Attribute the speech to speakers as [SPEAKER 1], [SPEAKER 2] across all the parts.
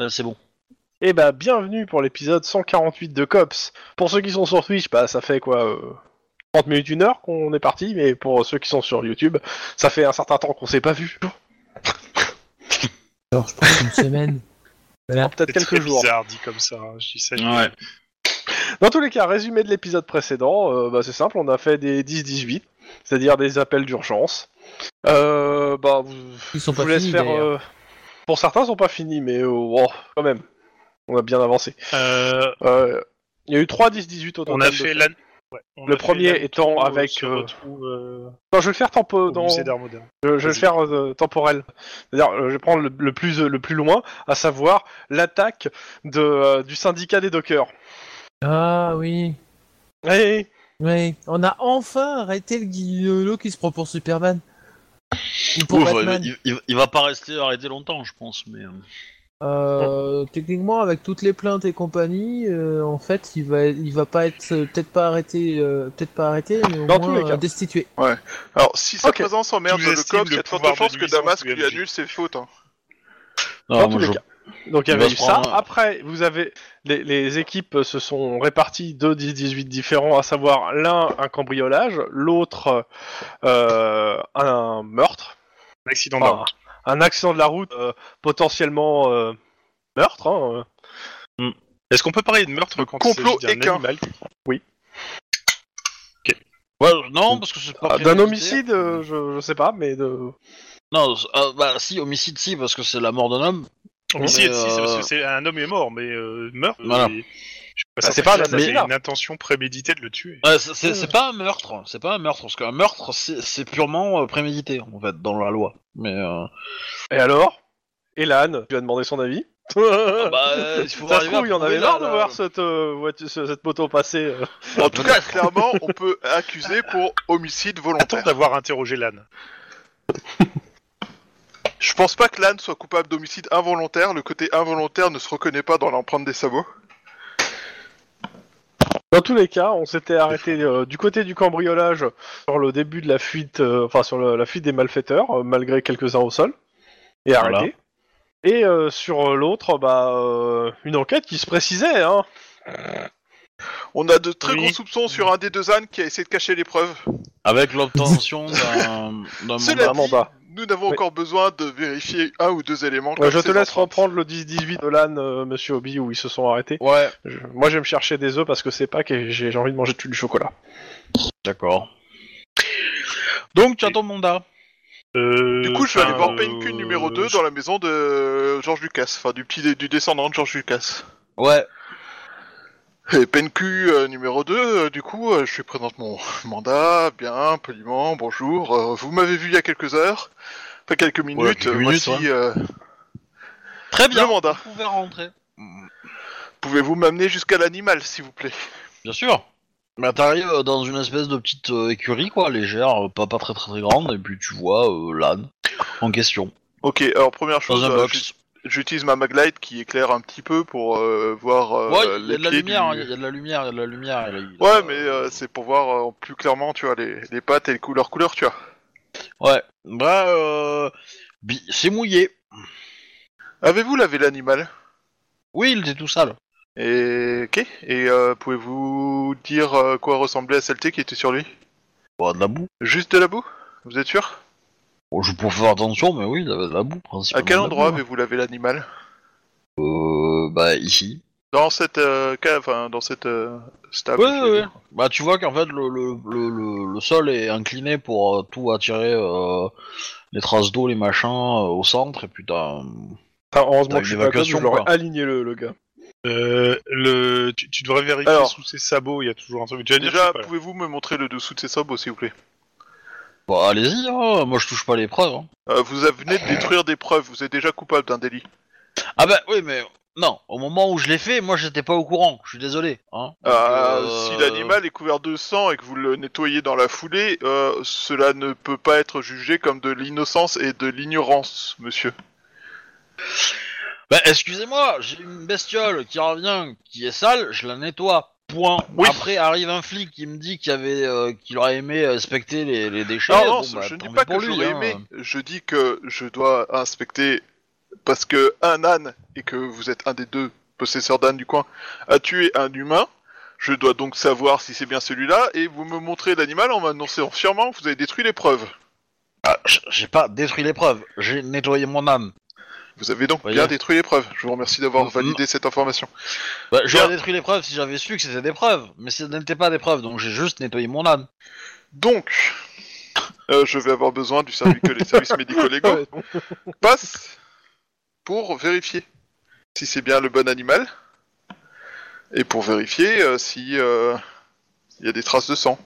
[SPEAKER 1] euh, c'est bon.
[SPEAKER 2] Eh bah, bienvenue pour l'épisode 148 de Cops. Pour ceux qui sont sur Twitch, bah, ça fait quoi euh, 30 minutes, une heure qu'on est parti, mais pour ceux qui sont sur YouTube, ça fait un certain temps qu'on s'est pas vu.
[SPEAKER 3] Alors, je pense une semaine. Voilà.
[SPEAKER 2] Peut-être
[SPEAKER 4] C'est très
[SPEAKER 2] quelques jours.
[SPEAKER 4] bizarre dit comme ça. hein. Je dis ça. je dis-
[SPEAKER 1] Ouais.
[SPEAKER 2] Dans tous les cas, résumé de l'épisode précédent, euh, bah, c'est simple, on a fait des 10-18, c'est-à-dire des appels d'urgence. Euh, bah, vous,
[SPEAKER 3] Ils sont
[SPEAKER 2] je
[SPEAKER 3] pas
[SPEAKER 2] vous laisse
[SPEAKER 3] finis,
[SPEAKER 2] faire.
[SPEAKER 3] d'ailleurs.
[SPEAKER 2] euh, Pour certains, ils sont pas finis, mais euh, wow, quand même, on a bien avancé.
[SPEAKER 4] Euh,
[SPEAKER 2] Euh, Il y a eu 3 10-18 au total.
[SPEAKER 4] on a
[SPEAKER 2] de-
[SPEAKER 4] fait l'an. ouais, on
[SPEAKER 2] Le
[SPEAKER 4] a fait
[SPEAKER 2] premier
[SPEAKER 4] l'an-
[SPEAKER 2] étant
[SPEAKER 4] on
[SPEAKER 2] avec,
[SPEAKER 4] se
[SPEAKER 2] euh,
[SPEAKER 4] retrouve, euh,
[SPEAKER 2] Non, je vais le faire tempo...
[SPEAKER 4] au
[SPEAKER 2] dans-
[SPEAKER 4] musée d'art moderne.
[SPEAKER 2] Je, je vais le
[SPEAKER 4] Vas-y.
[SPEAKER 2] faire euh, temporel. C'est-à-dire, euh, je vais prendre le, le plus, le plus loin, à savoir l'attaque de, euh, du syndicat des dockers. Eh,
[SPEAKER 3] Ah oui.
[SPEAKER 2] Hey
[SPEAKER 3] Oui. On a enfin arrêté le guignolo qui se prend pour Superman. Ou pour
[SPEAKER 1] Ouf,
[SPEAKER 3] Batman.
[SPEAKER 1] il, il- il va pas rester arrêté longtemps, je pense. Mais euh,
[SPEAKER 3] Euh, Techniquement, avec toutes les plaintes et compagnie, euh, en fait, il va, il va pas être, euh, peut-être pas arrêté, euh, peut-être pas arrêté, mais au
[SPEAKER 2] Dans
[SPEAKER 3] moins
[SPEAKER 2] tous les cas.
[SPEAKER 3] euh, destitué.
[SPEAKER 5] Alors, si sa
[SPEAKER 2] Ok.
[SPEAKER 5] présence emmerde
[SPEAKER 4] Sous-estime
[SPEAKER 5] le cop, il y
[SPEAKER 4] le
[SPEAKER 5] a de fortes
[SPEAKER 4] pouvoir de
[SPEAKER 5] chances que
[SPEAKER 4] nuisance
[SPEAKER 5] Damas
[SPEAKER 4] du
[SPEAKER 5] lui
[SPEAKER 4] MJ.
[SPEAKER 5] annule ses fautes. hein.
[SPEAKER 1] non,
[SPEAKER 2] Dans
[SPEAKER 1] Ah, moi,
[SPEAKER 2] tous les
[SPEAKER 1] je-
[SPEAKER 2] cas. Donc il y
[SPEAKER 1] Il va
[SPEAKER 2] avait eu
[SPEAKER 1] se prendre
[SPEAKER 2] ça.
[SPEAKER 1] un-
[SPEAKER 2] Après, vous avez les, les équipes se sont réparties de 10-18 différents, à savoir l'un un cambriolage, l'autre euh, un meurtre,
[SPEAKER 4] Un accident
[SPEAKER 2] enfin,
[SPEAKER 4] d'art.
[SPEAKER 2] un accident de la route euh, potentiellement euh, meurtre. hein, euh.
[SPEAKER 4] Hmm. Est-ce qu'on peut parler de meurtre quand il
[SPEAKER 5] complot
[SPEAKER 4] s'agit d'un
[SPEAKER 5] équin.
[SPEAKER 4] animal qui-
[SPEAKER 1] Ouais, non, parce que c'est pas
[SPEAKER 2] Ah, D'un
[SPEAKER 1] prémédité.
[SPEAKER 2] homicide,
[SPEAKER 1] Mm.
[SPEAKER 2] euh, je, je sais pas, mais de
[SPEAKER 1] Non, c'est- ah, bah si, homicide si, parce que c'est la mort d'un homme.
[SPEAKER 5] Ah.
[SPEAKER 4] Homicide,
[SPEAKER 1] Mais,
[SPEAKER 4] si, c'est parce
[SPEAKER 1] euh,
[SPEAKER 4] que c'est un homme est mort, mais euh, meurtre.
[SPEAKER 1] Voilà.
[SPEAKER 4] et- je suis pas
[SPEAKER 2] Bah, c'est
[SPEAKER 4] certain
[SPEAKER 2] pas
[SPEAKER 4] que
[SPEAKER 2] un
[SPEAKER 4] ça, c'est
[SPEAKER 2] assassinat.
[SPEAKER 4] une intention préméditée de le tuer.
[SPEAKER 1] Ouais, c'est- c'est c'est pas un meurtre, hein. c'est pas un meurtre, parce qu'un meurtre, c'est c'est purement euh, prémédité, en fait, dans la loi. Mais euh,
[SPEAKER 2] Et alors Elan, tu as demandé son avis
[SPEAKER 1] ah bah, euh, il faut
[SPEAKER 2] Ça se
[SPEAKER 1] arriver à
[SPEAKER 2] trouve, il en
[SPEAKER 1] prouver
[SPEAKER 2] avait
[SPEAKER 1] la-
[SPEAKER 2] marre de
[SPEAKER 1] la-
[SPEAKER 2] voir cette, euh, voiture- ce- cette moto passer. euh.
[SPEAKER 5] En tout cas,
[SPEAKER 1] peut-être.
[SPEAKER 5] clairement, on peut accuser pour homicide
[SPEAKER 4] Attends
[SPEAKER 5] volontaire.
[SPEAKER 4] d'avoir interrogé l'âne.
[SPEAKER 5] Je pense pas que l'âne soit coupable d'homicide involontaire. Le côté involontaire ne se reconnaît pas dans l'empreinte des sabots.
[SPEAKER 2] Dans tous les cas, on s'était arrêté euh, du côté du cambriolage sur le début de la fuite, euh, enfin sur le- la fuite des malfaiteurs, euh, malgré quelques-uns au sol, et
[SPEAKER 1] Voilà.
[SPEAKER 2] arrêté. Et euh, sur euh, l'autre, bah, euh, une enquête qui se précisait. Hein.
[SPEAKER 5] On a de très
[SPEAKER 4] Oui.
[SPEAKER 5] gros soupçons sur un des deux ânes qui a essayé de cacher les preuves.
[SPEAKER 2] Ah,
[SPEAKER 1] Avec l'obtention d'un d'un mandat.
[SPEAKER 5] Cela
[SPEAKER 2] mandat.
[SPEAKER 5] dit, nous n'avons
[SPEAKER 2] Mais-
[SPEAKER 5] encore besoin de vérifier un ou deux éléments.
[SPEAKER 2] Euh,
[SPEAKER 5] comme
[SPEAKER 2] je te
[SPEAKER 5] ces
[SPEAKER 2] laisse
[SPEAKER 5] empreintes.
[SPEAKER 2] reprendre le 10-18 de l'âne, euh, monsieur Obi, où ils se sont arrêtés.
[SPEAKER 1] Ouais,
[SPEAKER 2] Je- moi, je vais me chercher des œufs parce que c'est Pâques et j'ai j'ai envie de manger du chocolat.
[SPEAKER 1] d'accord. Donc, tu as ton mandat.
[SPEAKER 5] Du coup, je vais aller voir
[SPEAKER 4] euh,
[SPEAKER 5] Penguin numéro 2 dans la maison de George Lucas, enfin du petit du descendant de George Lucas.
[SPEAKER 1] Ouais.
[SPEAKER 5] Et PNQ euh, numéro 2, euh, du coup, euh, je lui présente mon mandat, bien, poliment, bonjour. euh, vous m'avez vu il y a quelques heures, enfin quelques minutes,
[SPEAKER 1] quelques
[SPEAKER 5] euh,
[SPEAKER 1] minutes,
[SPEAKER 5] voici euh,
[SPEAKER 1] Très bien.
[SPEAKER 5] le mandat.
[SPEAKER 1] Vous pouvez rentrer.
[SPEAKER 5] Pouvez-vous m'amener jusqu'à l'animal, s'il vous plaît
[SPEAKER 1] Bien sûr. Bah, t'arrives euh, dans une espèce de petite euh, écurie, quoi, légère, euh, pas, pas très très très grande, et puis tu vois euh, l'âne en question,
[SPEAKER 5] Ok, alors première chose,
[SPEAKER 1] dans un
[SPEAKER 5] euh,
[SPEAKER 1] box.
[SPEAKER 5] j'ut- j'utilise ma maglite qui éclaire un petit peu pour euh, voir euh,
[SPEAKER 1] ouais, il y
[SPEAKER 5] les
[SPEAKER 1] a de la
[SPEAKER 5] pieds
[SPEAKER 1] lumière, hein, il
[SPEAKER 5] du-
[SPEAKER 1] y a de la lumière, il y a de la lumière. il y a- il y a-
[SPEAKER 5] Ouais, mais euh, c'est pour voir euh, plus clairement, tu vois, les, les pattes et les couleurs, couleurs, tu vois.
[SPEAKER 1] Ouais. Bah, euh... bi- c'est mouillé.
[SPEAKER 5] Avez-vous lavé l'animal
[SPEAKER 1] Oui, il était tout sale.
[SPEAKER 5] Et, ok. et euh, pouvez-vous dire euh, quoi ressemblait la saleté qui était sur lui
[SPEAKER 1] Bah, de la boue.
[SPEAKER 5] Juste de la boue Vous êtes sûr
[SPEAKER 1] Bon, je pourrais faire attention, mais oui, il avait de la boue, principalement.
[SPEAKER 5] À quel
[SPEAKER 1] de la
[SPEAKER 5] endroit
[SPEAKER 1] boue,
[SPEAKER 5] avez-vous lavé l'animal
[SPEAKER 1] hein. Euh, bah, ici.
[SPEAKER 5] Dans cette euh, cave, enfin, dans cette euh, stable.
[SPEAKER 1] Ouais,
[SPEAKER 5] je
[SPEAKER 1] ouais,
[SPEAKER 5] veux
[SPEAKER 1] ouais.
[SPEAKER 5] dire.
[SPEAKER 1] Bah, tu vois qu'en fait, le, le, le, le, le sol est incliné pour euh, tout attirer euh, les traces d'eau, les machins, euh, au centre, et puis t'as... euh,
[SPEAKER 2] Enfin,
[SPEAKER 1] T'as
[SPEAKER 2] heureusement
[SPEAKER 1] une
[SPEAKER 2] que je suis pas comme
[SPEAKER 1] évacuation,
[SPEAKER 2] je leur ai
[SPEAKER 1] quoi.
[SPEAKER 2] aligné le, le gars.
[SPEAKER 4] Euh, le... tu, tu devrais vérifier
[SPEAKER 5] Alors.
[SPEAKER 4] sous ses sabots, il y a toujours un truc. Tu vas dire, je sais
[SPEAKER 5] Déjà,
[SPEAKER 4] pas, là.
[SPEAKER 5] pouvez-vous me montrer le dessous de ces sabots, s'il vous plaît
[SPEAKER 1] Bah, allez-y, hein, moi je touche pas les preuves. hein.
[SPEAKER 5] Euh, Vous venez de détruire des preuves, vous êtes déjà coupable d'un délit.
[SPEAKER 1] Ah bah, oui, mais... Non, au moment où je l'ai fait, moi j'étais pas au courant, je suis désolé. Hein. Donc,
[SPEAKER 5] Euh,
[SPEAKER 1] euh,
[SPEAKER 5] Si l'animal est couvert de sang et que vous le nettoyez dans la foulée, euh, cela ne peut pas être jugé comme de l'innocence et de l'ignorance, monsieur.
[SPEAKER 1] Bah, excusez-moi, j'ai une bestiole qui revient, qui est sale, je la nettoie. Point.
[SPEAKER 5] Oui.
[SPEAKER 1] Après arrive un flic qui me dit qu'il avait, euh, qu'il aurait aimé respecter les, les déchets.
[SPEAKER 5] Non, non,
[SPEAKER 1] Bon, bah,
[SPEAKER 5] je ne
[SPEAKER 1] tant
[SPEAKER 5] dis
[SPEAKER 1] pis
[SPEAKER 5] pas que
[SPEAKER 1] pour lui,
[SPEAKER 5] j'aurais
[SPEAKER 1] hein.
[SPEAKER 5] aimé. Je dis que je dois inspecter parce que un âne et que vous êtes un des deux possesseurs d'âne du coin, a tué un humain. Je dois donc savoir si c'est bien celui-là, et vous me montrez l'animal en m'annonçant sûrement que vous avez détruit les preuves.
[SPEAKER 1] Ah, j- j'ai pas détruit l'épreuve, j'ai nettoyé mon âme.
[SPEAKER 5] Vous avez donc
[SPEAKER 1] Voyez.
[SPEAKER 5] bien détruit les preuves. Je vous remercie d'avoir
[SPEAKER 1] Mhm.
[SPEAKER 5] validé cette information.
[SPEAKER 1] Bah, j'aurais détruit l'épreuve si j'avais su que c'était des preuves, mais ce n'était pas des preuves, donc j'ai juste nettoyé mon âme.
[SPEAKER 5] Donc, euh, je vais avoir besoin du service, que les services médico-légaux passent pour vérifier si c'est bien le bon animal et pour vérifier euh, si euh, il y a des traces de sang.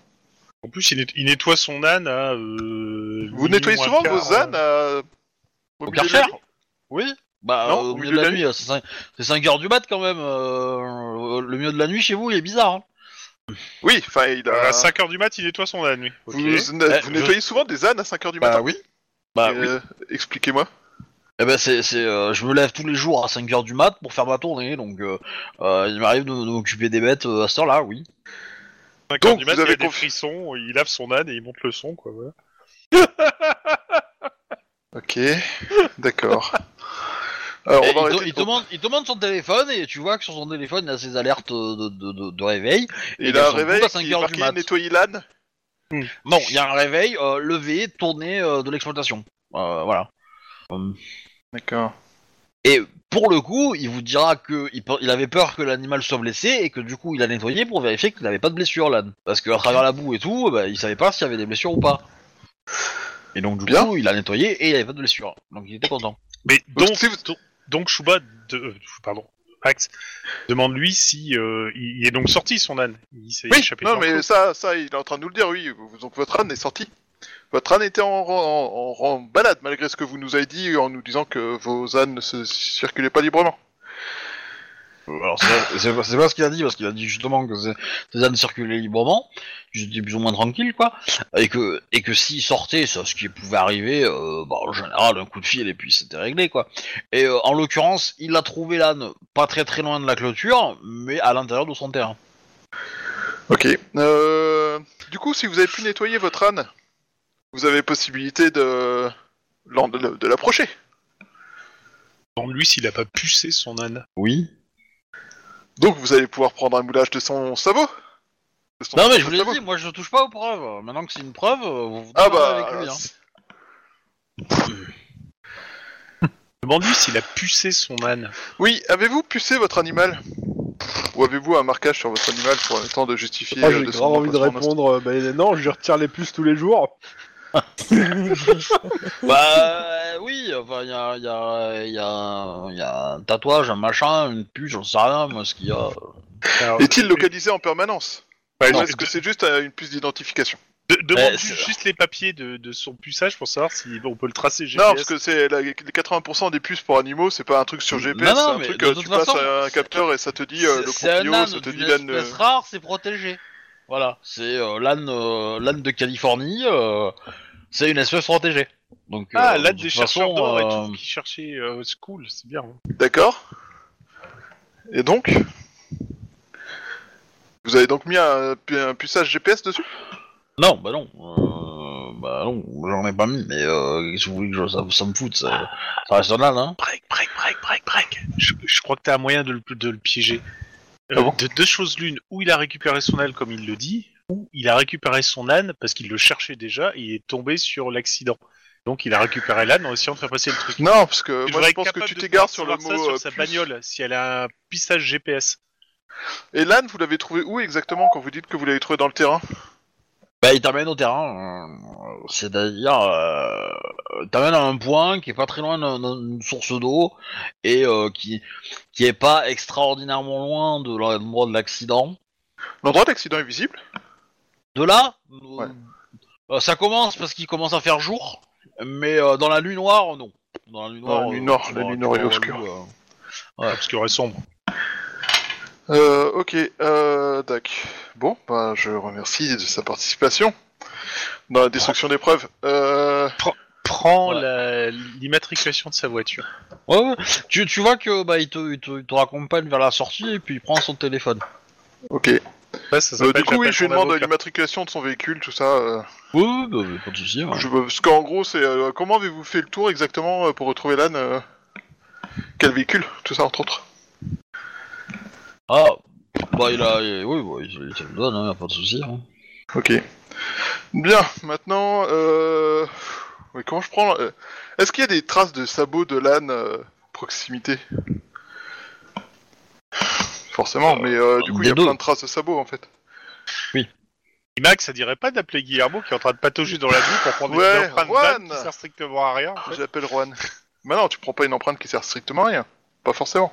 [SPEAKER 4] En plus, il, net- il nettoie son âne à. euh,
[SPEAKER 5] Vous
[SPEAKER 4] minuit
[SPEAKER 5] nettoyez
[SPEAKER 4] moins
[SPEAKER 5] souvent
[SPEAKER 4] quart,
[SPEAKER 5] vos ânes
[SPEAKER 4] euh,
[SPEAKER 5] à...
[SPEAKER 1] Au
[SPEAKER 5] milieu de la
[SPEAKER 1] Karcher
[SPEAKER 5] nuit
[SPEAKER 1] Oui Bah,
[SPEAKER 5] Non,
[SPEAKER 1] euh, au milieu de la nuit, euh, c'est 5, heures du mat quand même. euh, le milieu de la nuit chez vous, il est bizarre. hein.
[SPEAKER 5] Oui, enfin, il a...
[SPEAKER 4] Euh, À 5h du mat, il nettoie son âne, oui.
[SPEAKER 5] Ah. Vous,
[SPEAKER 4] Ok.
[SPEAKER 5] ne-
[SPEAKER 1] Eh,
[SPEAKER 5] vous
[SPEAKER 1] je-
[SPEAKER 5] nettoyez souvent des ânes à 5h du matin
[SPEAKER 1] oui Bah oui.
[SPEAKER 5] Euh, Expliquez-moi.
[SPEAKER 1] Eh ben c'est, c'est, euh, je me lève tous les jours à 5 heures du mat pour faire ma tournée, donc euh, euh, il m'arrive de, de m'occuper des bêtes euh, à cette heure-là, oui.
[SPEAKER 4] 5
[SPEAKER 5] Donc,
[SPEAKER 4] heures du mat,
[SPEAKER 5] vous avez
[SPEAKER 4] il a des
[SPEAKER 5] confi-
[SPEAKER 4] frissons, il lave son âne et il monte le son, quoi. Voilà.
[SPEAKER 5] Ok, d'accord. Alors,
[SPEAKER 1] Et
[SPEAKER 5] on va
[SPEAKER 1] Eh, il, te-
[SPEAKER 5] arrêter
[SPEAKER 1] il
[SPEAKER 5] de-
[SPEAKER 1] demande, il demande son téléphone et tu vois que sur son téléphone il y a ses alertes euh, de, de, de- de réveil.
[SPEAKER 5] Il
[SPEAKER 1] elles
[SPEAKER 5] a un
[SPEAKER 1] sont
[SPEAKER 5] réveil
[SPEAKER 1] toutes à cinq
[SPEAKER 5] qui est
[SPEAKER 1] heures du
[SPEAKER 5] marqué
[SPEAKER 1] mat.
[SPEAKER 5] nettoyer l'âne.
[SPEAKER 1] Non, il y a un réveil euh, levé, tourné euh, de l'exploitation. Euh, voilà.
[SPEAKER 5] D'accord.
[SPEAKER 1] Et pour le coup, il vous dira que il, pe- il avait peur que l'animal soit blessé et que du coup il a nettoyé pour vérifier qu'il n'avait pas de blessure l'âne. Parce qu'à travers la boue et tout, euh, bah, il savait pas s'il y avait des blessures ou pas. Et donc du
[SPEAKER 5] Bien.
[SPEAKER 1] coup, il a nettoyé et il avait pas de blessure. Donc il était content.
[SPEAKER 4] Mais
[SPEAKER 5] Donc,
[SPEAKER 4] donc,
[SPEAKER 5] si vous-
[SPEAKER 4] donc, donc Shuba de, euh, pardon, Axe, demande-lui si euh, il il est donc sorti son âne. Il s'est
[SPEAKER 5] Oui,
[SPEAKER 4] échappé. de
[SPEAKER 5] non,
[SPEAKER 4] l'enclos.
[SPEAKER 5] mais ça, ça, il est en train de nous le dire, oui. Vous- Donc votre âne est sortie. Votre âne était en, en, en- en balade, malgré ce que vous nous avez dit en nous disant que vos ânes ne se circulaient pas librement.
[SPEAKER 1] Alors, c'est pas- c'est pas, c'est pas ce qu'il a dit, parce qu'il a dit justement que ces- ces ânes circulaient librement, qu'ils étaient plus ou moins tranquilles, quoi, et que, et que s'ils sortaient, ça, ce qui pouvait arriver, euh, bah, en général, un coup de fil, et puis c'était réglé, quoi. Et euh, en l'occurrence, il a trouvé l'âne pas très très loin de la clôture, mais à l'intérieur de son terrain.
[SPEAKER 5] Ok. Euh, du coup, si vous avez pu nettoyer votre âne, vous avez possibilité de l'en- de de l'approcher.
[SPEAKER 4] Demande-lui s'il a pas pucé son âne.
[SPEAKER 1] Oui.
[SPEAKER 5] Donc vous allez pouvoir prendre un moulage de son sabot. De son-
[SPEAKER 1] Non, mais je
[SPEAKER 5] de
[SPEAKER 1] vous l'ai
[SPEAKER 5] sabot.
[SPEAKER 1] dit, moi je touche pas aux preuves. Maintenant que c'est une preuve, euh, vous vous
[SPEAKER 5] Ah
[SPEAKER 1] démerdez
[SPEAKER 5] bah.
[SPEAKER 1] avec lui, hein.
[SPEAKER 4] Demande-lui s'il a pucé son âne.
[SPEAKER 5] Oui, avez-vous pucé votre animal Ou avez-vous un marquage sur votre animal pour le temps de justifier
[SPEAKER 2] Ah,
[SPEAKER 5] euh,
[SPEAKER 2] J'ai
[SPEAKER 5] de son
[SPEAKER 2] grave envie de
[SPEAKER 5] emplacement
[SPEAKER 2] répondre, euh, bah, non, je lui retire les puces tous les jours.
[SPEAKER 1] Bah euh, oui, enfin il y a, y, a, y, a, y a un tatouage, un machin, une puce, j'en sais rien moi ce qu'il y a.
[SPEAKER 4] Alors,
[SPEAKER 5] Est-il localisé en permanence
[SPEAKER 4] bah,
[SPEAKER 5] Ou
[SPEAKER 4] de-
[SPEAKER 5] est-ce que c'est juste euh, une puce d'identification
[SPEAKER 4] de- de- Demande-lui
[SPEAKER 1] Eh, c'est-
[SPEAKER 4] juste les papiers de, de son puçage pour savoir si on peut le tracer GPS.
[SPEAKER 5] Non, parce que c'est la- les 80% des puces pour animaux, c'est pas un truc sur
[SPEAKER 1] Non,
[SPEAKER 5] GPS,
[SPEAKER 1] non,
[SPEAKER 5] c'est un
[SPEAKER 1] mais
[SPEAKER 5] truc
[SPEAKER 1] de
[SPEAKER 5] euh,
[SPEAKER 1] toute
[SPEAKER 5] tu passes
[SPEAKER 1] façon,
[SPEAKER 5] à un
[SPEAKER 1] c'est-
[SPEAKER 5] capteur et ça te dit euh, le
[SPEAKER 1] c'est un
[SPEAKER 5] croquillot,
[SPEAKER 1] âne
[SPEAKER 5] ça te dit euh,
[SPEAKER 1] d'une
[SPEAKER 5] l'âne.
[SPEAKER 4] euh,
[SPEAKER 1] espèce rare, c'est protégé. Voilà, c'est euh, l'âne euh, l'âne de Californie, euh, c'est une espèce protégée. Donc
[SPEAKER 4] Ah,
[SPEAKER 1] euh,
[SPEAKER 4] l'âne
[SPEAKER 1] de
[SPEAKER 4] des
[SPEAKER 1] toute
[SPEAKER 4] chercheurs
[SPEAKER 1] façon,
[SPEAKER 4] d'or
[SPEAKER 1] euh,
[SPEAKER 4] et tout qui cherchait euh, School, c'est bien. hein.
[SPEAKER 5] euh, D'accord Et donc Vous avez donc mis un, un puçage GPS dessus
[SPEAKER 1] Non, bah non, euh, bah non, j'en ai pas mis, mais euh, qu'est-ce que vous voulez que je, ça, ça me foute, ça, ça reste un âne, hein.
[SPEAKER 4] Break, break, break, break, break. Je, je crois que t'as un moyen de le, de le piéger. Euh,
[SPEAKER 5] Ah bon
[SPEAKER 4] de deux choses l'une, ou il a récupéré son âne comme il le dit, ou il a récupéré son âne parce qu'il le cherchait déjà et il est tombé sur l'accident. Donc il a récupéré l'âne en essayant de faire passer le truc.
[SPEAKER 5] Non, parce que
[SPEAKER 4] Tu
[SPEAKER 5] moi
[SPEAKER 4] devrais
[SPEAKER 5] je
[SPEAKER 4] être
[SPEAKER 5] pense que
[SPEAKER 4] capable
[SPEAKER 5] tu
[SPEAKER 4] de
[SPEAKER 5] t'égares sur le
[SPEAKER 4] savoir
[SPEAKER 5] mot
[SPEAKER 4] ça sur
[SPEAKER 5] euh,
[SPEAKER 4] sa
[SPEAKER 5] puce.
[SPEAKER 4] bagnole si elle a un pissage GPS.
[SPEAKER 5] Et l'âne, vous l'avez trouvé où exactement quand vous dites que vous l'avez trouvé dans le terrain
[SPEAKER 1] Bah, il t'amène au terrain, euh, c'est-à-dire, euh, il t'amène à un point qui est pas très loin d'un- d'une source d'eau et euh, qui qui est pas extraordinairement loin de l'endroit de l'accident.
[SPEAKER 5] L'endroit d'accident est visible
[SPEAKER 1] De là, euh,
[SPEAKER 5] Ouais.
[SPEAKER 1] euh, ça commence parce qu'il commence à faire jour, mais euh, dans la nuit noire, non. Dans la nuit
[SPEAKER 5] Dans
[SPEAKER 1] noire,
[SPEAKER 5] la nuit
[SPEAKER 1] euh,
[SPEAKER 5] noire,
[SPEAKER 1] tu
[SPEAKER 5] la
[SPEAKER 1] vois-
[SPEAKER 5] nuit
[SPEAKER 1] tu
[SPEAKER 5] noire est
[SPEAKER 1] vois
[SPEAKER 5] obscure.
[SPEAKER 1] où, euh,
[SPEAKER 4] Parce qu'il aurait sombre.
[SPEAKER 5] Euh, ok, euh, tac. Bon, bah, je remercie de sa participation dans la destruction des preuves. Euh,
[SPEAKER 4] Prends
[SPEAKER 1] Ouais.
[SPEAKER 4] la- l'immatriculation de sa voiture.
[SPEAKER 1] Ouais, ouais. Tu, tu vois que bah il te, il te, il te raccompagne vers la sortie et puis il prend son téléphone.
[SPEAKER 5] ok.
[SPEAKER 4] Ouais, ça
[SPEAKER 5] Euh,
[SPEAKER 4] s'appelle
[SPEAKER 5] du coup, oui,
[SPEAKER 4] j'appelle
[SPEAKER 5] je lui
[SPEAKER 4] mon
[SPEAKER 5] demande
[SPEAKER 4] avocat.
[SPEAKER 5] l'immatriculation de son véhicule, tout ça. euh,
[SPEAKER 1] Oui, oui, bah, bah, pas de soucis. ouais.
[SPEAKER 5] je- parce qu'en gros, c'est euh, comment avez-vous fait le tour exactement euh, pour retrouver l'âne euh, Quel véhicule Tout ça, entre autres.
[SPEAKER 1] Ah, bah il a. il- oui, bah, il, il te le donne, hein, y a pas de souci. hein.
[SPEAKER 5] Ok. Bien, maintenant... Euh... Mais comment je prends... euh, Est-ce qu'il y a des traces de sabots de l'âne euh, proximité Forcément, mais euh, du coup, il y
[SPEAKER 1] des
[SPEAKER 5] a
[SPEAKER 1] deux.
[SPEAKER 5] plein de traces de sabots, en fait.
[SPEAKER 4] Et Max, ça dirait pas d'appeler Guillermo qui est en train de patauger dans la boue pour prendre
[SPEAKER 5] Ouais,
[SPEAKER 4] une empreinte
[SPEAKER 5] Juan
[SPEAKER 4] d'âne qui sert strictement à rien. en fait.
[SPEAKER 5] J'appelle Juan. Bah non, tu prends pas une empreinte qui sert strictement à rien. Pas forcément.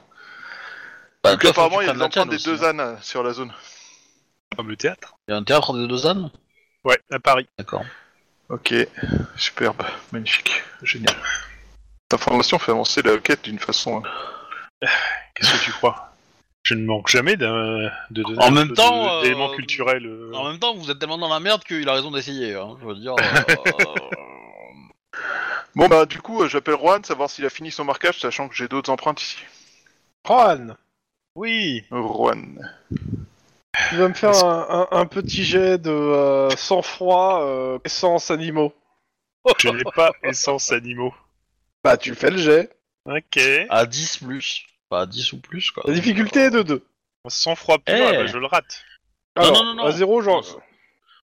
[SPEAKER 1] Bah,
[SPEAKER 5] Vu
[SPEAKER 1] toi, faut que
[SPEAKER 5] qu'apparemment,
[SPEAKER 1] tu
[SPEAKER 5] il y a
[SPEAKER 1] prennes
[SPEAKER 5] des
[SPEAKER 1] la tienne
[SPEAKER 5] empreintes des
[SPEAKER 1] aussi,
[SPEAKER 5] deux
[SPEAKER 1] hein.
[SPEAKER 5] ânes euh, sur la zone.
[SPEAKER 4] Comme le théâtre.
[SPEAKER 1] Il y a un théâtre des deux ânes
[SPEAKER 4] Ouais, à Paris.
[SPEAKER 1] D'accord.
[SPEAKER 5] Ok, superbe, magnifique, génial. L'information fait avancer la quête d'une façon. hein.
[SPEAKER 4] Qu'est-ce que tu crois Je ne manque jamais d'un de, de-
[SPEAKER 1] En même
[SPEAKER 4] de-
[SPEAKER 1] temps,
[SPEAKER 4] de- d'éléments
[SPEAKER 1] euh,
[SPEAKER 4] culturels. euh,
[SPEAKER 1] En même temps, vous êtes tellement dans la merde qu'il a raison d'essayer. Hein, je veux dire. euh,
[SPEAKER 5] Bon bah du coup, euh, j'appelle Juan, savoir s'il a fini son marquage, sachant que j'ai d'autres empreintes ici.
[SPEAKER 2] Juan,
[SPEAKER 4] Oui.
[SPEAKER 5] Juan.
[SPEAKER 2] tu vas me faire un, un- un petit jet de euh, sang-froid, euh, essence animaux.
[SPEAKER 4] Je n'ai pas essence animaux.
[SPEAKER 2] Bah, tu fais le jet.
[SPEAKER 4] Ok.
[SPEAKER 1] à 10 plus. Pas à 10 ou plus, quoi.
[SPEAKER 2] La difficulté est de 2.
[SPEAKER 4] Sans froid pur,
[SPEAKER 1] Eh.
[SPEAKER 4] ah bah, je le rate.
[SPEAKER 1] Non,
[SPEAKER 2] Alors,
[SPEAKER 1] non, Euh, non, non.
[SPEAKER 2] À 0, genre.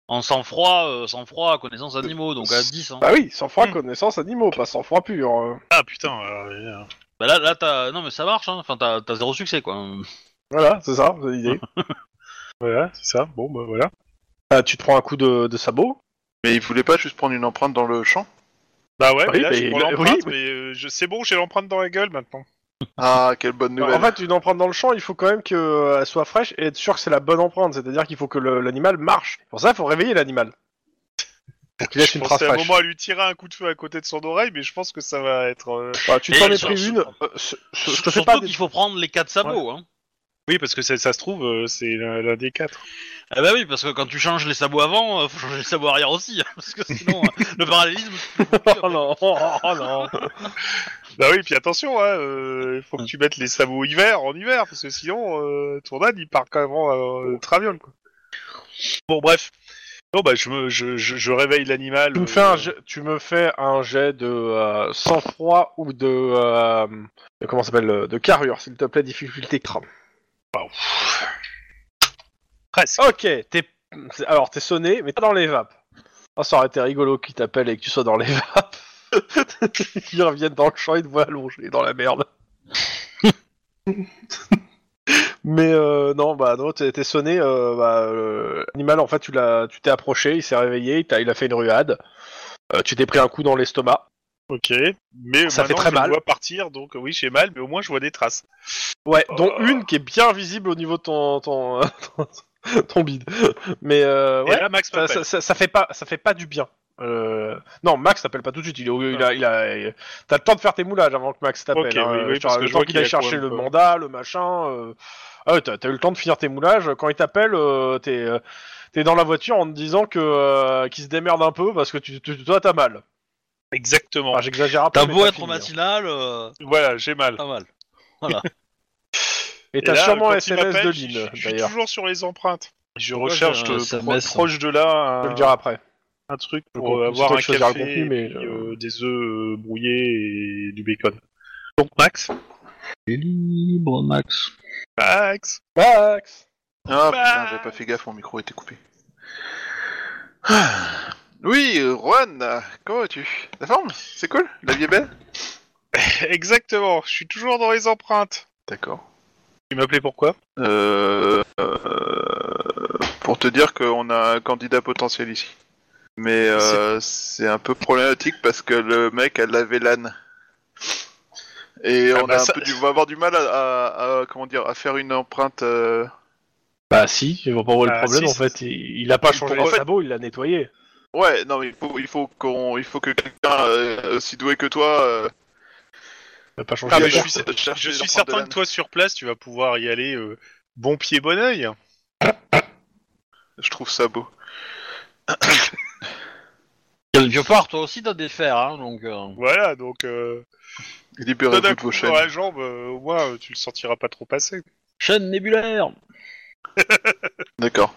[SPEAKER 1] En sang-froid, euh, sang-froid, connaissance animaux, donc à 10. Hein.
[SPEAKER 2] Bah oui, sang-froid,
[SPEAKER 4] Hmm.
[SPEAKER 2] connaissance animaux, pas sang-froid pur. euh.
[SPEAKER 4] Ah putain. euh, euh,
[SPEAKER 1] Bah là, là t'as... Non, mais ça marche, hein. Enfin, t'as, t'as zéro succès, quoi.
[SPEAKER 2] Voilà, c'est ça, c'est l'idée.
[SPEAKER 4] voilà, c'est ça. Bon, bah voilà.
[SPEAKER 2] Ah, tu te prends un coup de, de sabot.
[SPEAKER 5] Mais il voulait pas juste prendre une empreinte dans le champ
[SPEAKER 4] Bah ouais,
[SPEAKER 2] Oui,
[SPEAKER 4] mais là,
[SPEAKER 2] mais
[SPEAKER 4] je prends
[SPEAKER 2] il a-
[SPEAKER 4] l'empreinte,
[SPEAKER 2] oui, oui.
[SPEAKER 4] mais euh, je... c'est bon, j'ai l'empreinte dans la gueule maintenant.
[SPEAKER 5] Ah, quelle bonne
[SPEAKER 2] Bah,
[SPEAKER 5] nouvelle.
[SPEAKER 2] En fait, une empreinte dans le champ, il faut quand même qu'elle soit fraîche et être sûr que c'est la bonne empreinte. C'est-à-dire qu'il faut que le- l'animal marche. Pour ça, il faut réveiller l'animal. Pour qu'il laisse
[SPEAKER 4] je
[SPEAKER 2] une trace
[SPEAKER 4] pensais à un
[SPEAKER 2] fraîche.
[SPEAKER 4] moment à lui tirer un coup de feu à côté de son oreille, mais je pense que ça va être... euh,
[SPEAKER 2] Bah, tu
[SPEAKER 1] Et
[SPEAKER 2] t'en es
[SPEAKER 1] sur-
[SPEAKER 2] pris
[SPEAKER 1] sur-
[SPEAKER 2] une. euh, ce- ce- Je te fais
[SPEAKER 1] Surtout
[SPEAKER 2] pas. des-
[SPEAKER 1] qu'il faut prendre les 4 sabots, hein.
[SPEAKER 4] Oui, parce que ça, ça se trouve, euh, c'est l'un l'un des quatre.
[SPEAKER 1] Ah bah oui, parce que quand tu changes les sabots avant, euh, faut changer les sabots arrière aussi, hein, parce que sinon, euh, le parallélisme...
[SPEAKER 2] Oh non, oh, oh non.
[SPEAKER 4] Bah oui, puis attention, hein, euh, il faut que tu mettes les sabots hiver en hiver, parce que sinon, euh, ton âne, il part carrément euh, traviole, quoi. Bon, bref. Non, bah, je, me, je, je, je réveille l'animal.
[SPEAKER 2] Tu
[SPEAKER 4] euh,
[SPEAKER 2] me fais un jet, tu me fais un jet de euh, sang-froid ou de, euh, de comment ça s'appelle euh, de carrure s'il te plaît difficulté crame.
[SPEAKER 4] Presque.
[SPEAKER 2] Ok, t'es alors t'es sonné mais pas dans les vapes. Ah, ça aurait été rigolo qu'ils t'appellent et que tu sois dans les vapes. Ils reviennent dans le champ et te voient allongé dans la merde. Mais euh, non, bah non, t'es t'es sonné. euh, bah, euh, L'animal, en fait, tu l'as, tu t'es approché, il s'est réveillé, il, t'a- il a fait une ruade. Euh, tu t'es pris un coup dans l'estomac.
[SPEAKER 4] Ok. Mais
[SPEAKER 2] Ça fait très
[SPEAKER 4] maintenant, je
[SPEAKER 2] mal.
[SPEAKER 4] vois partir, donc euh, oui, j'ai mal, mais au moins, je vois des traces.
[SPEAKER 2] Ouais, dont
[SPEAKER 4] Euh.
[SPEAKER 2] une qui est bien visible au niveau de ton ton, ton, ton bide. Mais euh,
[SPEAKER 4] Et
[SPEAKER 2] ouais,
[SPEAKER 4] là, Max
[SPEAKER 2] ça,
[SPEAKER 4] m'appelle.
[SPEAKER 2] ça, ça- ça fait pas ça fait pas du bien. Euh, non, Max t'appelle pas tout de suite. Il, est au- il a, il a, il- t'as le temps de faire tes moulages avant que Max t'appelle.
[SPEAKER 4] Ok,
[SPEAKER 2] hein.
[SPEAKER 4] oui, oui,
[SPEAKER 2] Genre,
[SPEAKER 4] parce que
[SPEAKER 2] le
[SPEAKER 4] je
[SPEAKER 2] temps
[SPEAKER 4] vois
[SPEAKER 2] qu'il
[SPEAKER 4] qu'il
[SPEAKER 2] aille
[SPEAKER 4] a quand
[SPEAKER 2] chercher
[SPEAKER 4] même
[SPEAKER 2] le
[SPEAKER 4] pas-
[SPEAKER 2] mandat, le machin. euh, Ah, ouais, t'as, t'as eu le temps de finir tes moulages. Quand il t'appelle, euh, t'es euh, t'es dans la voiture en te disant que euh, qu'il se démerde un peu parce que tu, tu- toi t'as mal.
[SPEAKER 4] Exactement.
[SPEAKER 2] Enfin, j'exagère un peu.
[SPEAKER 1] T'as
[SPEAKER 2] mais
[SPEAKER 1] beau être
[SPEAKER 2] fini, hein.
[SPEAKER 1] matinal, euh,
[SPEAKER 4] Ah, Voilà, j'ai mal.
[SPEAKER 1] pas mal.
[SPEAKER 2] Et
[SPEAKER 4] Et
[SPEAKER 2] t'as
[SPEAKER 4] là,
[SPEAKER 2] sûrement
[SPEAKER 4] quand
[SPEAKER 2] un
[SPEAKER 4] il
[SPEAKER 2] SMS de
[SPEAKER 4] m'appelle, je-
[SPEAKER 2] Lynn,
[SPEAKER 4] Je suis
[SPEAKER 2] d'ailleurs.
[SPEAKER 4] toujours sur les empreintes. Je
[SPEAKER 1] Pourquoi
[SPEAKER 4] recherche
[SPEAKER 1] j'ai un
[SPEAKER 4] euh, pro-
[SPEAKER 1] SMS?
[SPEAKER 4] proche de
[SPEAKER 2] hein Je
[SPEAKER 4] là
[SPEAKER 2] te
[SPEAKER 4] un,
[SPEAKER 2] le dirai après.
[SPEAKER 4] un truc
[SPEAKER 2] Le
[SPEAKER 4] pour
[SPEAKER 2] contenu,
[SPEAKER 4] avoir
[SPEAKER 2] c'est toi
[SPEAKER 4] un
[SPEAKER 2] qui choisiras
[SPEAKER 4] café,
[SPEAKER 2] le contenu, mais,
[SPEAKER 4] et puis, euh, des œufs euh, brouillés et du bacon. Donc Max,
[SPEAKER 1] libre, Max.
[SPEAKER 4] Max,
[SPEAKER 2] Max.
[SPEAKER 4] Bah.
[SPEAKER 5] Ah putain, j'avais pas fait gaffe, mon micro était coupé. Ah. Oui, euh, Juan, euh, comment vas-tu La forme C'est cool La vie est belle
[SPEAKER 4] exactement. Je suis toujours dans les empreintes.
[SPEAKER 5] D'accord.
[SPEAKER 4] Tu m'appelais pourquoi
[SPEAKER 5] Euh, euh, pour te dire qu'on a un candidat potentiel ici. Mais euh, c'est un peu problématique parce que le mec a lavé l'âne. Et
[SPEAKER 4] Ah
[SPEAKER 5] on,
[SPEAKER 4] bah
[SPEAKER 5] a un
[SPEAKER 4] ça-
[SPEAKER 5] peu du- on va avoir du mal à, à- à- comment dire, à faire une empreinte. euh,
[SPEAKER 2] Bah si, je vois pas où est le
[SPEAKER 4] Ah,
[SPEAKER 2] problème
[SPEAKER 4] si,
[SPEAKER 2] en fait. Il, il a pas changé
[SPEAKER 5] en
[SPEAKER 2] les
[SPEAKER 5] fait-
[SPEAKER 2] sabots, il l'a nettoyé.
[SPEAKER 5] Ouais, non, mais il faut, il faut, qu'on, il faut que quelqu'un euh, aussi doué que toi euh,
[SPEAKER 2] Il a pas changé
[SPEAKER 4] Ah,
[SPEAKER 2] les
[SPEAKER 4] mais je
[SPEAKER 2] sabots.
[SPEAKER 4] suis,
[SPEAKER 5] cherche
[SPEAKER 4] je
[SPEAKER 5] les
[SPEAKER 4] suis
[SPEAKER 5] empreintes de
[SPEAKER 4] certain
[SPEAKER 5] l'âne.
[SPEAKER 4] que toi sur place, tu vas pouvoir y aller euh, bon pied bon oeil.
[SPEAKER 5] Je trouve ça beau.
[SPEAKER 1] Quelque part, toi aussi, t'as des fers, hein, donc... euh,
[SPEAKER 4] Voilà, donc euh, donne
[SPEAKER 5] Libérez-vous
[SPEAKER 4] un
[SPEAKER 5] de
[SPEAKER 4] coup
[SPEAKER 5] vos chaînes.
[SPEAKER 4] dans la jambe, euh, au moins euh, tu le sentiras pas trop passer.
[SPEAKER 1] Chaîne nébulaire
[SPEAKER 5] D'accord.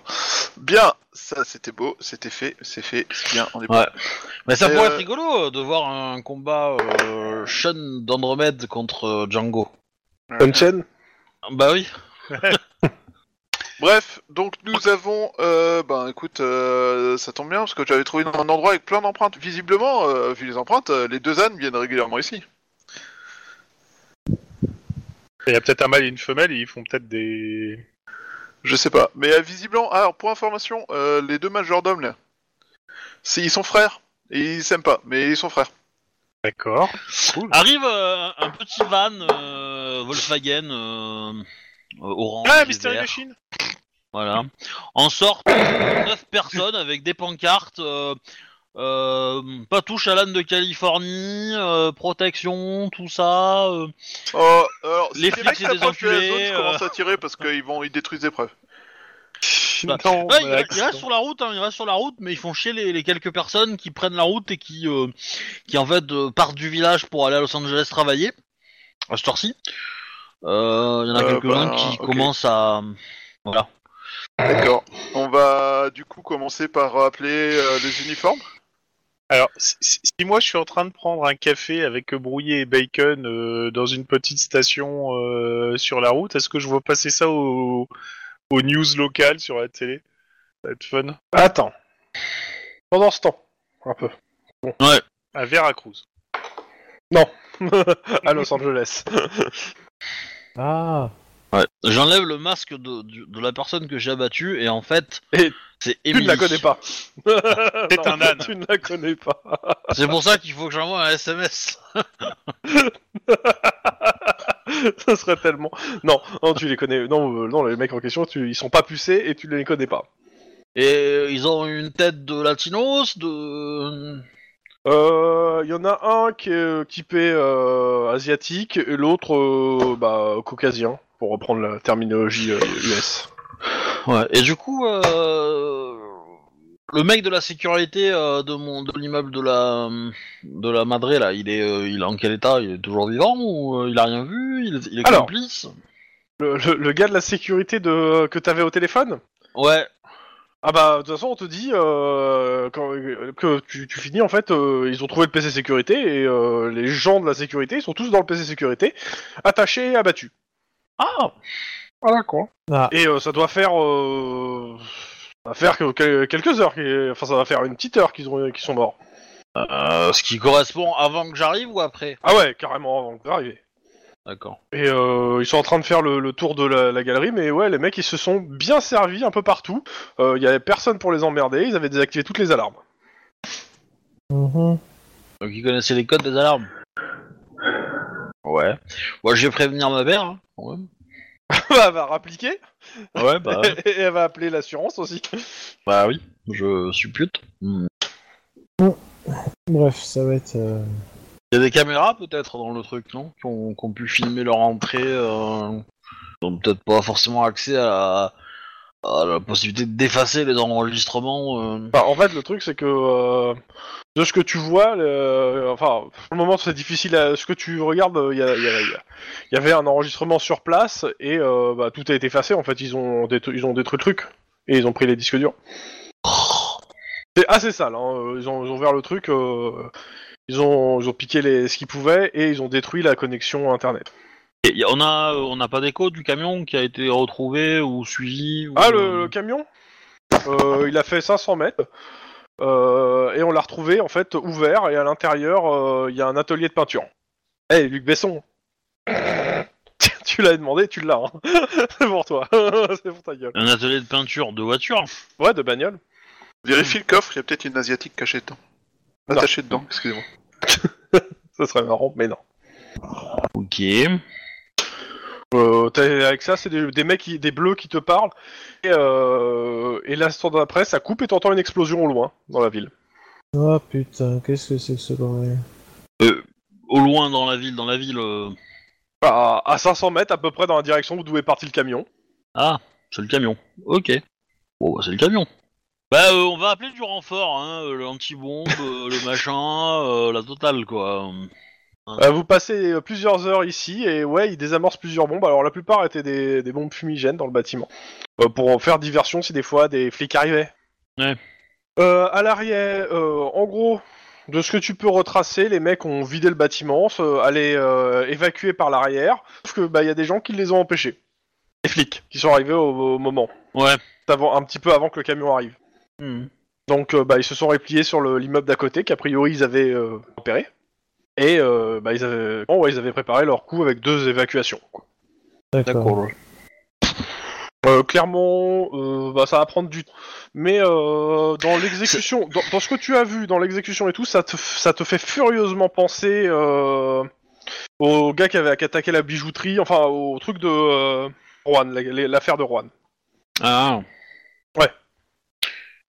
[SPEAKER 5] Bien, ça c'était beau, c'était fait, c'est fait, c'est bien, on est
[SPEAKER 1] Ouais. Mais ça
[SPEAKER 5] Et,
[SPEAKER 1] pourrait
[SPEAKER 5] euh,
[SPEAKER 1] être rigolo euh, de voir un combat euh, Sean d'Andromède contre euh, Django.
[SPEAKER 2] Unchain
[SPEAKER 1] Bah oui.
[SPEAKER 5] Bref, donc nous avons, euh, ben écoute, euh, ça tombe bien parce que j'avais trouvé un endroit avec plein d'empreintes. Visiblement, euh, vu les empreintes, euh, les deux ânes viennent régulièrement ici.
[SPEAKER 4] Il y a peut-être un mâle et une femelle et ils font peut-être des.
[SPEAKER 5] Je sais pas, mais euh, visiblement, ah, alors pour information, euh, les deux majordomes là, c'est ils sont frères et ils s'aiment pas, mais ils sont frères.
[SPEAKER 4] D'accord.
[SPEAKER 1] Arrive euh, un petit van euh, Volkswagen euh, euh, orange.
[SPEAKER 4] Ah,
[SPEAKER 1] et
[SPEAKER 4] mystérieux
[SPEAKER 1] vert,
[SPEAKER 4] Chine
[SPEAKER 1] Voilà. En sortent euh, neuf personnes avec des pancartes. euh, euh, pas touche à l'âne de Californie, euh, protection, tout ça. euh.
[SPEAKER 5] Oh, alors, si
[SPEAKER 1] Les
[SPEAKER 5] mecs
[SPEAKER 1] flics, c'est des
[SPEAKER 5] s'approchent de la zone,
[SPEAKER 1] enculés, euh.
[SPEAKER 5] je commence à tirer parce qu'ils vont, ils détruisent des preuves.
[SPEAKER 4] Non,
[SPEAKER 2] bah,
[SPEAKER 1] Ouais, ils,
[SPEAKER 4] relax.
[SPEAKER 1] ils restent sur la route, hein, ils restent sur la route, mais ils font chier les, les quelques personnes qui prennent la route et qui, euh, qui en fait euh, partent du village pour aller à Los Angeles travailler. À cette heure-ci, Euh, il y en a
[SPEAKER 5] Euh,
[SPEAKER 1] quelques-uns
[SPEAKER 5] bah,
[SPEAKER 1] qui
[SPEAKER 5] ok.
[SPEAKER 1] commencent à voilà.
[SPEAKER 5] D'accord. On va du coup commencer par appeler euh, les uniformes.
[SPEAKER 4] Alors, si, si- si moi je suis en train de prendre un café avec brouillé et bacon euh, dans une petite station euh, sur la route, est-ce que je vois passer ça au- aux news locales sur la télé Ça va être fun.
[SPEAKER 2] Attends. Pendant ce temps, un peu.
[SPEAKER 4] À Veracruz.
[SPEAKER 2] à Los Angeles.
[SPEAKER 3] Ah,
[SPEAKER 1] Ouais. J'enlève le masque de, du- de la personne que j'ai abattue et en fait,
[SPEAKER 2] Et
[SPEAKER 1] c'est
[SPEAKER 2] Tu ne la connais
[SPEAKER 1] Emily.
[SPEAKER 2] pas. C'est
[SPEAKER 4] un âne.
[SPEAKER 2] Tu ne la connais pas.
[SPEAKER 1] C'est pour ça qu'il faut que j'envoie un SMS.
[SPEAKER 2] ça serait tellement. Non, non, tu les connais. Non, euh, non, les mecs en question, tu... ils sont pas pucés et tu les connais pas.
[SPEAKER 1] Et euh, ils ont une tête de latinos, de
[SPEAKER 2] Euh, Il y en a un qui est euh, typé euh, asiatique et l'autre euh, bah, caucasien, pour reprendre la terminologie euh, US.
[SPEAKER 1] ouais. Et du coup, euh, le mec de la sécurité euh, de mon de l'immeuble de la de la Madré là, il est euh, il est en quel état Il est toujours vivant ou euh, il a rien vu Il, est- il est
[SPEAKER 2] Alors.
[SPEAKER 1] complice
[SPEAKER 2] Le, le- le gars de la sécurité de... que t'avais au téléphone
[SPEAKER 1] Ouais.
[SPEAKER 2] Ah bah de toute façon on te dit euh, quand- euh, que tu, tu finis en fait euh, ils ont trouvé le PC sécurité et euh, les gens de la sécurité ils sont tous dans le PC sécurité attachés et abattus.
[SPEAKER 1] Ah.
[SPEAKER 2] Voilà quoi.
[SPEAKER 3] Ah.
[SPEAKER 2] Et euh, ça doit faire euh, ça va faire que- que- quelques heures qu'il- enfin ça va faire une petite heure qu'ils ont qu'ils sont morts.
[SPEAKER 1] Euh, ce qui correspond avant que j'arrive ou après
[SPEAKER 2] Ah ouais carrément avant d'arriver.
[SPEAKER 1] D'accord.
[SPEAKER 2] Et euh, ils sont en train de faire le, le tour de la, la galerie, mais ouais, les mecs ils se sont bien servis un peu partout. Euh, Il y avait personne pour les emmerder, ils avaient désactivé toutes les alarmes.
[SPEAKER 3] mhm.
[SPEAKER 1] Donc ils connaissaient les codes des alarmes. Ouais. Moi je vais prévenir ma mère. Hein. Ouais.
[SPEAKER 2] bah, va rappliquer.
[SPEAKER 1] Ouais, bah,
[SPEAKER 2] Et elle va appeler l'assurance aussi.
[SPEAKER 1] bah oui, je suppute. Hmm.
[SPEAKER 3] Bref, ça va être. euh,
[SPEAKER 1] Il y a des caméras peut-être dans le truc, non Qui ont, qui ont pu filmer leur entrée. Euh... Ils ont peut-être pas forcément accès à, à la possibilité d'effacer les enregistrements. euh.
[SPEAKER 2] Enfin, Bah, en fait, le truc, c'est que euh, de ce que tu vois, le- euh, enfin, pour le moment, c'est difficile. À... Ce que tu regardes, euh, il y, a- il y a- il y a- il y avait un enregistrement sur place et euh, bah, tout a été effacé. En fait, ils ont, détru- ils ont détruit le truc et ils ont pris les disques durs. C'est assez sale. hein, Ils, ont, ils ont ouvert le truc, euh, ils, ont, ils ont piqué les... ce qu'ils pouvaient et ils ont détruit la connexion internet.
[SPEAKER 1] Et y a- on a euh, on n'a pas d'écho du camion qui a été retrouvé ou suivi ou-
[SPEAKER 2] Ah, le, le camion Euh, Il a fait 500 mètres. Euh, et on l'a retrouvé en fait ouvert et à l'intérieur euh, il y a un atelier de peinture. Eh Luc Besson Tiens, Tu l'as demandé, tu l'as. hein. C'est pour toi. C'est pour ta gueule.
[SPEAKER 1] Un atelier de peinture de voiture
[SPEAKER 2] Ouais, de bagnole.
[SPEAKER 5] Vérifie le
[SPEAKER 1] Hmm.
[SPEAKER 5] coffre, il y a peut-être une asiatique cachée dedans.
[SPEAKER 2] Non.
[SPEAKER 5] Attachée dedans, excusez-moi.
[SPEAKER 2] Ça serait marrant, mais non.
[SPEAKER 1] Ok.
[SPEAKER 2] Euh, t'as- avec ça, c'est des, des mecs, qui- des bleus qui te parlent. Et, euh, et l'instant d'après, ça coupe et t'entends une explosion au loin dans la ville.
[SPEAKER 3] Oh putain, qu'est-ce que c'est que ce bordel
[SPEAKER 1] Euh, au loin dans la ville, dans la ville. euh,
[SPEAKER 2] À, à 500 mètres à peu près dans la direction d'où est parti le camion.
[SPEAKER 1] Ah, c'est le camion. Ok. Bon, bah, c'est le camion. Bah, euh, on va appeler du renfort, hein, euh, l'antibombe, euh, le machin, euh, la totale, quoi.
[SPEAKER 2] Euh, vous passez euh, plusieurs heures ici et ouais, ils désamorcent plusieurs bombes. Alors la plupart étaient des, des bombes fumigènes dans le bâtiment. Euh, pour en faire diversion si des fois des flics arrivaient.
[SPEAKER 1] Ouais.
[SPEAKER 2] Euh, à l'arrière, euh, en gros, de ce que tu peux retracer, les mecs ont vidé le bâtiment, se- allé euh, évacuer par l'arrière, sauf que bah il y a des gens qui les ont empêchés. Les flics qui sont arrivés au, au moment,
[SPEAKER 1] Ouais.
[SPEAKER 2] avant, un petit peu avant que le camion arrive.
[SPEAKER 3] Hmm.
[SPEAKER 2] Donc euh, bah, ils se sont repliés sur le- l'immeuble d'à côté qu'a priori ils avaient euh, repéré. Et euh, bah, ils, avaient... bon, ouais, ils avaient préparé leur coup avec deux évacuations. quoi.
[SPEAKER 3] D'accord.
[SPEAKER 2] Euh, clairement, euh, bah, ça va prendre du temps. Mais euh, dans l'exécution, dans, dans ce que tu as vu, dans l'exécution et tout, ça te, f- ça te fait furieusement penser euh, au gars qui avait attaqué la bijouterie, enfin au truc de euh, Rouen, la- l'affaire de Rouen.
[SPEAKER 1] Ah.
[SPEAKER 2] Ouais.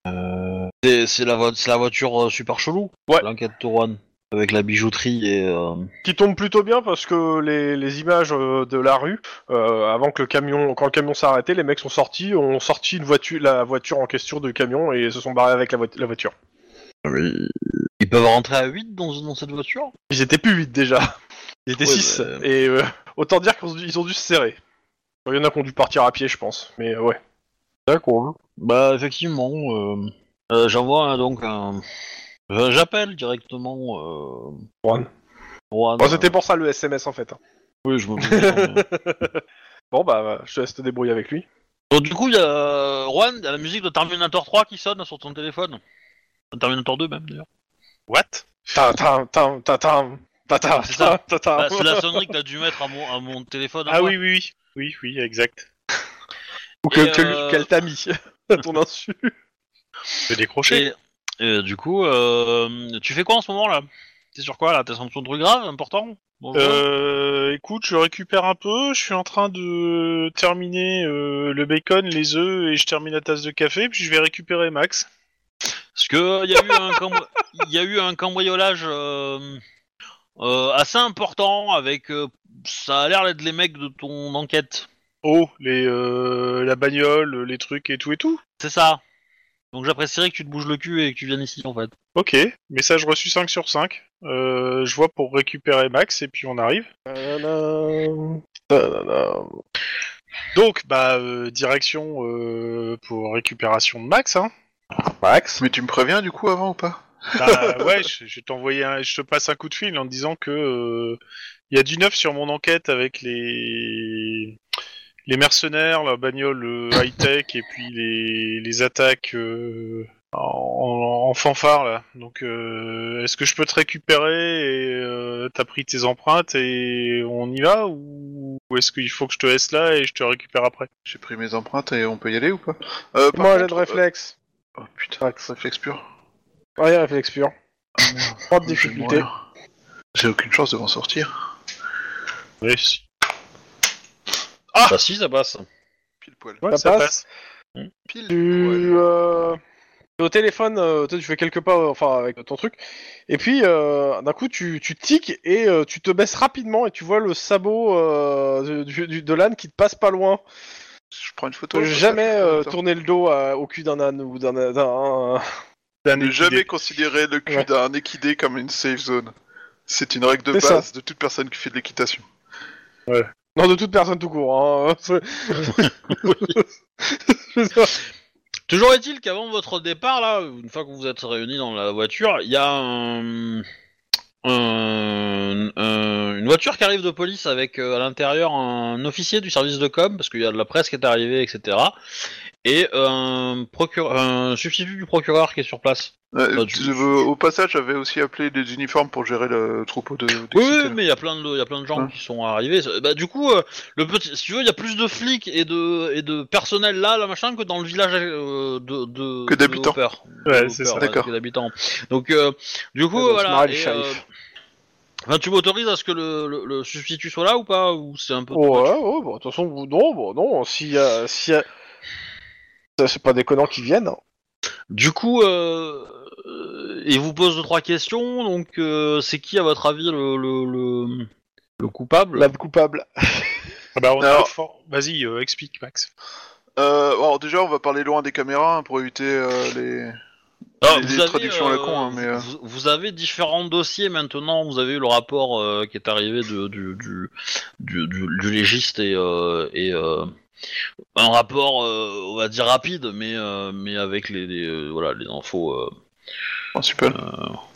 [SPEAKER 1] Euh, c'est- c'est la, vo- c'est la voiture euh, super chelou.
[SPEAKER 2] Ouais.
[SPEAKER 1] L'enquête Touran. Avec la bijouterie et. euh,
[SPEAKER 2] qui tombe plutôt bien parce que les, les images euh, de la rue, euh, avant que le camion, quand le camion s'est arrêté, les mecs sont sortis, ont sorti une voiture, la voiture en question du camion et se sont barrés avec la, voi- la voiture.
[SPEAKER 1] euh, Ils peuvent rentrer à 8 dans, dans cette voiture
[SPEAKER 2] Ils étaient plus vite déjà, ils étaient
[SPEAKER 1] Ouais,
[SPEAKER 2] 6
[SPEAKER 1] bah.
[SPEAKER 2] et euh, autant dire qu'ils ont dû se serrer. Il y en a qui ont dû partir à pied, je pense, mais euh, ouais.
[SPEAKER 1] D'accord. Bah, effectivement. euh, euh, J'envoie un- donc un. enfin, J'appelle directement. Euh...
[SPEAKER 2] Juan.
[SPEAKER 1] Juan,
[SPEAKER 2] Bon, Oh, C'était pour ça le SMS en fait. hein.
[SPEAKER 1] Oui, je me doute bien, mais-
[SPEAKER 2] Bon bah, je te laisse te débrouiller avec lui.
[SPEAKER 1] Donc, du coup, il y a euh, Juan, il y a la musique de Terminator 3 qui sonne sur ton téléphone. Terminator 2, même d'ailleurs.
[SPEAKER 4] What
[SPEAKER 2] Ta ta ta ta ta ta ta
[SPEAKER 1] C'est ça.
[SPEAKER 2] ta ta.
[SPEAKER 1] Bah, c'est la sonnerie que t'as dû mettre à mon, à mon téléphone. hein. à
[SPEAKER 4] Ah
[SPEAKER 1] moi.
[SPEAKER 4] oui, oui, oui. Oui, oui, exact.
[SPEAKER 2] Ou que-
[SPEAKER 1] Et,
[SPEAKER 2] que-
[SPEAKER 1] euh,
[SPEAKER 2] qu'elle t'a mis à ton insu.
[SPEAKER 4] Je vais décrocher.
[SPEAKER 1] Et, et du coup, euh, tu fais quoi en ce moment là T'es sur quoi là T'es sur ton truc grave, important Bonjour.
[SPEAKER 4] Euh, écoute, je récupère un peu. Je suis en train de terminer euh, le bacon, les œufs et je termine la tasse de café. Puis je vais récupérer Max.
[SPEAKER 1] Parce que euh, il y a eu un cambri- il y a eu un cambriolage euh, euh, assez important avec euh, ça a l'air d'être les mecs de ton enquête.
[SPEAKER 4] Oh, les euh, la bagnole, les trucs et tout et tout.
[SPEAKER 1] C'est ça. Donc j'apprécierais que tu te bouges le cul et que tu viennes ici en fait.
[SPEAKER 4] Ok, message reçu 5 sur 5. Euh, je vois pour récupérer Max et puis on arrive. Donc, bah, euh, direction euh, pour récupération de Max. Hein.
[SPEAKER 2] Max
[SPEAKER 5] Mais tu me préviens du coup avant ou pas
[SPEAKER 4] Bah, ouais, je, je vais t'envoyer, un- je te passe un coup de fil en te disant que euh, il y a du neuf sur mon enquête avec les les mercenaires, la bagnole euh, high-tech et puis les, les attaques euh, en, en fanfare là. Donc, euh, est-ce que je peux te récupérer et euh, t'as pris tes empreintes et on y va ou, ou est-ce qu'il faut que je te laisse là et je te récupère après
[SPEAKER 5] J'ai pris mes empreintes et on peut y aller ou pas Euh, par
[SPEAKER 2] Moi j'ai
[SPEAKER 5] contre,
[SPEAKER 2] de réflexe.
[SPEAKER 5] euh, Oh putain, réflexe pur.
[SPEAKER 2] Ouais, réflexe pur.
[SPEAKER 5] Ah, merde.
[SPEAKER 2] Pas de
[SPEAKER 5] Je vais
[SPEAKER 2] difficulté.
[SPEAKER 5] mourir. J'ai aucune chance de m'en sortir.
[SPEAKER 4] Oui,
[SPEAKER 1] Ah bah si ça passe.
[SPEAKER 5] Pile poil.
[SPEAKER 2] Ça
[SPEAKER 4] ça
[SPEAKER 2] passe.
[SPEAKER 4] passe.
[SPEAKER 5] Pile
[SPEAKER 2] Tu.
[SPEAKER 5] poil.
[SPEAKER 2] euh, Au téléphone, euh, toi, tu fais quelques pas, euh, enfin avec ton truc, et puis euh, d'un coup tu, tu tiques et euh, tu te baisses rapidement et tu vois le sabot euh, du, du- de l'âne qui te passe pas loin.
[SPEAKER 5] Je prends une
[SPEAKER 2] Tu
[SPEAKER 5] photo.
[SPEAKER 2] peux
[SPEAKER 5] je
[SPEAKER 2] jamais
[SPEAKER 5] sais,
[SPEAKER 2] euh,
[SPEAKER 5] attends.
[SPEAKER 2] tourner le dos à- au cul d'un âne ou d'un d'un-
[SPEAKER 4] D'un
[SPEAKER 5] Ne jamais
[SPEAKER 4] équidé.
[SPEAKER 5] considérer le cul
[SPEAKER 2] Ouais.
[SPEAKER 5] d'un équidé comme une safe zone. C'est une règle de
[SPEAKER 2] C'est ça.
[SPEAKER 5] base de toute personne qui fait de l'équitation.
[SPEAKER 2] non de toute personne tout court. hein. C'est- C'est ça.
[SPEAKER 1] Toujours est-il qu'avant votre départ, là, une fois que vous êtes réunis dans la voiture, il y a un- un- un- une voiture qui arrive de police avec euh, à l'intérieur un officier du service de com, parce qu'il y a de la presse qui est arrivée, etc. Et un, procure- un substitut du procureur qui est sur place.
[SPEAKER 5] Euh,
[SPEAKER 1] Bah, tu-
[SPEAKER 5] je veux- au passage, j'avais aussi appelé les uniformes pour gérer le troupeau de.
[SPEAKER 1] Oui,
[SPEAKER 5] d'excités,
[SPEAKER 1] oui, mais il y a plein de, il y a plein de gens
[SPEAKER 5] Hein.
[SPEAKER 1] qui sont arrivés. Bah, du coup, euh, le petit, si tu veux, il y a plus de flics et de, et de personnel là, là, machin, que dans le village euh, de, de,
[SPEAKER 5] Que
[SPEAKER 1] de
[SPEAKER 5] d'habitants.
[SPEAKER 1] Hopper.
[SPEAKER 4] Ouais,
[SPEAKER 1] De
[SPEAKER 4] c'est
[SPEAKER 1] Hopper,
[SPEAKER 5] ça. D'accord.
[SPEAKER 1] que d'habitants. Donc, euh, du coup,
[SPEAKER 2] Ouais, donc,
[SPEAKER 1] voilà.
[SPEAKER 2] Maral,
[SPEAKER 1] et,
[SPEAKER 2] shérif.
[SPEAKER 1] euh, enfin, tu m'autorises à ce que le, le, le substitut soit là ou pas Ou c'est un peu.
[SPEAKER 5] Oh.
[SPEAKER 2] Ouais, ouais, bah, de toute façon, vous- non, bah, non, si, euh, si, euh, ça, c'est pas déconnant qu'ils viennent. hein.
[SPEAKER 1] Du coup, euh, euh, il vous pose deux, trois questions. Donc, euh, c'est qui à votre avis le, le, le, le coupable
[SPEAKER 2] La coupable.
[SPEAKER 4] Ah bah, on a
[SPEAKER 5] Alors-
[SPEAKER 4] un fort- Vas-y, euh, explique Max.
[SPEAKER 5] Euh, alors déjà, on va parler loin des caméras hein, pour éviter euh, les.
[SPEAKER 1] Alors,
[SPEAKER 5] Des-
[SPEAKER 1] vous
[SPEAKER 5] des
[SPEAKER 1] avez,
[SPEAKER 5] traductions à la con, hein, mais, euh.
[SPEAKER 1] vous, vous avez différents dossiers maintenant. Vous avez eu le rapport euh, qui est arrivé de- du, du, du, du- du légiste et, euh, et euh, un rapport, euh, on va dire rapide, mais, euh, mais avec les, les, euh, voilà, les infos. euh,
[SPEAKER 5] Principal.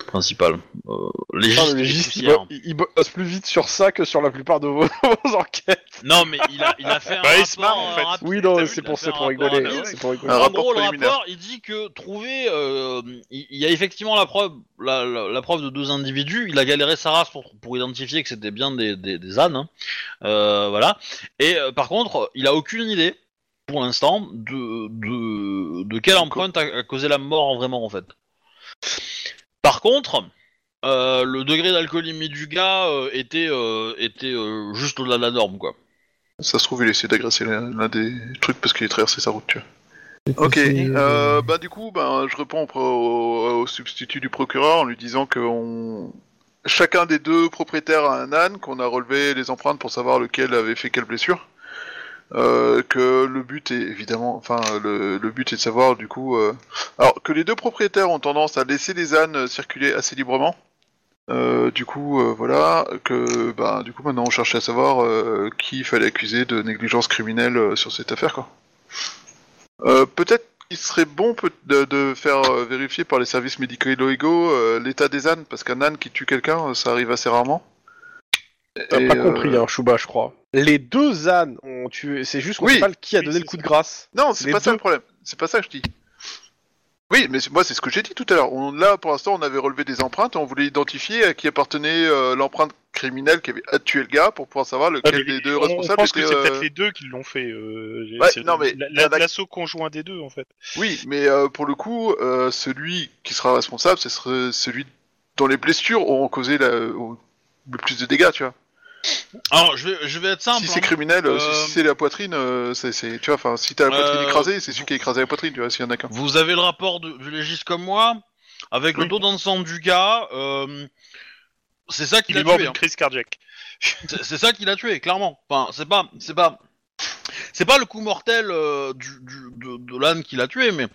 [SPEAKER 1] principal. Euh, légiste
[SPEAKER 2] Putain, hein, Ah, le
[SPEAKER 1] et
[SPEAKER 2] légiste, il,
[SPEAKER 1] poussière.
[SPEAKER 2] bo- il- il bosse plus vite sur ça que sur la plupart de vos, vos enquêtes.
[SPEAKER 1] Non, mais il a, il a fait un
[SPEAKER 4] Bah,
[SPEAKER 1] rapport...
[SPEAKER 4] il se marre, en
[SPEAKER 1] un
[SPEAKER 4] fait.
[SPEAKER 1] rap-
[SPEAKER 2] Oui,
[SPEAKER 1] Ah, t'as
[SPEAKER 2] non,
[SPEAKER 1] vu,
[SPEAKER 2] c'est
[SPEAKER 1] il a
[SPEAKER 2] pour,
[SPEAKER 1] fait
[SPEAKER 2] c'est
[SPEAKER 1] un
[SPEAKER 2] pour
[SPEAKER 1] rapport
[SPEAKER 2] rigoler.
[SPEAKER 4] Ah,
[SPEAKER 1] à Noël.
[SPEAKER 2] C'est pour rigoler.
[SPEAKER 5] Un
[SPEAKER 1] en
[SPEAKER 5] rapport
[SPEAKER 1] gros, le
[SPEAKER 5] préliminaire.
[SPEAKER 1] rapport, il dit que trouver, euh, il il y a effectivement la preuve, la, la- la preuve de deux individus. Il a galéré sa race pour, pour identifier que c'était bien des, des, des ânes, hein. Euh, voilà. Et euh, par contre, il a aucune idée, pour l'instant, de, de de quelle empreinte a, a causé la mort vraiment en fait. Par contre, euh, le degré d'alcoolémie du gars euh, était euh, était euh, juste au-delà de la norme quoi.
[SPEAKER 5] Ça se trouve, il essaie d'agresser l'un l'un des trucs parce qu'il a traversé sa route, tu vois.
[SPEAKER 3] Peut-être
[SPEAKER 5] Ok,
[SPEAKER 3] que c'est,
[SPEAKER 5] euh, bah du coup, ben je réponds au, pro- au- au substitut du procureur en lui disant que on- chacun des deux propriétaires a un âne, qu'on a relevé les empreintes pour savoir lequel avait fait quelle blessure. Euh, que le but est évidemment, enfin le, le but est de savoir du coup, euh, alors que les deux propriétaires ont tendance à laisser les ânes circuler assez librement. Euh, du coup, euh, voilà, que bah, du coup maintenant on cherche à savoir euh, qui il fallait accuser de négligence criminelle euh, sur cette affaire quoi. Euh, peut-être qu'il serait bon peut- de, de faire euh, vérifier par les services médico-légaux euh, l'état des ânes, parce qu'un âne qui tue quelqu'un, euh, ça arrive assez rarement.
[SPEAKER 2] T'as
[SPEAKER 5] Et,
[SPEAKER 2] pas
[SPEAKER 5] euh,
[SPEAKER 2] compris, hein, Chouba, je crois. Les deux ânes ont tué. C'est juste qu'on
[SPEAKER 5] Oui.
[SPEAKER 2] sait pas le- qui a
[SPEAKER 4] Oui,
[SPEAKER 2] donné
[SPEAKER 4] c'est
[SPEAKER 2] le coup de
[SPEAKER 4] ça.
[SPEAKER 2] grâce.
[SPEAKER 5] Non, c'est
[SPEAKER 2] les
[SPEAKER 5] pas ça
[SPEAKER 2] deux-
[SPEAKER 5] le problème. C'est pas ça que je dis. Oui, mais c'est- moi c'est ce que j'ai dit tout à l'heure. On- Là, pour l'instant, on avait relevé des empreintes, on voulait identifier à qui appartenait euh, l'empreinte criminelle qui avait tué le gars pour pouvoir savoir
[SPEAKER 4] Ah,
[SPEAKER 5] lequel des deux
[SPEAKER 4] on, on
[SPEAKER 5] responsables
[SPEAKER 4] pense que
[SPEAKER 5] était,
[SPEAKER 4] c'est
[SPEAKER 5] euh,
[SPEAKER 4] peut-être les deux qui l'ont fait. euh, j'ai-
[SPEAKER 5] Ouais,
[SPEAKER 4] c'est-
[SPEAKER 5] non, mais-
[SPEAKER 4] la-
[SPEAKER 5] y en
[SPEAKER 4] la-
[SPEAKER 5] a-
[SPEAKER 4] L'assaut conjoint des deux, en fait.
[SPEAKER 5] Oui, mais euh, pour le coup, euh, celui qui sera responsable, ce serait celui dont les blessures auront causé la- au- le plus de dégâts, tu vois.
[SPEAKER 1] Alors je vais, je vais être simple.
[SPEAKER 5] si c'est
[SPEAKER 1] hein.
[SPEAKER 5] criminel, euh, si-
[SPEAKER 1] Euh,
[SPEAKER 5] si c'est la poitrine, euh, c'est, c'est- tu vois, enfin, si t'as la poitrine
[SPEAKER 1] Euh,
[SPEAKER 5] écrasée, c'est celui qui a écrasé la poitrine, tu vois, s'il y en a qu'un.
[SPEAKER 1] Vous avez le rapport de- du légiste comme moi, avec le
[SPEAKER 4] Oui.
[SPEAKER 1] taux d'ensemble du gars. euh, c'est ça qui
[SPEAKER 4] Il
[SPEAKER 1] l'a
[SPEAKER 4] est mort
[SPEAKER 1] tué.
[SPEAKER 4] d'une
[SPEAKER 1] hein.
[SPEAKER 4] crise cardiaque.
[SPEAKER 1] C'est c'est ça qui l'a tué, clairement. Enfin, c'est pas, c'est pas, c'est pas le coup mortel euh, du, du- de, de l'âne qui l'a tué, mais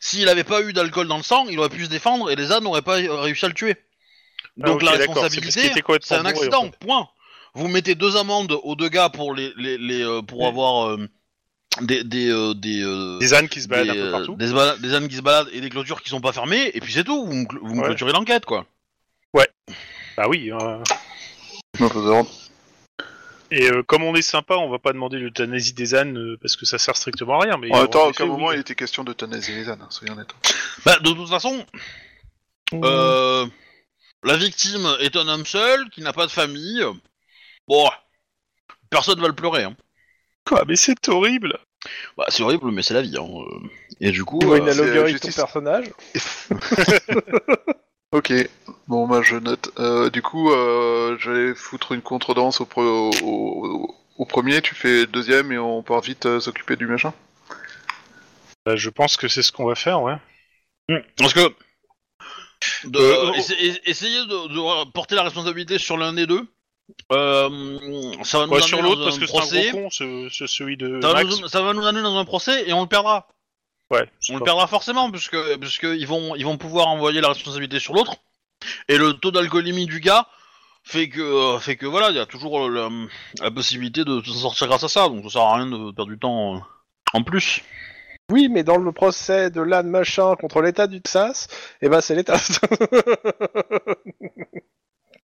[SPEAKER 1] s'il avait pas eu d'alcool dans le sang, il aurait pu se défendre et les ânes n'auraient pas euh, réussi à le tuer.
[SPEAKER 4] Ah,
[SPEAKER 1] Donc
[SPEAKER 4] ok,
[SPEAKER 1] la
[SPEAKER 4] d'accord, parce qu'il
[SPEAKER 1] responsabilité,
[SPEAKER 4] était complètement
[SPEAKER 1] c'est un
[SPEAKER 4] bourré, en
[SPEAKER 1] accident.
[SPEAKER 4] fait.
[SPEAKER 1] Point. Vous mettez deux amendes aux deux gars pour les, les, les, euh, pour
[SPEAKER 4] Oui.
[SPEAKER 1] avoir euh, des des euh, des, euh,
[SPEAKER 4] Des ânes qui se baladent
[SPEAKER 1] des,
[SPEAKER 4] un peu
[SPEAKER 1] euh,
[SPEAKER 4] partout.
[SPEAKER 1] des bala- des ânes qui se baladent et des clôtures qui sont pas fermées, et puis c'est tout, vous me, cl- vous me
[SPEAKER 4] Ouais.
[SPEAKER 1] clôturez l'enquête, quoi.
[SPEAKER 4] Bah oui. hein.
[SPEAKER 5] Non, faut savoir.
[SPEAKER 4] Et euh, comme on est sympa, on va pas demander l'euthanasie des ânes euh, parce que ça sert strictement à rien. Mais
[SPEAKER 5] En même temps, à
[SPEAKER 4] en effet,
[SPEAKER 5] aucun
[SPEAKER 4] oui.
[SPEAKER 5] moment il était question d'euthanasier les ânes, hein, soyons honnêtes.
[SPEAKER 1] Bah, de toute façon,
[SPEAKER 3] Mmh.
[SPEAKER 1] euh, la victime est un homme seul, qui n'a pas de famille. Bon, personne va le pleurer. Hein.
[SPEAKER 4] Quoi Mais c'est horrible.
[SPEAKER 1] Bah, c'est horrible, mais c'est la vie. Hein. euh. Et du coup,
[SPEAKER 2] Tu vois
[SPEAKER 1] euh,
[SPEAKER 2] une allégorie de ton
[SPEAKER 5] justice.
[SPEAKER 2] personnage.
[SPEAKER 5] Ok, bon bah je note. Euh, du coup, euh, j'allais foutre une contredanse au, pro- au- au- au premier, tu fais le deuxième et on part vite euh, s'occuper du machin.
[SPEAKER 4] Bah, je pense que c'est ce qu'on va faire, ouais.
[SPEAKER 1] parce que de,
[SPEAKER 4] Euh,
[SPEAKER 1] essa- e- essayer de, de porter la responsabilité sur l'un des deux, euh, ça va nous
[SPEAKER 4] Ouais,
[SPEAKER 1] amener
[SPEAKER 4] sur
[SPEAKER 1] dans
[SPEAKER 4] l'autre
[SPEAKER 1] un
[SPEAKER 4] parce que c'est
[SPEAKER 1] procès.
[SPEAKER 4] un gros con, ce, ce- celui de
[SPEAKER 1] ça, va
[SPEAKER 4] Max.
[SPEAKER 1] nous, ça va nous amener dans un procès et on le perdra.
[SPEAKER 4] Ouais. je sais
[SPEAKER 1] On le
[SPEAKER 4] pas.
[SPEAKER 1] perdra forcément, puisque, puisque ils, vont, ils vont pouvoir envoyer la responsabilité sur l'autre. Et le taux d'alcoolémie du gars fait que, fait que voilà, il y a toujours la, la possibilité de s'en sortir grâce à ça. Donc ça sert à rien de perdre du temps euh, en plus.
[SPEAKER 2] Oui, mais dans le procès de l'âne machin contre l'État du Texas, eh ben c'est l'État.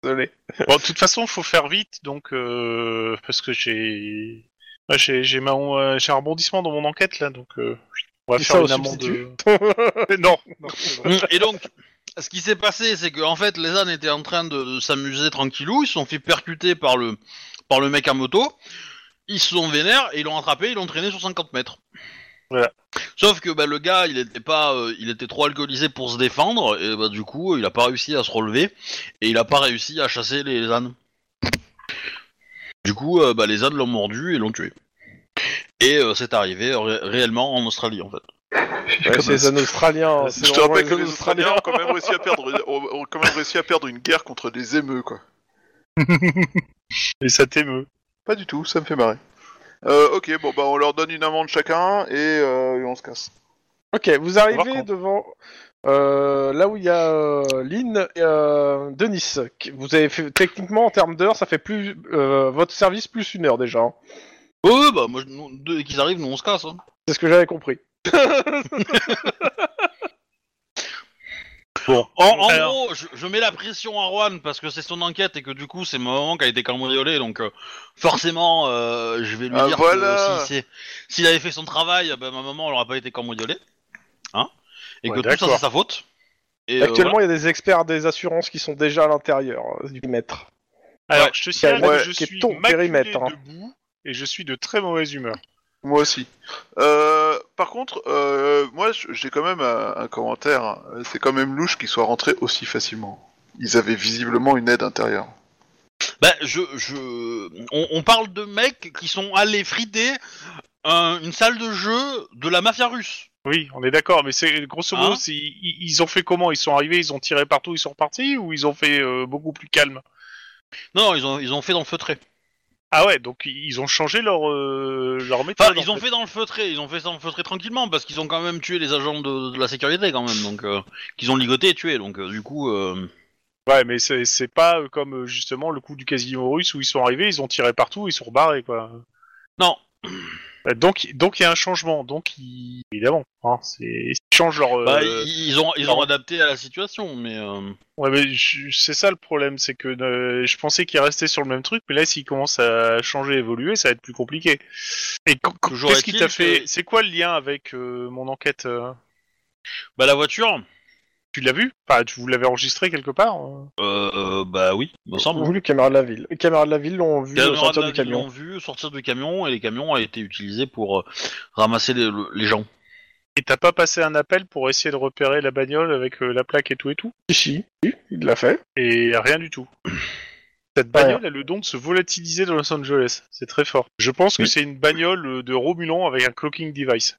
[SPEAKER 2] Désolé.
[SPEAKER 4] Bon, de toute façon, faut faire vite, donc euh, parce que j'ai ouais, j'ai j'ai ma- euh, j'ai un rebondissement dans mon enquête là, donc euh, on va
[SPEAKER 2] Dis ça
[SPEAKER 4] faire
[SPEAKER 2] au
[SPEAKER 4] une amende.
[SPEAKER 2] substitut.
[SPEAKER 4] euh, non, non, c'est vrai.
[SPEAKER 1] Mm, Et donc, ce qui s'est passé, c'est que en fait, les ânes étaient en train de, de s'amuser tranquillou. Ils se sont fait percuter par le, par le mec à moto. Ils se sont vénères et ils l'ont attrapé. Ils l'ont traîné sur 50 mètres.
[SPEAKER 4] Voilà.
[SPEAKER 1] Sauf que bah, le gars, il était pas, euh, il était trop alcoolisé pour se défendre. Et bah, du coup, il a pas réussi à se relever et il a pas réussi à chasser les ânes. Du coup, euh, bah, les ânes l'ont mordu et l'ont tué. Et euh, c'est arrivé ré- réellement en Australie en fait.
[SPEAKER 2] Ouais, c'est un Australien. c'est
[SPEAKER 5] Je te
[SPEAKER 2] vraiment
[SPEAKER 5] rappelle que
[SPEAKER 2] les
[SPEAKER 5] les Australiens ont quand même réussi à perdre, ont ont quand même réussi à perdre une guerre contre des émeux, quoi.
[SPEAKER 4] Et ça t'émeut.
[SPEAKER 5] Pas du tout, ça me fait marrer. Euh, ok, bon bah on leur donne une amende chacun et, euh, et on se casse.
[SPEAKER 2] Ok, vous
[SPEAKER 4] On va
[SPEAKER 2] arrivez
[SPEAKER 4] voir
[SPEAKER 2] devant euh, là où il y a euh, Lynn et euh, Denis. qui- Vous avez fait techniquement en termes d'heures, ça fait plus euh, votre service plus une heure déjà. hein.
[SPEAKER 1] Ouais, ouais, bah, moi, je- nous- dès qu'ils arrivent, nous on se casse. hein.
[SPEAKER 2] C'est ce que j'avais compris. Bon.
[SPEAKER 1] En, en
[SPEAKER 2] Alors-
[SPEAKER 1] gros, je, je mets la pression à Juan parce que c'est son enquête et que du coup, c'est mon moment qui a été cambriolé, donc euh, forcément, euh, je vais lui
[SPEAKER 5] Ah,
[SPEAKER 1] dire
[SPEAKER 5] voilà.
[SPEAKER 1] que si c'est- s'il avait fait son travail, ben, ma maman n'aurait pas été cambriolée. Hein et
[SPEAKER 2] Ouais,
[SPEAKER 1] que tout ça,
[SPEAKER 2] d'accord.
[SPEAKER 1] c'est sa faute. Et, euh,
[SPEAKER 2] Actuellement, il y a des experts des assurances qui sont déjà à l'intérieur euh, du périmètre.
[SPEAKER 4] Alors, je te signale
[SPEAKER 2] Ouais,
[SPEAKER 4] que je
[SPEAKER 2] qui est
[SPEAKER 4] suis
[SPEAKER 2] ton
[SPEAKER 4] maculé
[SPEAKER 2] périmètre, hein.
[SPEAKER 4] de boue et je suis de très mauvaise humeur.
[SPEAKER 5] Moi aussi. Euh, par contre, euh, moi je- j'ai quand même un, un commentaire. hein. C'est quand même louche qu'ils soient rentrés aussi facilement. Ils avaient visiblement une aide intérieure.
[SPEAKER 1] Bah, je, je... On, on parle de mecs qui sont allés frider un- une salle de jeu de la mafia russe.
[SPEAKER 4] Oui, on est d'accord, mais c'est grosso modo,
[SPEAKER 1] Hein
[SPEAKER 4] c'est- ils, ils ont fait comment Ils sont arrivés, ils ont tiré partout, ils sont repartis ou ils ont fait euh, beaucoup plus calme
[SPEAKER 1] Non, ils ont, ils ont fait dans le feutré.
[SPEAKER 4] Ah ouais, donc ils ont changé leur euh, leur méthode.
[SPEAKER 1] Enfin, ils
[SPEAKER 4] en
[SPEAKER 1] ont
[SPEAKER 4] fait.
[SPEAKER 1] fait dans le feutré, ils ont fait ça dans le feutré tranquillement parce qu'ils ont quand même tué les agents de, de la sécurité quand même, donc euh, qu'ils ont ligoté et tué, donc euh, du coup. euh,
[SPEAKER 4] Ouais, mais c'est c'est pas euh, comme euh, justement le coup du casino russe où ils sont arrivés, ils ont tiré partout, ils sont rebarrés quoi.
[SPEAKER 1] Non.
[SPEAKER 4] Euh, Donc donc il y a un changement, donc ils- évidemment, hein, c'est ils changent leur. euh,
[SPEAKER 1] bah, ils, ils ont, ils ont
[SPEAKER 4] non.
[SPEAKER 1] adapté à la situation, mais. euh,
[SPEAKER 4] Ouais, mais je- c'est ça le problème, c'est que euh, je pensais qu'il restait sur le même truc, mais là, s'il commence à changer, évoluer, ça va être plus compliqué. Et qu- qu-
[SPEAKER 1] Toujours
[SPEAKER 4] qu'est-ce qui
[SPEAKER 1] est-il
[SPEAKER 4] t'a fait
[SPEAKER 1] que-
[SPEAKER 4] C'est quoi le lien avec euh, mon enquête euh
[SPEAKER 1] Bah, la voiture,
[SPEAKER 4] Tu l'as vu Enfin, tu vous l'avez enregistré quelque part euh
[SPEAKER 1] euh, euh, bah oui, il me semble.
[SPEAKER 2] Vous, les caméras de la ville. Les caméras de la ville l'ont vu
[SPEAKER 1] Caméras
[SPEAKER 2] euh, sortir
[SPEAKER 1] de la
[SPEAKER 2] du
[SPEAKER 1] ville
[SPEAKER 2] camion.
[SPEAKER 1] l'ont vu sortir du camion et les camions ont été utilisés pour euh, ramasser les, le- les gens.
[SPEAKER 4] Et t'as pas passé un appel pour essayer de repérer la bagnole avec euh, la plaque et tout et tout
[SPEAKER 2] Si, si, il l'a fait.
[SPEAKER 4] Et rien du tout. Cette bagnole a le don de se volatiliser dans Los Angeles. C'est très fort. Je pense que
[SPEAKER 1] Oui.
[SPEAKER 4] c'est une bagnole euh, de Romulan avec un clocking device.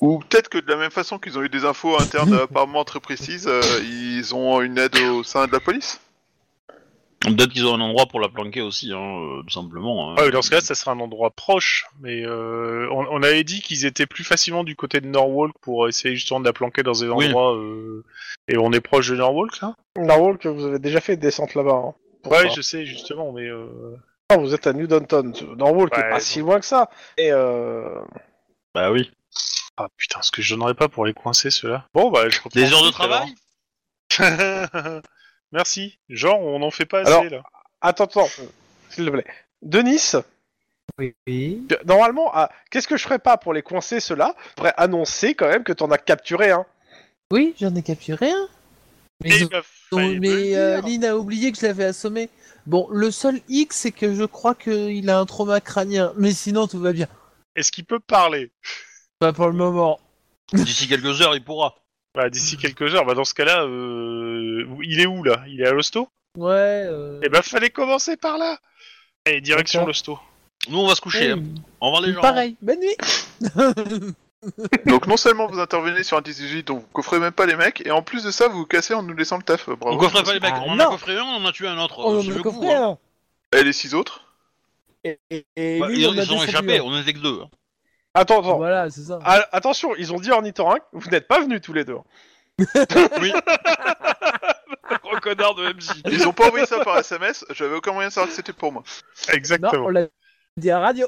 [SPEAKER 5] Ou peut-être que de la même façon qu'ils ont eu des infos internes apparemment très précises, euh, ils ont une aide au sein de la police.
[SPEAKER 1] Peut-être qu'ils ont un endroit pour la planquer aussi, hein, euh, tout simplement. hein.
[SPEAKER 4] Ouais, Ah dans ce cas, ça serait un endroit proche, mais euh, on, on avait dit qu'ils étaient plus facilement du côté de Norwalk pour essayer justement de la planquer dans des
[SPEAKER 1] Oui.
[SPEAKER 4] endroits. euh, et on est proche de Norwalk hein, là
[SPEAKER 2] Narwhal, que vous avez déjà fait descente là-bas. hein, pour
[SPEAKER 4] Ouais,
[SPEAKER 2] ça.
[SPEAKER 4] je sais justement, mais euh,
[SPEAKER 2] Ah, vous êtes à New Downton. Narwhal, qui est
[SPEAKER 4] Ouais,
[SPEAKER 2] pas
[SPEAKER 4] donc-
[SPEAKER 2] si loin que ça. Et euh...
[SPEAKER 1] Bah oui.
[SPEAKER 4] ah putain, ce que je donnerais pas pour les coincer ceux-là. Bon bah, je reprends
[SPEAKER 1] Des heures de
[SPEAKER 4] le truc,
[SPEAKER 1] travail
[SPEAKER 4] alors. Merci. Genre, on en fait pas assez
[SPEAKER 2] Alors-
[SPEAKER 4] là.
[SPEAKER 2] Attends, attends, s'il te plaît. Denis, euh,
[SPEAKER 3] Oui.
[SPEAKER 2] normalement, ah, qu'est-ce que je ferais pas pour les coincer ceux-là Je devrais annoncer quand même que t'en as capturé un.
[SPEAKER 3] Oui, j'en ai capturé un. Mais,
[SPEAKER 4] Eh
[SPEAKER 3] ils ont-
[SPEAKER 4] bah,
[SPEAKER 3] ont-
[SPEAKER 4] fallait me le
[SPEAKER 3] mais
[SPEAKER 4] dire.
[SPEAKER 3] euh, Lynn a oublié que je l'avais assommé. Bon, le seul hic, c'est que je crois qu'il a un trauma crânien. Mais sinon, tout va bien.
[SPEAKER 4] Est-ce qu'il peut parler
[SPEAKER 3] Pas pour le moment.
[SPEAKER 1] D'ici quelques heures, il pourra.
[SPEAKER 4] Bah, d'ici quelques heures. Bah, dans ce cas-là, euh, il est où là Il est à l'hosto
[SPEAKER 3] Ouais. euh,
[SPEAKER 4] Eh bah, fallait commencer par là. Allez, direction
[SPEAKER 2] D'accord.
[SPEAKER 4] l'hosto.
[SPEAKER 1] Nous, on va se coucher.
[SPEAKER 3] ouais,
[SPEAKER 1] hein. Au revoir les gens.
[SPEAKER 3] Pareil, bonne nuit.
[SPEAKER 5] Donc non seulement vous intervenez sur un 18, donc vous coffrez même pas les mecs, et en plus de ça, vous vous cassez en nous laissant le taf. Bravo.
[SPEAKER 1] On coffrait pas les mecs,
[SPEAKER 3] Ah,
[SPEAKER 1] on en a
[SPEAKER 3] non.
[SPEAKER 1] coffré un, on en a tué un autre.
[SPEAKER 3] on
[SPEAKER 1] C'est
[SPEAKER 3] en a
[SPEAKER 1] le coup,
[SPEAKER 3] coffré
[SPEAKER 1] hein.
[SPEAKER 3] un.
[SPEAKER 5] Et les six autres
[SPEAKER 3] Et, et- et
[SPEAKER 1] Bah,
[SPEAKER 3] lui,
[SPEAKER 1] ils
[SPEAKER 3] on a
[SPEAKER 1] ils ont
[SPEAKER 3] descendu
[SPEAKER 1] échappé,
[SPEAKER 3] un.
[SPEAKER 1] on était que deux. hein.
[SPEAKER 2] Attends, attends.
[SPEAKER 3] Voilà, c'est ça.
[SPEAKER 2] Ah, attention, ils ont dit ornithorynque, vous n'êtes pas venus tous les deux. hein.
[SPEAKER 4] Gros connard de MJ.
[SPEAKER 5] Ils ont pas envoyé ça par SMS, j'avais aucun moyen de savoir que c'était pour moi.
[SPEAKER 3] non,
[SPEAKER 4] Exactement.
[SPEAKER 3] on l'a dit à la radio.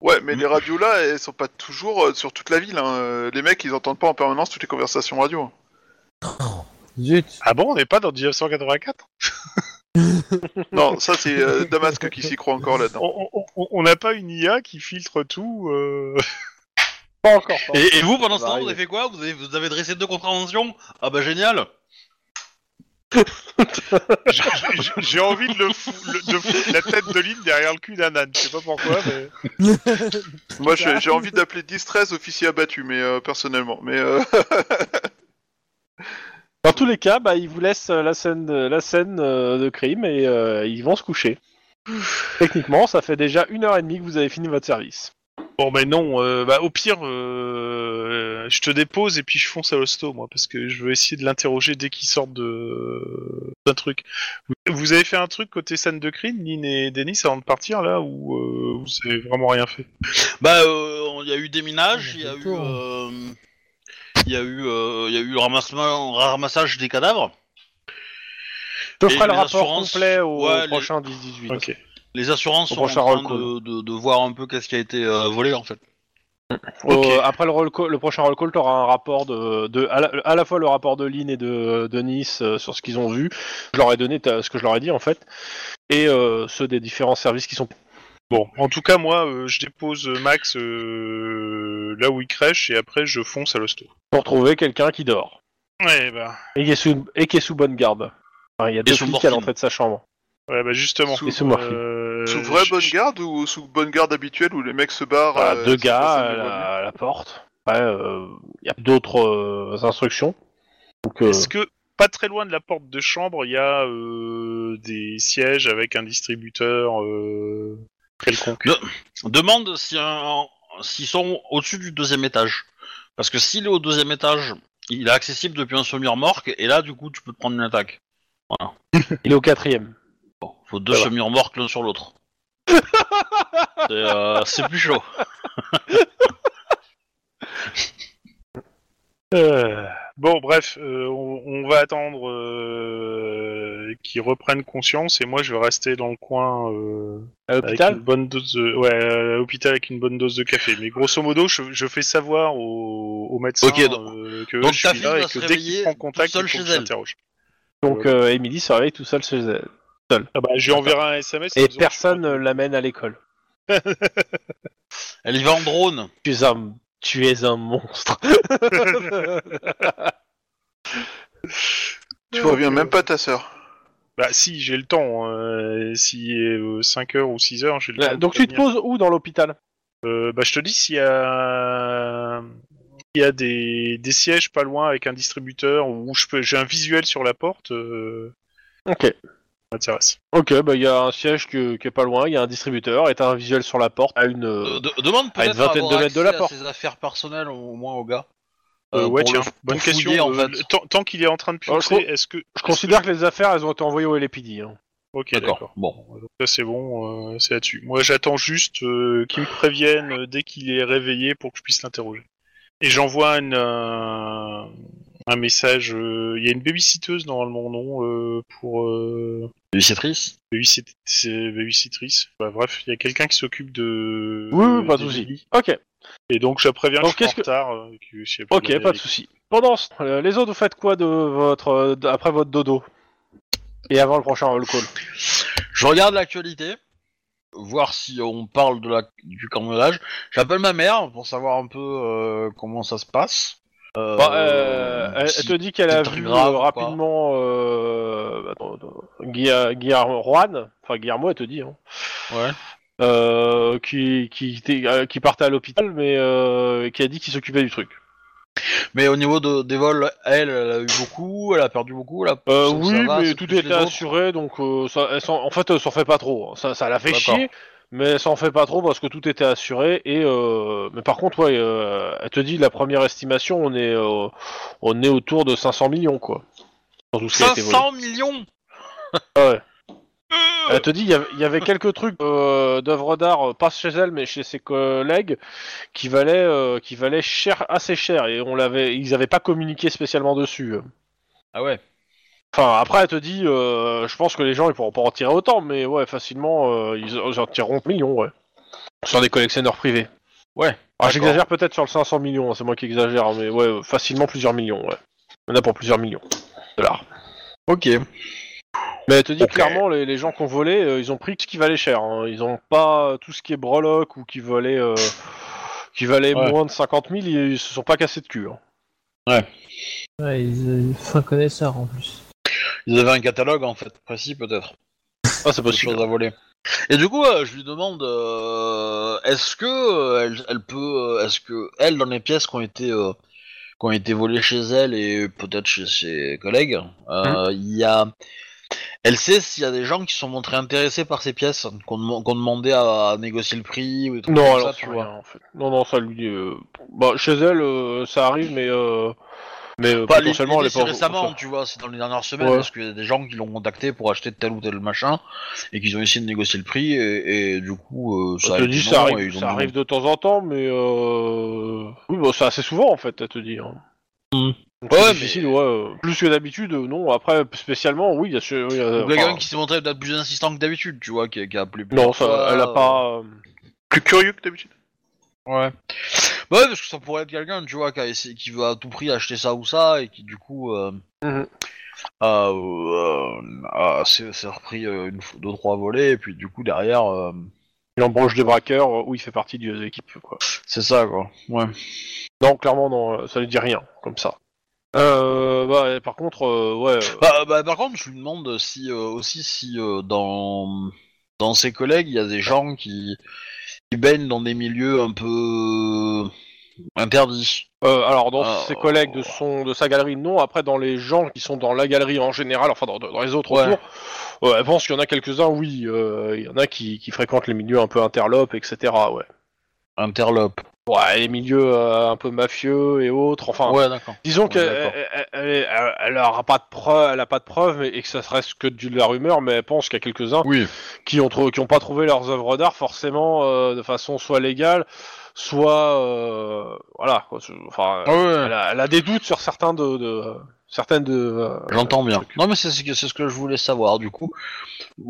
[SPEAKER 5] Ouais, mais
[SPEAKER 1] Mm.
[SPEAKER 5] les radios là, elles sont pas toujours euh, sur toute la ville. hein. Euh, Les mecs, ils entendent pas en permanence toutes les conversations radio. hein.
[SPEAKER 3] Zut.
[SPEAKER 4] Ah bon, on n'est pas dans 1984
[SPEAKER 5] Non, ça c'est euh, Damasque qui s'y croit encore là-dedans.
[SPEAKER 4] On on- on- on n'a pas une IA qui filtre tout euh,
[SPEAKER 2] Pas encore. pas
[SPEAKER 1] Et, et vous, pendant ce
[SPEAKER 2] Ça va
[SPEAKER 1] temps, vous avez
[SPEAKER 2] arriver.
[SPEAKER 1] fait quoi vous avez, vous avez dressé deux contraventions Ah bah génial
[SPEAKER 4] j'ai- j'ai- J'ai envie de, le fou- le- de foutre la tête de l'île derrière le cul d'un âne. Je sais pas pourquoi, mais...
[SPEAKER 5] Moi, j'ai j'ai envie d'appeler 10-13 officier abattu, mais euh, personnellement. Mais euh,
[SPEAKER 2] Dans tous les cas, bah, ils vous laissent euh, la scène, de- la scène euh, de crime et euh, ils vont se coucher. Techniquement, ça fait déjà une heure et demie que vous avez fini votre service.
[SPEAKER 4] Bon, mais non. euh, bah, au pire, euh, je te dépose et puis je fonce à l'hosto, moi, parce que je veux essayer de l'interroger dès qu'il sort de... d'un truc. Vous, vous avez fait un truc côté scène de crime, Lynn et Denis, avant de partir, là, ou euh, vous avez vraiment rien fait
[SPEAKER 1] Bah, euh, on- il y a eu déminage,
[SPEAKER 3] On a
[SPEAKER 1] il y a
[SPEAKER 3] fait le
[SPEAKER 1] eu...
[SPEAKER 3] tour, hein.
[SPEAKER 1] euh, Il y a eu, euh, il y a eu le ramassement- ramassage des cadavres.
[SPEAKER 2] Je
[SPEAKER 1] Et
[SPEAKER 2] ferai le
[SPEAKER 1] les
[SPEAKER 2] rapport
[SPEAKER 1] assurances
[SPEAKER 2] complet au,
[SPEAKER 1] Ouais,
[SPEAKER 2] au
[SPEAKER 1] les-
[SPEAKER 2] prochain 10-18.
[SPEAKER 4] Ok.
[SPEAKER 1] Les assurances
[SPEAKER 2] Au
[SPEAKER 1] sont en
[SPEAKER 2] prochain
[SPEAKER 1] train
[SPEAKER 2] roll call.
[SPEAKER 1] de, de- de voir un peu qu'est-ce qui a été euh, volé en fait.
[SPEAKER 4] Ok.
[SPEAKER 2] Euh, après le, roll call- le prochain roll call, t'auras un rapport de, de à, la, à la fois le rapport de Lynn et de, de Nice euh, sur ce qu'ils ont vu. Je leur ai donné ta- ce que je leur ai dit en fait, et euh, ceux des différents services qui sont.
[SPEAKER 4] Bon, en tout cas, moi, euh, je dépose euh, Max euh, là où il crèche et après je fonce à l'hosto.
[SPEAKER 2] pour trouver quelqu'un qui dort
[SPEAKER 4] Ouais, bah,
[SPEAKER 2] et qui est sous, et qui est sous bonne garde. Enfin, il y a deux
[SPEAKER 1] sous
[SPEAKER 2] flics à
[SPEAKER 1] morphine.
[SPEAKER 2] l'entrée de sa chambre.
[SPEAKER 4] ouais, bah justement.
[SPEAKER 5] Sous- Et
[SPEAKER 2] sous morphine.
[SPEAKER 4] Euh,
[SPEAKER 5] Sous vraie
[SPEAKER 4] je-
[SPEAKER 5] bonne
[SPEAKER 4] je-
[SPEAKER 5] garde ou sous bonne garde habituelle où les mecs se barrent
[SPEAKER 2] Voilà, Bah,
[SPEAKER 5] euh,
[SPEAKER 2] deux
[SPEAKER 5] sans passer
[SPEAKER 2] gars
[SPEAKER 5] une
[SPEAKER 2] à
[SPEAKER 5] bonne nuit
[SPEAKER 2] la, à la porte. Après, euh, il y a d'autres euh, instructions. Donc, euh,
[SPEAKER 4] Est-ce que pas très loin de la porte de chambre, il y a euh, des sièges avec un distributeur euh, quelconque
[SPEAKER 1] Demande si un- s'ils sont au-dessus du deuxième étage. Parce que s'il est au deuxième étage, il est accessible depuis un semi-remorque, et là, du coup, tu peux te prendre une attaque.
[SPEAKER 2] il est au quatrième.
[SPEAKER 1] Bon, faut deux
[SPEAKER 2] Voilà.
[SPEAKER 1] semi-remorques l'un sur l'autre. c'est euh, c'est plus chaud.
[SPEAKER 4] Euh, Bon, bref, euh, on, on va attendre euh, qu'ils reprennent conscience et moi je vais rester dans le coin. euh,
[SPEAKER 2] À
[SPEAKER 4] Avec
[SPEAKER 2] l'hôpital
[SPEAKER 4] une bonne dose de... Ouais, euh, à l'hôpital avec une bonne dose de café. Mais grosso modo, je, je fais savoir au, au médecin
[SPEAKER 1] Ok, donc-
[SPEAKER 4] euh, que
[SPEAKER 1] donc
[SPEAKER 4] je
[SPEAKER 1] ta
[SPEAKER 4] suis
[SPEAKER 1] fille
[SPEAKER 4] là
[SPEAKER 1] va se
[SPEAKER 4] et que dès
[SPEAKER 1] réveiller
[SPEAKER 4] qu'il prend contact,
[SPEAKER 1] toute seule
[SPEAKER 4] il faut que
[SPEAKER 1] chez
[SPEAKER 4] je
[SPEAKER 1] elle.
[SPEAKER 4] l'interroge.
[SPEAKER 2] Donc, euh, Emily se réveille tout seul chez elle.
[SPEAKER 4] Ah bah, je lui enverrai un SMS. en
[SPEAKER 2] Et
[SPEAKER 4] disant-
[SPEAKER 2] personne ne l'amène à l'école.
[SPEAKER 1] Elle y va en drone.
[SPEAKER 2] Tu es un, tu es un monstre.
[SPEAKER 5] Tu reviens même pas à ta sœur.
[SPEAKER 4] Bah si, j'ai le temps. euh, si euh, 5h ou 6h, j'ai le
[SPEAKER 1] Bah,
[SPEAKER 4] temps. de
[SPEAKER 2] Donc, tu te
[SPEAKER 4] prévenir.
[SPEAKER 2] poses où dans l'hôpital
[SPEAKER 4] Euh, Bah je te dis s'il y a... Il y a des, des sièges pas loin avec un distributeur où je peux j'ai un visuel sur la porte. Euh,
[SPEAKER 2] Ok.
[SPEAKER 4] ça m'intéresse.
[SPEAKER 2] Ok, bah il y a un siège que- qui est pas loin, il y a un distributeur et t'as un visuel sur la porte à une. euh,
[SPEAKER 1] Euh, de- demande
[SPEAKER 2] à une
[SPEAKER 1] peut-être à
[SPEAKER 2] vingtaine
[SPEAKER 1] avoir
[SPEAKER 2] de mètres de la
[SPEAKER 1] accès à
[SPEAKER 2] porte.
[SPEAKER 1] ses affaires personnelles, au moins au gars.
[SPEAKER 4] Euh,
[SPEAKER 1] Euh,
[SPEAKER 4] ouais,
[SPEAKER 1] pour
[SPEAKER 4] tiens,
[SPEAKER 1] le- pour
[SPEAKER 4] bonne
[SPEAKER 1] fouiller,
[SPEAKER 4] question.
[SPEAKER 1] en
[SPEAKER 4] euh,
[SPEAKER 1] fait. Oh,
[SPEAKER 4] le- tant tant qu'il est en train de
[SPEAKER 2] Alors, je
[SPEAKER 4] pioncer,
[SPEAKER 2] trouve-
[SPEAKER 4] est-ce que
[SPEAKER 2] Je considère que les affaires, elles ont été envoyées au LPD. Hein.
[SPEAKER 4] Ok, d'accord.
[SPEAKER 1] D'accord. Bon.
[SPEAKER 4] Ça c'est bon, euh, c'est là-dessus. Moi j'attends juste euh, qu'il me prévienne euh, dès qu'il est réveillé pour que je puisse l'interroger. Et j'envoie une, euh, un message. euh, Il y a une babysitteuse normalement, non euh, Pour euh,
[SPEAKER 1] Babysitrice
[SPEAKER 4] babysit- c'est babysitrice. Bah, bref, il y a quelqu'un qui s'occupe de.
[SPEAKER 2] Oui, oui, pas de
[SPEAKER 4] des
[SPEAKER 2] souci.
[SPEAKER 4] bébés.
[SPEAKER 2] Ok,
[SPEAKER 4] Et donc je préviens
[SPEAKER 2] Donc,
[SPEAKER 4] que je
[SPEAKER 2] qu'est-ce
[SPEAKER 4] suis en
[SPEAKER 2] que-
[SPEAKER 4] retard. euh, que s'il y a plus
[SPEAKER 2] ok,
[SPEAKER 4] de-
[SPEAKER 2] pas de souci. Pendant ce- euh, les autres, vous faites quoi de votre euh, d- après votre dodo et avant le prochain roll call
[SPEAKER 1] Je regarde l'actualité, voir si on parle de la, du cambriolage. J'appelle ma mère pour savoir un peu euh, comment ça se passe. Euh,
[SPEAKER 2] Bah, euh, elle,
[SPEAKER 1] si-
[SPEAKER 2] elle te dit qu'elle a
[SPEAKER 1] c'est très
[SPEAKER 2] vu
[SPEAKER 1] grave
[SPEAKER 2] euh,
[SPEAKER 1] ou pas
[SPEAKER 2] rapidement euh, attends, attends, Guilla- Guillermo Juan, enfin Guillermo, elle te dit. Hein.
[SPEAKER 1] Ouais.
[SPEAKER 2] Euh, qui qui, était- euh, qui partait à l'hôpital, mais euh, qui a dit qu'il s'occupait du truc.
[SPEAKER 1] Mais au niveau de, des vols, elle, elle a eu beaucoup, elle a perdu beaucoup. Elle a,
[SPEAKER 2] Euh,
[SPEAKER 1] ça- ça
[SPEAKER 2] oui,
[SPEAKER 1] va,
[SPEAKER 2] mais
[SPEAKER 1] c'est
[SPEAKER 2] tout
[SPEAKER 1] plus
[SPEAKER 2] était
[SPEAKER 1] les autres.
[SPEAKER 2] assuré, donc euh, ça, elle s'en- en fait, elle s'en fait pas trop. hein. Ça, ça la fait
[SPEAKER 1] D'accord.
[SPEAKER 2] chier, mais elle s'en fait pas trop parce que tout était assuré. Et euh, mais par contre, ouais, euh, elle te dit la première estimation, on est euh, on est autour de 500 millions quoi. Dans tout ce qui a été volé.
[SPEAKER 1] 500 millions
[SPEAKER 2] Ah ouais. Elle te dit, il y avait- il y avait quelques trucs euh, d'œuvres d'art, euh, pas chez elle, mais chez ses collègues, qui valaient, euh, qui valaient cher, assez cher, et on l'avait, ils n'avaient pas communiqué spécialement dessus.
[SPEAKER 1] Ah ouais.
[SPEAKER 2] Enfin, après, elle te dit, euh, je pense que les gens, ils pourront pas en tirer autant, mais ouais, facilement, euh, ils, en- ils en tireront millions, ouais. Sur des collectionneurs privés.
[SPEAKER 1] Ouais,
[SPEAKER 2] Ah, j'exagère peut-être sur le 500 millions, hein, c'est moi qui exagère, hein, mais ouais, euh, facilement plusieurs millions, ouais. Il y en a pour plusieurs millions de dollars.
[SPEAKER 1] Ok.
[SPEAKER 2] Mais elle te dit
[SPEAKER 4] Ok.
[SPEAKER 2] clairement, les, les gens qui ont volé, euh, ils ont pris ce qui valait cher. hein. Ils ont pas euh, tout ce qui est breloque ou qui valait, euh, qui valait
[SPEAKER 4] Ouais.
[SPEAKER 2] moins de 50 000, ils, ils se sont pas cassés de cul. hein.
[SPEAKER 3] Ouais, ils, euh, fin connaisseur en plus.
[SPEAKER 1] Ils avaient un catalogue en fait précis peut-être.
[SPEAKER 2] Ah, c'est
[SPEAKER 1] de
[SPEAKER 2] possible.
[SPEAKER 1] choses à voler. Et du coup, euh, je lui demande, euh, est-ce que euh, elle, elle peut, euh, est-ce que elle dans les pièces qui ont été euh, qui ont été volées chez elle et peut-être chez ses collègues,
[SPEAKER 2] Hein
[SPEAKER 1] euh, il y a, elle sait s'il y a des gens qui se sont montrés intéressés par ces pièces, qu'on dem- qu'on demandait à, négocier le prix ou des trucs
[SPEAKER 2] Non,
[SPEAKER 1] comme
[SPEAKER 2] alors
[SPEAKER 1] ça, tu vois.
[SPEAKER 2] en fait. Non, non, ça lui. euh, Bah, chez elle, euh, ça arrive, mais. euh, Mais euh,
[SPEAKER 1] Pas Bah, les-
[SPEAKER 2] potentiellement, elle
[SPEAKER 1] les-
[SPEAKER 2] est pas.
[SPEAKER 1] récemment, tu vois, c'est dans les dernières semaines,
[SPEAKER 2] Ouais.
[SPEAKER 1] parce qu'il y a des gens qui l'ont contacté pour acheter tel ou tel machin, et qu'ils ont essayé de négocier le prix, et, et du coup, euh,
[SPEAKER 2] Je
[SPEAKER 1] ça, a
[SPEAKER 2] te
[SPEAKER 1] été
[SPEAKER 2] dis,
[SPEAKER 1] non,
[SPEAKER 2] ça
[SPEAKER 1] et
[SPEAKER 2] arrive,
[SPEAKER 1] ils ont
[SPEAKER 2] ça
[SPEAKER 1] dit non.
[SPEAKER 2] arrive de temps en temps, mais. euh, Oui, bah, c'est assez souvent, en fait, à te dire.
[SPEAKER 1] Hmm.
[SPEAKER 2] Donc, c'est
[SPEAKER 1] Ouais, mais-
[SPEAKER 2] difficile, ouais. euh, Plus que d'habitude, euh, non. Après, spécialement, oui, il y a. ce- oui, il y a-
[SPEAKER 1] Donc le gars
[SPEAKER 2] enfin,
[SPEAKER 1] qui s'est montré peut-être plus insistant que d'habitude, tu vois, qui, a- qui a appelé.
[SPEAKER 2] Non,
[SPEAKER 1] plusieurs
[SPEAKER 2] ça,
[SPEAKER 1] fois,
[SPEAKER 2] elle a
[SPEAKER 1] euh,
[SPEAKER 2] pas. euh,
[SPEAKER 5] Plus curieux que d'habitude.
[SPEAKER 1] Ouais. Bah ouais, parce que ça pourrait être quelqu'un, tu vois, qui, a essayé- qui veut à tout prix acheter ça ou ça, et qui du coup euh,
[SPEAKER 2] Mhm.
[SPEAKER 1] a, euh, a- s'est s'est repris euh, une, fois- deux trois volets, et puis du coup derrière, euh,
[SPEAKER 2] Il embranche des braqueurs euh, où il fait partie de l'équipe, quoi.
[SPEAKER 1] c'est ça quoi. Ouais.
[SPEAKER 2] Non, clairement, non, euh, ça ne dit rien, comme ça. Euh, bah, et par contre, euh, ouais. euh,
[SPEAKER 1] Bah, bah, par contre, je lui demande si euh, aussi si euh, dans dans ses collègues il y a des gens qui, qui baignent dans des milieux un peu euh, interdits.
[SPEAKER 2] euh, alors, dans
[SPEAKER 1] Ah,
[SPEAKER 2] ses collègues de,
[SPEAKER 1] oh.
[SPEAKER 2] son, de sa galerie, non. Après, dans les gens qui sont dans la galerie en général, enfin, dans, dans les autres
[SPEAKER 1] Ouais.
[SPEAKER 2] autour, euh, elle pense qu'il y en a quelques-uns, oui. euh, Il y en a qui, qui fréquentent les milieux un peu interlopes, etc., ouais.
[SPEAKER 1] Interlope.
[SPEAKER 2] Ouais, les milieux euh, un peu mafieux et autres, enfin...
[SPEAKER 1] ouais, d'accord.
[SPEAKER 2] Disons eh,
[SPEAKER 1] Ouais,
[SPEAKER 2] qu'elle
[SPEAKER 1] d'accord.
[SPEAKER 2] elle, euh, elle- elle- elle- elle aura pas de preuve, elle a pas de preuves mais- et que ça reste que de la rumeur, mais elle pense qu'il y a quelques-uns
[SPEAKER 1] Oui.
[SPEAKER 2] qui ont trou- qui ont pas trouvé leurs œuvres d'art forcément euh, de façon soit légale, soit euh, voilà. quoi, c'est- enfin,
[SPEAKER 1] Ah ouais.
[SPEAKER 2] elle, a, elle a des doutes sur certains de, de- certaines de. euh,
[SPEAKER 1] J'entends bien. Non, mais c'est ce que c'est ce que je voulais savoir. Du coup,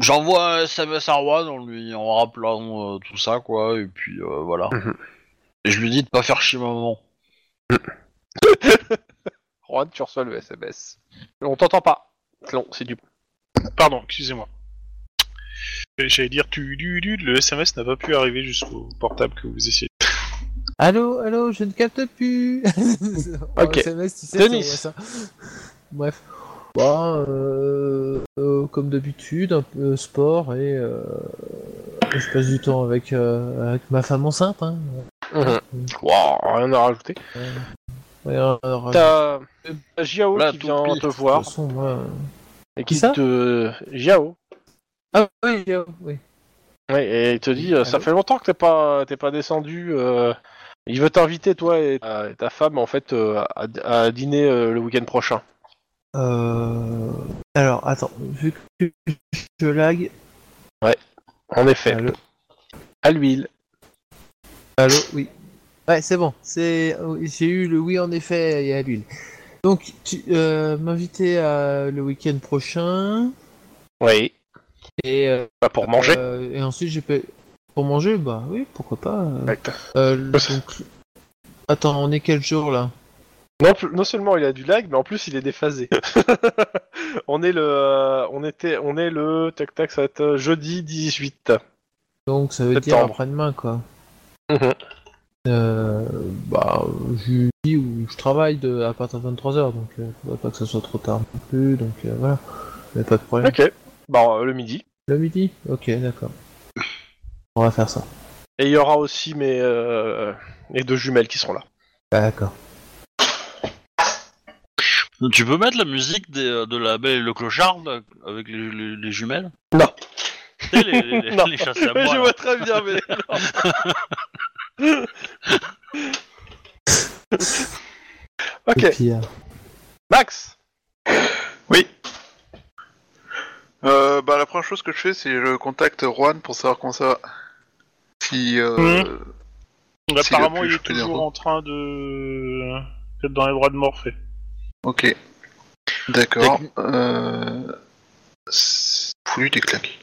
[SPEAKER 1] j'envoie un SMS à Juan en lui en rappelant euh, tout ça, quoi. Et puis euh, voilà. Et je lui dis de pas faire chier maman.
[SPEAKER 2] Juan, tu reçois le SMS. On t'entend pas. C'est long, c'est du.
[SPEAKER 4] Pardon, excusez-moi. Euh, J'allais dire tu du, du, le SMS n'a pas pu arriver jusqu'au portable que vous essayez.
[SPEAKER 3] Allô, allô, je ne capte plus. En
[SPEAKER 2] Ok.
[SPEAKER 3] SMS, tu sais,
[SPEAKER 2] Denis.
[SPEAKER 3] ça envoie ça. Bref. Bah, euh, euh, comme d'habitude, un peu sport et euh, je passe du temps avec, euh, avec ma femme enceinte. Hein.
[SPEAKER 2] Wow, rien à rajouter.
[SPEAKER 3] Ouais, euh, euh,
[SPEAKER 2] T'as t'as Jiao
[SPEAKER 1] Là,
[SPEAKER 2] qui
[SPEAKER 1] tout
[SPEAKER 2] vient
[SPEAKER 1] pire.
[SPEAKER 2] te
[SPEAKER 3] de
[SPEAKER 2] voir
[SPEAKER 3] toute façon, moi, euh,
[SPEAKER 2] et
[SPEAKER 3] Qui
[SPEAKER 2] qui
[SPEAKER 3] ça
[SPEAKER 2] te Jiao.
[SPEAKER 3] Ah oui, euh, oui.
[SPEAKER 2] Ouais, et il te dit, euh, ça
[SPEAKER 3] Allô
[SPEAKER 2] fait longtemps que t'es pas, t'es pas descendu. euh, il veut t'inviter, toi et, ta- et ta femme, en fait, euh, à, à dîner euh, le week-end prochain.
[SPEAKER 3] Euh, Alors, attends, vu que je lag.
[SPEAKER 2] En effet,
[SPEAKER 3] Allô,
[SPEAKER 2] à l'huile.
[SPEAKER 3] allô, oui. Ouais, c'est bon. C'est, j'ai eu le oui en effet et à l'huile. Donc, tu euh, m'inviter à le week-end prochain
[SPEAKER 2] Oui.
[SPEAKER 3] et euh,
[SPEAKER 2] Pas pour manger.
[SPEAKER 3] euh, et ensuite j'ai payé pour manger. Bah oui, pourquoi pas. euh.
[SPEAKER 2] Exact.
[SPEAKER 3] Euh, donc- Attends, on est quel jour là
[SPEAKER 2] Non, plus- non seulement il a du lag, mais en plus il est déphasé. on est le, euh, on était, on est le, tac tac, ça va être euh, jeudi 18.
[SPEAKER 3] Donc ça veut dire
[SPEAKER 2] Septembre.
[SPEAKER 3] après-demain quoi.
[SPEAKER 2] Mhm.
[SPEAKER 3] Euh, bah, jeudi où je travaille de, à partir de 23h, donc euh, faudrait pas que ça soit trop tard non plus, donc euh, voilà. Mais pas de problème.
[SPEAKER 2] ok. Bon, euh, le midi.
[SPEAKER 3] Le midi Ok, d'accord. On va faire ça.
[SPEAKER 2] Et il y aura aussi mes, euh, mes deux jumelles qui seront là.
[SPEAKER 3] Bah, D'accord.
[SPEAKER 1] Tu peux mettre la musique des, euh, de la Belle et le Clochard là, avec les, les- les jumelles
[SPEAKER 2] Non.
[SPEAKER 1] Tu sais, les, les, les-
[SPEAKER 2] Non.
[SPEAKER 1] les chasses à
[SPEAKER 2] Mais
[SPEAKER 1] bois,
[SPEAKER 2] je
[SPEAKER 1] là.
[SPEAKER 2] vois très bien, mais. non.
[SPEAKER 3] Et
[SPEAKER 2] ok,
[SPEAKER 3] puis, euh,
[SPEAKER 2] Max
[SPEAKER 5] Euh, bah, la première chose que je fais, c'est je contacte Juan pour savoir comment ça va. Si. euh,
[SPEAKER 4] Mhm.
[SPEAKER 5] S'il a
[SPEAKER 4] Apparemment,
[SPEAKER 5] pu,
[SPEAKER 4] il
[SPEAKER 5] je
[SPEAKER 4] est
[SPEAKER 5] peux dire
[SPEAKER 4] toujours
[SPEAKER 5] quoi.
[SPEAKER 4] en train de d'être dans les droits de Morphée.
[SPEAKER 5] Ok. D'accord.
[SPEAKER 1] Techni-
[SPEAKER 5] Euh... c'est- Foutu des claques.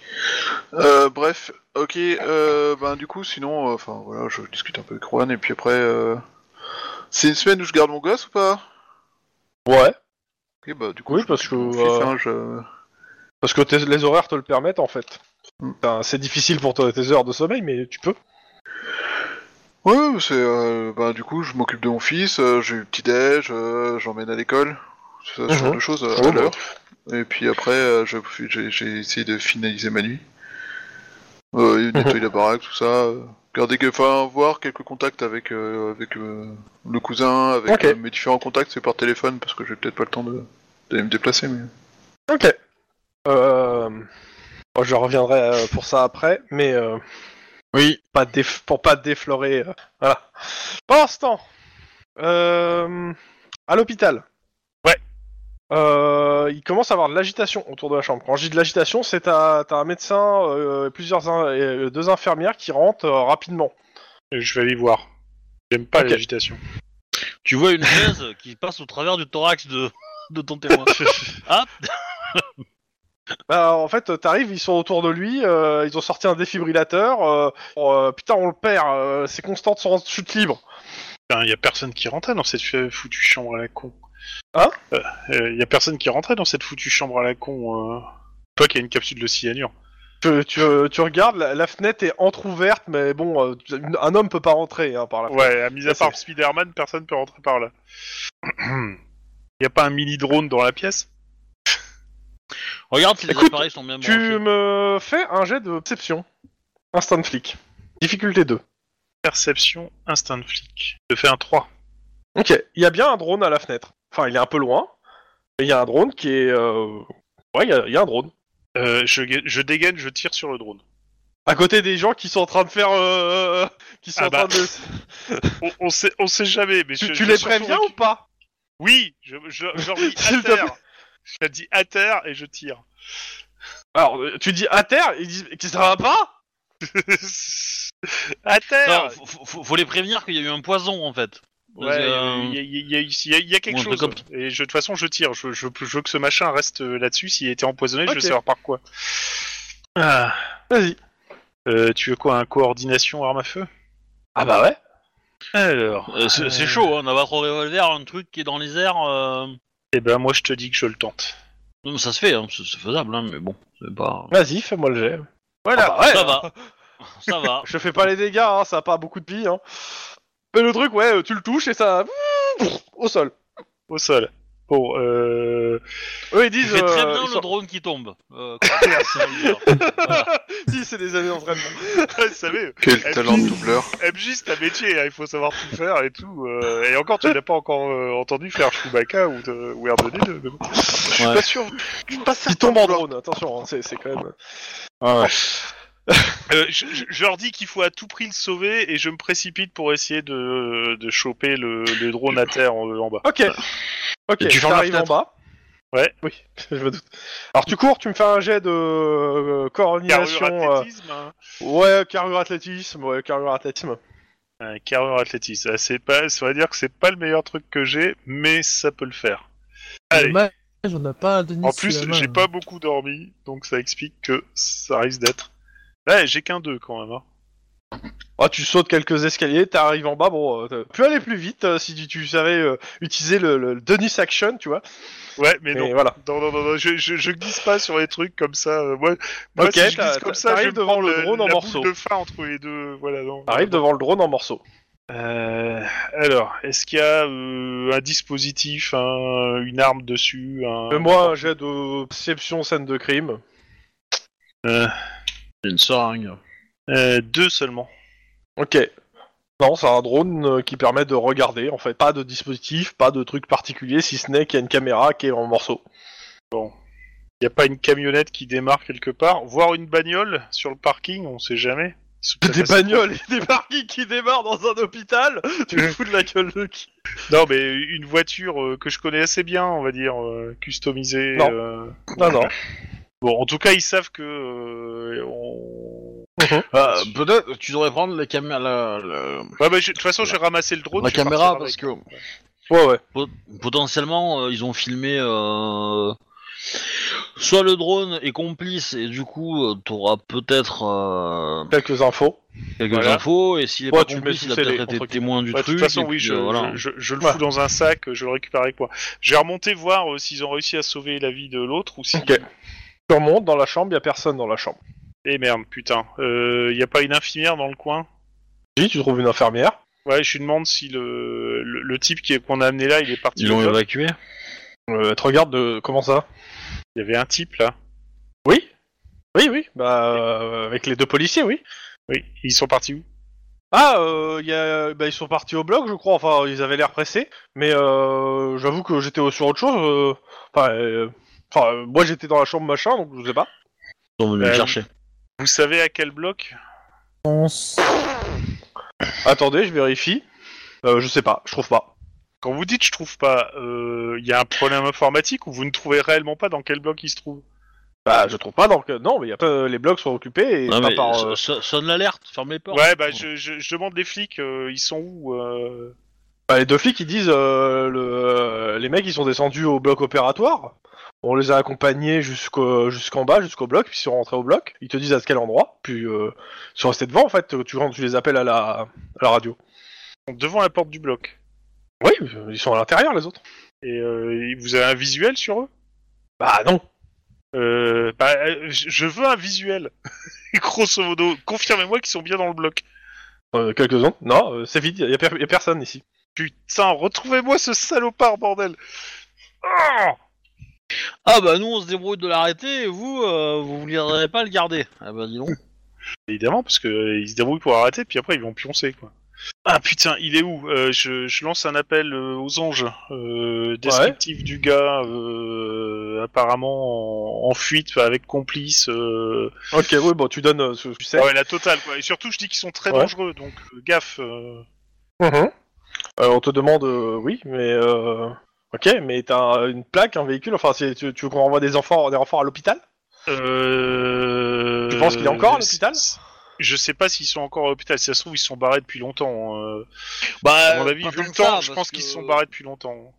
[SPEAKER 5] Euh, bref, ok. Euh, ben du coup, sinon, euh, enfin voilà, je discute un peu avec Juan et puis après, euh... c'est une semaine où je garde mon gosse ou pas
[SPEAKER 2] Ouais.
[SPEAKER 5] Ok, bah du coup,
[SPEAKER 2] Oui,
[SPEAKER 5] je
[SPEAKER 2] parce
[SPEAKER 5] m'occupe
[SPEAKER 2] que,
[SPEAKER 5] de mon
[SPEAKER 2] euh,
[SPEAKER 5] fils, hein, je...
[SPEAKER 2] Parce que tes- les horaires te le permettent en fait.
[SPEAKER 5] Mm.
[SPEAKER 2] Ben, c'est difficile pour toi, tes heures de sommeil, mais tu peux.
[SPEAKER 5] Ouais, ouais, c'est, euh, ben du coup, je m'occupe de mon fils. euh, J'ai eu le petit déj, euh, j'emmène à l'école, ce genre
[SPEAKER 2] Mhm.
[SPEAKER 5] de choses euh,
[SPEAKER 2] Ouais,
[SPEAKER 5] à
[SPEAKER 2] bah.
[SPEAKER 5] l'heure. Et puis après, euh, je- j'ai j'ai essayé de finaliser ma nuit. Euh, et
[SPEAKER 2] Mhm.
[SPEAKER 5] nettoyer la baraque, tout ça. euh, Garder, que- enfin, voir quelques contacts avec euh, avec euh, le cousin, avec
[SPEAKER 2] Ok.
[SPEAKER 5] euh, mes différents contacts, c'est par téléphone parce que j'ai peut-être pas le temps de d'aller me déplacer. Mais
[SPEAKER 2] Ok. Euh... bon, je reviendrai euh, pour ça après, mais euh,
[SPEAKER 1] Oui.
[SPEAKER 2] pas déf- pour pas déflorer. euh, voilà. Pendant ce temps, euh, à l'hôpital.
[SPEAKER 4] Ouais.
[SPEAKER 2] Euh, il commence à avoir de l'agitation autour de la chambre. Quand je dis de l'agitation, c'est t'as t'as un médecin, euh, et plusieurs in- et, euh, deux infirmières qui rentrent euh, rapidement.
[SPEAKER 4] Euh, Je vais aller voir. J'aime pas
[SPEAKER 2] Ok.
[SPEAKER 4] l'agitation.
[SPEAKER 1] Tu vois une chaise qui passe au travers du thorax de, de ton témoin. ah
[SPEAKER 2] Bah, en fait, t'arrives, ils sont autour de lui, euh, ils ont sorti un défibrillateur. euh, pour, euh, putain, on le perd, euh, c'est constant de son chute libre.
[SPEAKER 4] Putain, y a personne qui rentrait dans cette fu- foutue chambre à la con.
[SPEAKER 2] Hein
[SPEAKER 4] Euh, euh, Y a personne qui rentrait dans cette foutue chambre à la con. euh. Toi qui as une capsule de cyanure.
[SPEAKER 2] Tu, tu, tu regardes, la, la fenêtre est entrouverte, mais bon, euh, une- un homme peut pas rentrer hein, par la fenêtre.
[SPEAKER 4] Ouais, à mis à
[SPEAKER 2] Ça,
[SPEAKER 4] part Spider-Man, personne peut rentrer par là. y a pas un mini drone dans la pièce
[SPEAKER 1] Regarde si les
[SPEAKER 2] Écoute,
[SPEAKER 1] appareils sont bien
[SPEAKER 2] Tu
[SPEAKER 1] branchés.
[SPEAKER 2] me fais un jet de perception. Instant flic. Difficulté 2.
[SPEAKER 4] Perception, instinct de flic. Je fais un 3.
[SPEAKER 2] Ok, il y a bien un drone à la fenêtre. Enfin, il est un peu loin, mais il y a un drone qui est... euh, Ouais, il y a- il y, a un drone.
[SPEAKER 4] Euh, je, gue- je dégaine, je tire sur le drone.
[SPEAKER 2] À côté des gens qui sont en train de faire... euh, Qui sont
[SPEAKER 4] Ah
[SPEAKER 2] en
[SPEAKER 4] bah.
[SPEAKER 2] train de...
[SPEAKER 4] On, on sait, on sait jamais, mais je,
[SPEAKER 2] Tu, tu
[SPEAKER 4] je
[SPEAKER 2] les
[SPEAKER 4] suis surtout
[SPEAKER 2] préviens ou
[SPEAKER 4] récu-
[SPEAKER 2] pas
[SPEAKER 4] Oui, je, je, je leur dis
[SPEAKER 2] S'il
[SPEAKER 4] à
[SPEAKER 2] te plaît.
[SPEAKER 4] terre. Je leur dis à terre et je tire.
[SPEAKER 2] Alors, euh, tu dis à terre, ils disent que ça va pas
[SPEAKER 4] à terre
[SPEAKER 1] Non, faut- faut, faut- faut les prévenir qu'il y a eu un poison en fait.
[SPEAKER 4] Ouais,
[SPEAKER 1] Parce que, euh,
[SPEAKER 4] il y, a- il y a- il y a- il y a quelque
[SPEAKER 1] Ou un
[SPEAKER 4] chose.
[SPEAKER 1] truc
[SPEAKER 4] Et je, de toute façon, je tire. Je, je, je veux que ce machin reste euh, là-dessus. S'il a été empoisonné, je
[SPEAKER 2] Ok.
[SPEAKER 4] veux savoir par quoi. Ah.
[SPEAKER 2] Vas-y.
[SPEAKER 4] Euh, tu veux quoi Un coordination arme à feu
[SPEAKER 2] Ah bah ouais
[SPEAKER 4] Alors.
[SPEAKER 1] euh, c'est c'est chaud, hein, d'avoir trop revolver, un truc qui est dans les airs. euh,
[SPEAKER 4] Eh ben, moi, je te dis que je le tente.
[SPEAKER 1] Non, mais ça se fait, hein, c'est c'est faisable, hein, mais bon, c'est pas.
[SPEAKER 2] Vas-y, fais-moi le jet. Voilà,
[SPEAKER 1] Ah bah,
[SPEAKER 2] ouais, hein.
[SPEAKER 1] ça va. Ça va.
[SPEAKER 2] Je fais pas les dégâts, hein, ça a pas beaucoup de billes. Hein. Mais le truc, ouais, tu le touches et ça... Au sol.
[SPEAKER 4] Au sol. Bon, euh...
[SPEAKER 2] Eux, ils
[SPEAKER 1] Tu
[SPEAKER 2] disent...
[SPEAKER 1] fais très
[SPEAKER 2] euh,
[SPEAKER 1] bien
[SPEAKER 2] ils
[SPEAKER 1] le
[SPEAKER 2] sont-
[SPEAKER 1] drone qui tombe. Euh, quoi, c'est le dire.
[SPEAKER 2] si, c'est des années d'entraînement.
[SPEAKER 4] vous savez,
[SPEAKER 5] Quel
[SPEAKER 4] Eh,
[SPEAKER 5] talent de
[SPEAKER 4] puis-
[SPEAKER 5] doubleur.
[SPEAKER 4] MJ, c'est un métier, hein, il faut savoir tout faire et tout. euh, Et encore, tu n'as pas encore euh, entendu faire Chewbacca ou, de- ou R2D2. mais bon.
[SPEAKER 5] Je suis
[SPEAKER 1] Ouais.
[SPEAKER 5] pas sûr. Je suis pas
[SPEAKER 2] Qui
[SPEAKER 5] certain.
[SPEAKER 2] tombe en drone, attention, hein, c'est c'est quand même...
[SPEAKER 4] Euh, je, je- je leur dis qu'il faut à tout prix le sauver et je me précipite pour essayer de, de choper le, le drone à terre en, en bas.
[SPEAKER 2] Ok. Ok,
[SPEAKER 1] Et tu fermes la
[SPEAKER 2] t'arrives en
[SPEAKER 1] fenêtre.
[SPEAKER 2] bas.
[SPEAKER 4] Ouais.
[SPEAKER 2] Oui, je me doute. Alors tu cours, tu me fais un jet de euh, coordination...
[SPEAKER 4] Carrure
[SPEAKER 2] euh,
[SPEAKER 4] athlétisme, hein.
[SPEAKER 2] Ouais, carrure athlétisme, ouais, carrure athlétisme.
[SPEAKER 4] Un carrure athlétisme. Ah, C'est pas, on va dire que c'est pas le meilleur truc que j'ai, mais ça peut le faire. Allez.
[SPEAKER 3] Dommage, on n'a pas un Denis
[SPEAKER 4] En
[SPEAKER 3] sous la
[SPEAKER 4] plus,
[SPEAKER 3] main,
[SPEAKER 4] j'ai
[SPEAKER 3] là.
[SPEAKER 4] pas beaucoup dormi, donc ça explique que ça risque d'être. Ouais, j'ai qu'un 2 quand même. hein.
[SPEAKER 2] Ah, tu sautes quelques escaliers, t'arrives en bas, bon, euh, t'as pu aller plus vite euh, si tu, tu savais euh, utiliser le, le Denis Action, tu vois.
[SPEAKER 4] Ouais, mais non.
[SPEAKER 2] Et voilà.
[SPEAKER 4] Non, non, non, non, je, je, je glisse pas sur les trucs comme ça. euh, Moi, moi,
[SPEAKER 2] Ok,
[SPEAKER 4] si je glisse
[SPEAKER 2] t'as-
[SPEAKER 4] comme
[SPEAKER 2] t'as-
[SPEAKER 4] ça, je
[SPEAKER 2] t'arrives
[SPEAKER 4] vais
[SPEAKER 2] devant
[SPEAKER 4] prendre
[SPEAKER 2] le
[SPEAKER 4] la-
[SPEAKER 2] drone en
[SPEAKER 4] la boule
[SPEAKER 2] morceaux.
[SPEAKER 4] de fin entre les deux, voilà. Non,
[SPEAKER 2] T'arrives devant le drone en morceaux.
[SPEAKER 4] Euh, alors, est-ce qu'il y a euh, un dispositif, un- une arme dessus un...
[SPEAKER 2] Fais-moi un jet de perception scène de crime.
[SPEAKER 1] Une seringue.
[SPEAKER 4] Euh, Deux seulement.
[SPEAKER 2] Ok. Non, c'est un drone euh, qui permet de regarder, en fait. Pas de dispositif, pas de truc particulier, si ce n'est qu'il y a une caméra qui est en morceaux.
[SPEAKER 4] Il n'y a pas une camionnette qui démarre quelque part, voire une bagnole sur le parking, on sait jamais. Ils sont peut-être
[SPEAKER 2] Des
[SPEAKER 4] assez
[SPEAKER 2] bagnoles et des parkings qui démarrent dans un hôpital Tu me fous de la gueule de qui
[SPEAKER 4] proches. Non, mais une voiture euh, que je connais assez bien, on va dire, euh, customisée.
[SPEAKER 2] Non.
[SPEAKER 4] euh.
[SPEAKER 2] Non, non.
[SPEAKER 4] Bon, en tout cas, ils savent que euh, on-
[SPEAKER 1] Euh, Peut-être tu devrais prendre les cam- la, la-
[SPEAKER 4] Ouais, bah, je- de toute façon, je vais ramasser le drone.
[SPEAKER 1] la
[SPEAKER 4] je vais
[SPEAKER 1] caméra
[SPEAKER 4] partir
[SPEAKER 1] parce
[SPEAKER 4] avec.
[SPEAKER 1] que
[SPEAKER 2] Ouais, ouais.
[SPEAKER 1] pot- potentiellement euh, ils ont filmé euh, soit le drone est complice et du coup euh, t'auras peut-être euh,
[SPEAKER 2] Quelques infos.
[SPEAKER 1] quelques
[SPEAKER 4] Voilà.
[SPEAKER 1] infos et s'il est
[SPEAKER 2] Ouais,
[SPEAKER 1] pas
[SPEAKER 2] tu le mets
[SPEAKER 1] complice
[SPEAKER 2] sous
[SPEAKER 1] il a
[SPEAKER 2] scellé,
[SPEAKER 1] peut-être
[SPEAKER 2] entre
[SPEAKER 1] été
[SPEAKER 2] guillemets.
[SPEAKER 1] témoin du
[SPEAKER 4] Ouais,
[SPEAKER 1] truc.
[SPEAKER 4] Bah, de toute façon,
[SPEAKER 1] et
[SPEAKER 4] oui,
[SPEAKER 1] puis,
[SPEAKER 4] je,
[SPEAKER 1] euh, voilà.
[SPEAKER 4] je, je- je le fous dans un sac, je le récupère avec moi. Je vais remonter voir euh, s'ils ont réussi à sauver la vie de l'autre ou si.
[SPEAKER 2] Ok. Tu remontes dans la chambre, il a personne dans la chambre.
[SPEAKER 4] Eh merde, putain. Il n'y a pas une infirmière dans le coin
[SPEAKER 2] Si, tu trouves une infirmière.
[SPEAKER 4] Ouais, je lui demande si le, le, le type qui est- qu'on a amené là, il est parti.
[SPEAKER 1] Ils l'ont
[SPEAKER 4] au top.
[SPEAKER 1] évacué.
[SPEAKER 2] Euh, elle te regarde de... Comment ça
[SPEAKER 4] Il y avait un type là.
[SPEAKER 2] Oui Oui, oui. Bah, euh, avec les deux policiers, oui.
[SPEAKER 4] Oui, ils sont partis où
[SPEAKER 2] Ah, euh, y a... bah, ils sont partis au bloc, je crois. Enfin, ils avaient l'air pressés. Mais euh, j'avoue que j'étais sur autre chose. euh, Enfin, euh, enfin, euh, moi, j'étais dans la chambre machin, donc je sais pas.
[SPEAKER 1] Ils sont venus
[SPEAKER 4] Euh,
[SPEAKER 1] le chercher.
[SPEAKER 4] Vous savez à quel bloc
[SPEAKER 3] On s-
[SPEAKER 2] Attendez, je vérifie. Euh, je sais pas, je trouve pas.
[SPEAKER 4] Quand vous dites je trouve pas, il y a un problème informatique ou vous ne trouvez réellement pas dans quel bloc il se trouve
[SPEAKER 2] Bah, je trouve pas, donc... euh, Non, mais y a pas... les blocs sont occupés et
[SPEAKER 1] Non,
[SPEAKER 2] c'est pas
[SPEAKER 1] mais
[SPEAKER 2] par...
[SPEAKER 1] so-
[SPEAKER 2] euh,
[SPEAKER 1] so- sonne l'alerte, ferme les portes.
[SPEAKER 4] Ouais, bah je, je, je demande les flics, euh, ils sont où euh
[SPEAKER 2] euh, Bah, les deux flics ils disent euh, le- les mecs ils sont descendus au bloc opératoire On les a accompagnés jusqu'au jusqu'en bas, jusqu'au bloc, puis ils sont rentrés au bloc. Ils te disent à quel endroit, puis euh, ils sont restés devant en fait. Tu rentres, tu les appelles à la, à la radio.
[SPEAKER 4] Ils sont devant la porte du bloc.
[SPEAKER 2] Oui, euh, ils sont à l'intérieur les autres.
[SPEAKER 4] Et euh, vous avez un visuel sur eux
[SPEAKER 2] Bah non.
[SPEAKER 4] Euh, bah, euh, je je veux un visuel. Grosso modo, confirmez-moi qu'ils sont bien dans le bloc.
[SPEAKER 2] Euh, quelques secondes. Non, euh, c'est vide. Il y, a per- y a personne ici.
[SPEAKER 4] Putain, retrouvez-moi ce salopard, bordel Ah
[SPEAKER 1] Ah bah nous on se débrouille de l'arrêter et vous, euh, vous voulez pas le garder. Ah bah dis donc.
[SPEAKER 4] Évidemment, parce que euh, ils se débrouillent pour arrêter, puis après ils vont pioncer, quoi. Ah putain, il est où Euh, je, je lance un appel euh, aux anges. Euh, descriptif du gars, euh, apparemment en, en fuite avec complice. Euh...
[SPEAKER 2] Ok, oui, bon, tu donnes, euh, ce- tu sais.
[SPEAKER 4] Ah ouais, la totale, quoi. Et surtout, je dis qu'ils sont très
[SPEAKER 2] Ouais.
[SPEAKER 4] dangereux, donc euh, gaffe. euh.
[SPEAKER 2] Mhm. Euh, on te demande, euh, oui, mais euh, ok, mais t'as une plaque, un véhicule. Enfin, c'est- tu, tu veux qu'on renvoie des enfants, des enfants à l'hôpital
[SPEAKER 4] Euh...
[SPEAKER 2] Tu penses qu'il est encore à l'hôpital
[SPEAKER 4] Je sais pas s'ils sont encore à l'hôpital. Si ça se trouve, ils sont barrés depuis longtemps. euh.
[SPEAKER 1] Bah,
[SPEAKER 4] à mon avis,
[SPEAKER 1] pas
[SPEAKER 4] vu
[SPEAKER 1] tant
[SPEAKER 4] le
[SPEAKER 1] que ça,
[SPEAKER 4] temps, je
[SPEAKER 1] parce
[SPEAKER 4] pense
[SPEAKER 1] que-
[SPEAKER 4] qu'ils se sont barrés depuis longtemps.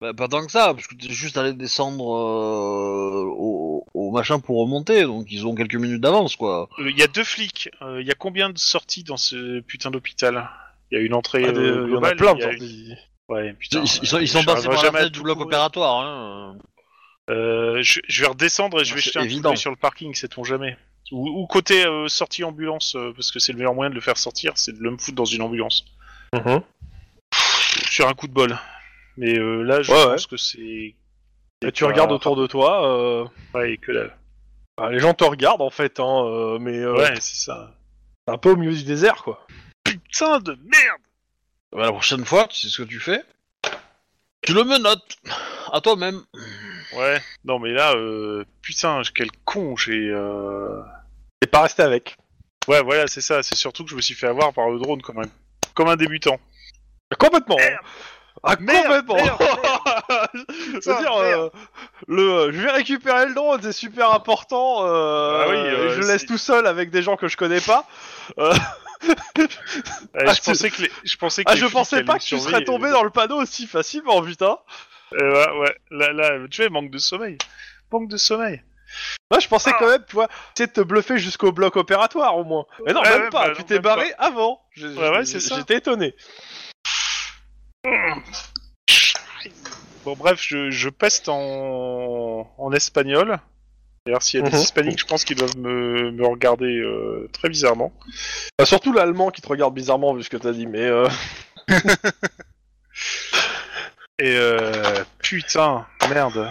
[SPEAKER 1] Bah, pas tant que ça, parce que t'es juste allé descendre euh, au, au machin pour remonter, donc ils ont quelques minutes d'avance quoi.
[SPEAKER 4] Il y a deux flics. Euh, Il y a combien de sorties dans ce putain d'hôpital Il y a une entrée.
[SPEAKER 2] Ah, des-
[SPEAKER 4] euh,
[SPEAKER 2] Il y en a
[SPEAKER 4] globale,
[SPEAKER 2] plein.
[SPEAKER 4] il y a
[SPEAKER 2] genre,
[SPEAKER 4] une-
[SPEAKER 2] des-
[SPEAKER 4] Ouais,
[SPEAKER 1] Ils,
[SPEAKER 4] putain.
[SPEAKER 1] ils sont, ils sont passés
[SPEAKER 4] je
[SPEAKER 1] par
[SPEAKER 4] n'arriverai
[SPEAKER 1] la
[SPEAKER 4] jamais à
[SPEAKER 1] fenêtre du
[SPEAKER 4] tout
[SPEAKER 1] bloc
[SPEAKER 4] couvrir.
[SPEAKER 1] opératoire. Hein.
[SPEAKER 4] Euh, je, je vais redescendre et je vais
[SPEAKER 1] C'est
[SPEAKER 4] jeter un coup
[SPEAKER 1] évident.
[SPEAKER 4] d'œil sur le parking, sait-on jamais. Ou, ou côté euh, sortie ambulance, euh, parce que c'est le meilleur moyen de le faire sortir, c'est de le me foutre dans une ambulance.
[SPEAKER 2] Mhm.
[SPEAKER 4] Sur un coup de bol. Mais euh, là, je
[SPEAKER 2] Ouais,
[SPEAKER 4] pense que c'est.
[SPEAKER 2] Et tu regardes autour de toi. euh,
[SPEAKER 4] Ouais, que dalle.
[SPEAKER 2] bah, les gens te regardent en fait, hein, euh, mais euh,
[SPEAKER 4] Ouais, c'est ça.
[SPEAKER 2] t'es un peu au milieu du désert, quoi.
[SPEAKER 4] Putain de merde
[SPEAKER 1] Bah, la prochaine fois, tu sais ce que tu fais Tu le menottes à toi-même.
[SPEAKER 4] Ouais, non mais là, euh, putain, quel con, j'ai. euh,
[SPEAKER 2] T'es pas resté avec.
[SPEAKER 4] Ouais, voilà, c'est ça, c'est surtout que je me suis fait avoir par le drone comme un, comme un débutant.
[SPEAKER 2] Complètement. hein. Ah,
[SPEAKER 4] Merde,
[SPEAKER 2] complètement.
[SPEAKER 4] merde,
[SPEAKER 2] Je veux
[SPEAKER 4] Putain,
[SPEAKER 2] dire, euh, le, euh, je vais récupérer le drone, c'est super important. euh,
[SPEAKER 4] Ah oui, euh,
[SPEAKER 2] je le laisse
[SPEAKER 4] c'est-
[SPEAKER 2] tout seul avec des gens que je connais pas.
[SPEAKER 4] Ouais,
[SPEAKER 2] Ah,
[SPEAKER 4] Eh, je,
[SPEAKER 2] tu-
[SPEAKER 4] pensais que les- je pensais que
[SPEAKER 2] Ah,
[SPEAKER 4] les
[SPEAKER 2] je
[SPEAKER 4] flics
[SPEAKER 2] pensais
[SPEAKER 4] allaient
[SPEAKER 2] pas
[SPEAKER 4] me
[SPEAKER 2] que tu
[SPEAKER 4] surveiller.
[SPEAKER 2] serais tombé dans le panneau aussi facilement, putain.
[SPEAKER 4] Euh, ouais, ouais. Là, là, tu vois, manque de sommeil. Manque de sommeil.
[SPEAKER 2] Moi, je
[SPEAKER 4] Ah.
[SPEAKER 2] pensais quand même, tu vois, essayer de te bluffer jusqu'au bloc opératoire au moins. Mais non,
[SPEAKER 4] Ouais,
[SPEAKER 2] même
[SPEAKER 4] ouais,
[SPEAKER 2] pas.
[SPEAKER 4] bah
[SPEAKER 2] tu
[SPEAKER 4] non,
[SPEAKER 2] t'es
[SPEAKER 4] même
[SPEAKER 2] barré avant. Je- je-
[SPEAKER 4] Ouais, ouais, c'est ça.
[SPEAKER 2] J'étais étonné.
[SPEAKER 4] Bon, bref, je, je peste en, en espagnol. D'ailleurs, s'il y a des
[SPEAKER 2] Mhm.
[SPEAKER 4] hispaniques, je pense qu'ils doivent me, me regarder euh, très bizarrement.
[SPEAKER 2] Bah, surtout l'allemand qui te regarde bizarrement vu ce que t'as dit. Mais euh,
[SPEAKER 4] Et euh, putain, merde.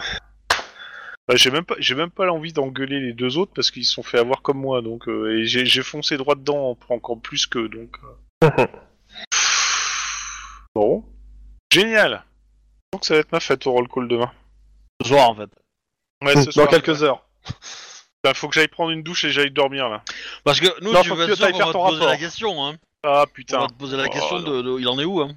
[SPEAKER 4] Bah, j'ai même pas, j'ai même pas l'envie d'engueuler les deux autres parce qu'ils se sont fait avoir comme moi, donc euh, et j'ai, j'ai foncé droit dedans pour encore plus que donc. euh. bon, génial. Donc ça va être ma fête au roll call demain.
[SPEAKER 1] Ce soir en fait.
[SPEAKER 4] Ouais, ce
[SPEAKER 2] dans
[SPEAKER 4] soir.
[SPEAKER 2] quelques heures.
[SPEAKER 4] Bah, faut que j'aille prendre une douche et j'aille dormir là.
[SPEAKER 1] Parce que nous,
[SPEAKER 2] Non,
[SPEAKER 1] tu
[SPEAKER 2] faut
[SPEAKER 1] vas
[SPEAKER 2] que
[SPEAKER 1] être sûr
[SPEAKER 2] t'ailles
[SPEAKER 1] qu'on
[SPEAKER 2] faire
[SPEAKER 1] va te
[SPEAKER 2] ton
[SPEAKER 1] poser la
[SPEAKER 2] rapport.
[SPEAKER 1] question. Hein.
[SPEAKER 4] Ah
[SPEAKER 1] On
[SPEAKER 4] putain.
[SPEAKER 1] va te poser la
[SPEAKER 4] Oh,
[SPEAKER 1] question
[SPEAKER 4] non.
[SPEAKER 1] de, de- il en est où hein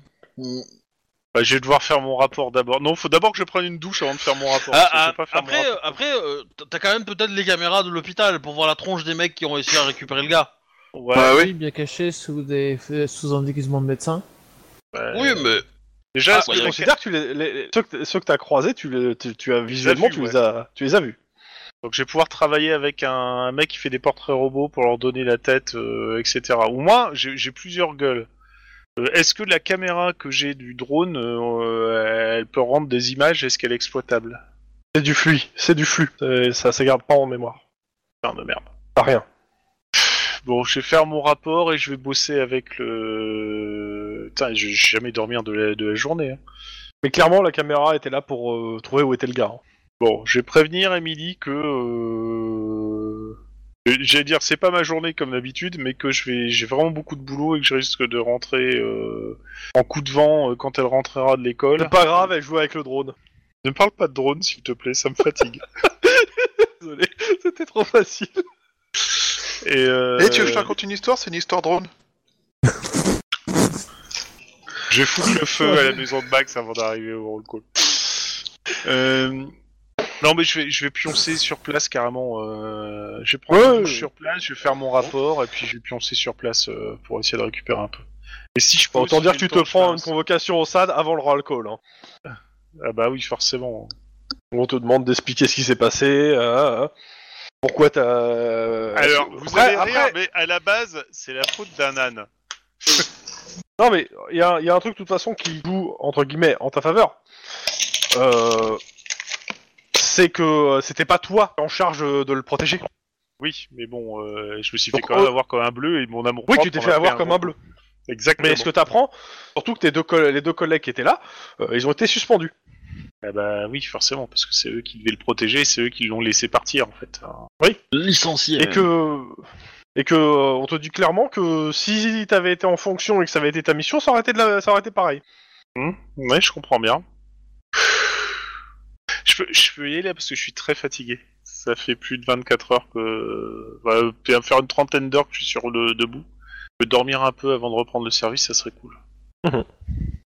[SPEAKER 4] Bah, je vais devoir faire mon rapport d'abord. Non, faut d'abord que je prenne une douche avant de faire mon rapport.
[SPEAKER 1] Ah,
[SPEAKER 4] parce que je
[SPEAKER 1] ah,
[SPEAKER 4] vais pas faire mon
[SPEAKER 1] Après,
[SPEAKER 4] rapport.
[SPEAKER 1] euh, après, euh, t'as quand même peut-être les caméras de l'hôpital pour voir la tronche des mecs qui ont réussi à récupérer le gars.
[SPEAKER 4] Ouais,
[SPEAKER 5] Bah oui.
[SPEAKER 3] Ah Oui, bien caché sous des sous un déguisement de médecin.
[SPEAKER 4] bah,
[SPEAKER 1] Oui, mais
[SPEAKER 4] Déjà,
[SPEAKER 1] Ah,
[SPEAKER 4] est-ce que
[SPEAKER 1] ouais,
[SPEAKER 2] Je
[SPEAKER 1] les-
[SPEAKER 2] considère que tu les, les- les- ceux que t- ceux que t'as croisés, tu, les- tu, tu as visuellement,
[SPEAKER 4] vus,
[SPEAKER 2] tu les as, tu les as vus.
[SPEAKER 4] Donc je vais pouvoir travailler avec un mec qui fait des portraits robots pour leur donner la tête, euh, etc. Ou moi, j'ai j'ai plusieurs gueules. Euh, Est-ce que la caméra que j'ai du drone, euh, elle peut rendre des images Est-ce qu'elle est exploitable
[SPEAKER 2] C'est du flux, c'est du flux. Euh, Ça, ça garde pas en mémoire.
[SPEAKER 4] Putain de merde.
[SPEAKER 2] Pas rien.
[SPEAKER 4] Bon, je vais faire mon rapport et je vais bosser avec le... Putain, je je vais jamais dormir de la, de la journée. hein.
[SPEAKER 2] Mais clairement, la caméra était là pour euh, trouver où était le gars. hein.
[SPEAKER 4] Bon, je vais prévenir Emily que... euh, euh, J'allais dire, c'est pas ma journée comme d'habitude, mais que je vais, j'ai vraiment beaucoup de boulot et que je risque de rentrer euh, en coup de vent euh, quand elle rentrera de l'école.
[SPEAKER 2] C'est pas grave, elle jouait avec le drone.
[SPEAKER 4] Ne me parle pas de drone, s'il te plaît, ça me fatigue.
[SPEAKER 2] Désolé, c'était trop facile.
[SPEAKER 4] et, euh,
[SPEAKER 5] Et Eh, tu veux que je te raconte une histoire C'est une histoire drone.
[SPEAKER 4] je vais foutre le feu à la maison de Max avant d'arriver au roll call. Euh, Non, mais je vais, je vais pioncer sur place carrément. euh, Je vais prendre une
[SPEAKER 2] Ouais.
[SPEAKER 4] douche sur place, je vais faire mon rapport et puis je vais pioncer sur place euh, pour essayer de récupérer un peu. Et si je peux.
[SPEAKER 2] Autant
[SPEAKER 4] aussi,
[SPEAKER 2] dire
[SPEAKER 4] j'ai
[SPEAKER 2] que tu te
[SPEAKER 4] le temps, je
[SPEAKER 2] prends une
[SPEAKER 4] fais un-
[SPEAKER 2] convocation au SAD avant le roll call. hein.
[SPEAKER 4] Ah bah oui, forcément.
[SPEAKER 2] On te demande d'expliquer ce qui s'est passé, euh, pourquoi t'as.
[SPEAKER 4] Alors, vous
[SPEAKER 2] Après-
[SPEAKER 4] allez rire,
[SPEAKER 2] après-
[SPEAKER 4] mais à la base, c'est la faute d'un âne.
[SPEAKER 2] Non, mais il y a, il y a un truc, de toute façon, qui joue, entre guillemets, en ta faveur. Euh, C'est que euh, c'était pas toi en charge euh, de le protéger.
[SPEAKER 4] Oui, mais bon, euh, je me suis
[SPEAKER 2] Donc,
[SPEAKER 4] fait quand même
[SPEAKER 2] euh,
[SPEAKER 4] avoir comme un bleu et mon amour.
[SPEAKER 2] Oui,
[SPEAKER 4] propre
[SPEAKER 2] tu t'es
[SPEAKER 4] en a
[SPEAKER 2] fait avoir comme
[SPEAKER 4] gros.
[SPEAKER 2] un bleu.
[SPEAKER 4] Exactement.
[SPEAKER 2] Mais ce que t'apprends, surtout que tes deux coll- les deux collègues qui étaient là, euh, ils ont été suspendus.
[SPEAKER 4] Ah bah oui, forcément, parce que c'est eux qui devaient le protéger, c'est eux qui l'ont laissé partir en fait. Alors,
[SPEAKER 1] Licencié.
[SPEAKER 2] Et que. Et que euh, on te dit clairement que si t'avais été en fonction et que ça avait été ta mission, ça aurait été, de la- ça aurait été pareil.
[SPEAKER 4] Ouais, je comprends bien. Je peux, je peux y aller là parce que je suis très fatigué. Ça fait plus de 24 heures que. Bah, puis à me faire une trentaine d'heures que je suis sur le debout. Je peux dormir un peu avant de reprendre le service, ça serait cool.
[SPEAKER 2] Mhm.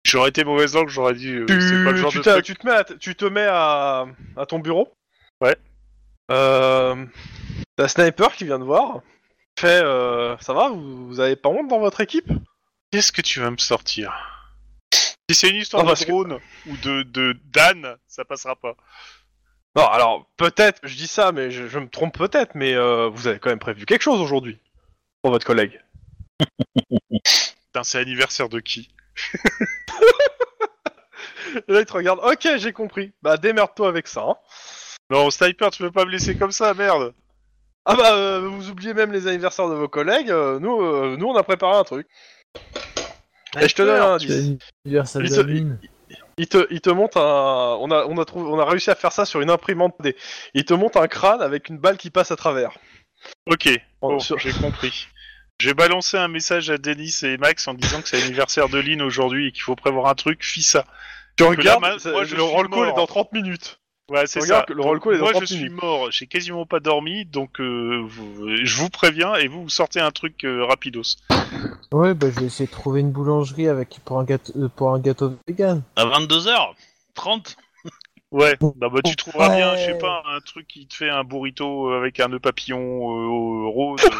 [SPEAKER 4] J'aurais été mauvaise langue, j'aurais dit. euh,
[SPEAKER 2] Tu,
[SPEAKER 4] c'est pas le genre
[SPEAKER 2] tu
[SPEAKER 4] de
[SPEAKER 2] t'as- tu
[SPEAKER 4] truc.
[SPEAKER 2] te mets, à, t- tu te mets à, à ton bureau.
[SPEAKER 4] Ouais.
[SPEAKER 2] Euh, T'as Sniper qui vient de voir. Fait, euh, ça va, vous, vous avez pas honte dans votre équipe
[SPEAKER 4] Qu'est-ce que tu vas me sortir Si c'est une histoire
[SPEAKER 2] Non,
[SPEAKER 4] de
[SPEAKER 2] parce que-
[SPEAKER 4] drone ou de, de d'âne, ça passera pas.
[SPEAKER 2] Non, alors peut-être, je dis ça, mais je, je me trompe peut-être, mais euh, vous avez quand même prévu quelque chose aujourd'hui pour votre collègue.
[SPEAKER 4] Putain, c'est anniversaire de qui
[SPEAKER 2] Là, il te regarde. Ok, j'ai compris. Bah, démerde-toi avec ça. hein.
[SPEAKER 4] Non, sniper, tu peux pas me laisser comme ça, merde
[SPEAKER 2] Ah bah, euh, vous oubliez même les anniversaires de vos collègues. euh, nous, euh, nous, on a préparé un truc. Et je te donne un
[SPEAKER 3] Tu as
[SPEAKER 2] indice.
[SPEAKER 3] une universal
[SPEAKER 2] Il se-
[SPEAKER 3] Berlin.
[SPEAKER 2] Il te, il te monte un. On a, on a trouvé, on a réussi à faire ça sur une imprimante D. Il te monte un crâne avec une balle qui passe à travers.
[SPEAKER 4] Ok, bon,
[SPEAKER 2] sur-
[SPEAKER 4] j'ai compris. J'ai balancé un message à Denis et Max en disant que c'est l'anniversaire de Lynn aujourd'hui et qu'il faut prévoir un truc, fis ça.
[SPEAKER 2] Tu
[SPEAKER 4] là,
[SPEAKER 2] regardes.
[SPEAKER 4] ma-
[SPEAKER 2] ça-
[SPEAKER 4] moi, je
[SPEAKER 2] le
[SPEAKER 4] suis
[SPEAKER 2] roll call
[SPEAKER 4] mort.
[SPEAKER 2] est dans 30 minutes.
[SPEAKER 4] Ouais, c'est
[SPEAKER 2] Regarde
[SPEAKER 4] ça.
[SPEAKER 2] que le roll call est dans
[SPEAKER 4] Moi,
[SPEAKER 2] 30
[SPEAKER 4] je suis
[SPEAKER 2] minutes.
[SPEAKER 4] mort, j'ai quasiment pas dormi, donc euh, vous- je vous préviens et vous, vous sortez un truc euh, rapidos.
[SPEAKER 3] Ouais, bah je vais essayer de trouver une boulangerie avec pour un gâteau, euh, pour un gâteau vegan.
[SPEAKER 1] À 22h30.
[SPEAKER 4] Ouais, bah, bah tu trouveras
[SPEAKER 3] Ouais.
[SPEAKER 4] bien, je sais pas, un truc qui te fait un burrito euh, avec un nœud papillon euh, au- rose. euh.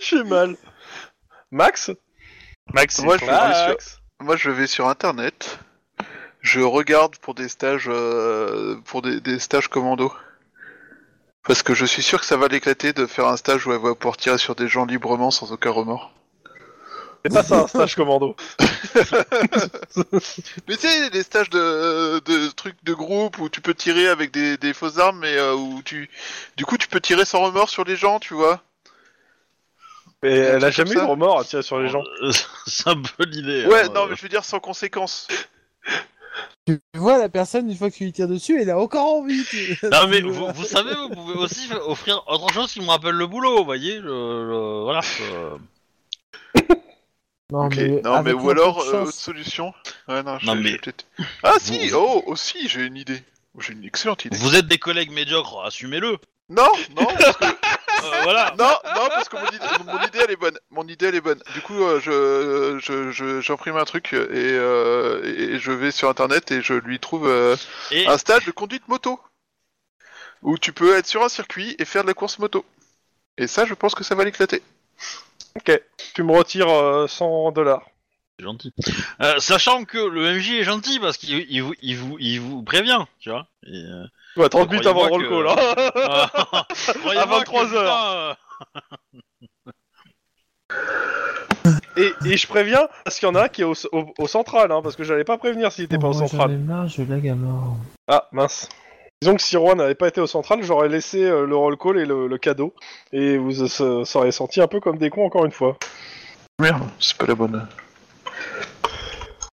[SPEAKER 2] J'ai mal. Max.
[SPEAKER 4] Max, c'est
[SPEAKER 5] Moi,
[SPEAKER 4] ton-
[SPEAKER 5] je-
[SPEAKER 2] Ah,
[SPEAKER 5] Moi, je vais sur internet. Je regarde pour des stages, euh, pour des, des stages commando. Parce que je suis sûr que ça va l'éclater de faire un stage où elle va pouvoir tirer sur des gens librement sans aucun remords.
[SPEAKER 2] C'est pas ça un stage commando.
[SPEAKER 5] Mais tu sais, les stages de, de trucs de groupe où tu peux tirer avec des, des fausses armes, mais euh, où tu, du coup, tu peux tirer sans remords sur les gens, tu vois.
[SPEAKER 2] Mais
[SPEAKER 5] Un
[SPEAKER 2] elle a
[SPEAKER 5] truc
[SPEAKER 2] jamais eu
[SPEAKER 5] comme
[SPEAKER 2] de
[SPEAKER 5] ça.
[SPEAKER 2] remords à tirer sur les gens.
[SPEAKER 1] Euh, c'est un peu l'idée.
[SPEAKER 5] Ouais,
[SPEAKER 1] hein.
[SPEAKER 5] non, mais je veux dire sans conséquence.
[SPEAKER 3] Tu vois la personne une fois que tu lui tires dessus, elle a encore envie. tu-
[SPEAKER 1] Non, mais vous, vous savez, vous pouvez aussi offrir autre chose qui me rappelle le boulot, vous voyez. je- je- voilà. Euh, je-
[SPEAKER 3] Non,
[SPEAKER 5] Ok.
[SPEAKER 3] mais,
[SPEAKER 5] non, mais
[SPEAKER 3] avec un
[SPEAKER 5] ou
[SPEAKER 3] peu de
[SPEAKER 5] alors, euh,
[SPEAKER 3] chance.
[SPEAKER 5] autre solution. Ouais, non, je-
[SPEAKER 1] Non,
[SPEAKER 5] je-
[SPEAKER 1] mais-
[SPEAKER 5] peut-être- Ah,
[SPEAKER 1] Vous-
[SPEAKER 5] si, oh, aussi, j'ai une idée. J'ai une excellente idée.
[SPEAKER 1] Vous êtes des collègues médiocres, assumez-le.
[SPEAKER 5] Non, non, parce que,
[SPEAKER 1] Euh, voilà.
[SPEAKER 5] non, non, parce que mon, idée- mon idée elle est bonne. Mon idée elle est bonne. Du coup, euh, je, je, je- j'imprime un truc et, euh, et je vais sur internet et je lui trouve euh,
[SPEAKER 1] Et
[SPEAKER 5] un stage de conduite moto où tu peux être sur un circuit et faire de la course moto. Et ça, je pense que ça va l'éclater.
[SPEAKER 2] Ok. Tu me retires euh, 100 dollars.
[SPEAKER 1] C'est gentil. Euh, sachant que le MJ est gentil parce qu'il il vous, il vous, il vous prévient, tu vois. Et, euh,
[SPEAKER 2] Ouais, 30 minutes avant le roll call.
[SPEAKER 1] Croyez-moi
[SPEAKER 2] hein.
[SPEAKER 1] à
[SPEAKER 2] 23
[SPEAKER 1] euh,
[SPEAKER 2] heures. Et, et je préviens, parce qu'il y en a un qui est au, au- au central, hein, parce que j'allais pas prévenir s'il était pas au
[SPEAKER 3] Moi, j'en
[SPEAKER 2] central.
[SPEAKER 3] ai marre, je lag à mort.
[SPEAKER 2] Ah, mince. Disons que si Rouen n'avait pas été au central, j'aurais laissé euh, le roll call et le, le cadeau, et vous euh, se- seriez senti un peu comme des cons encore une fois.
[SPEAKER 5] Merde, c'est pas la bonne.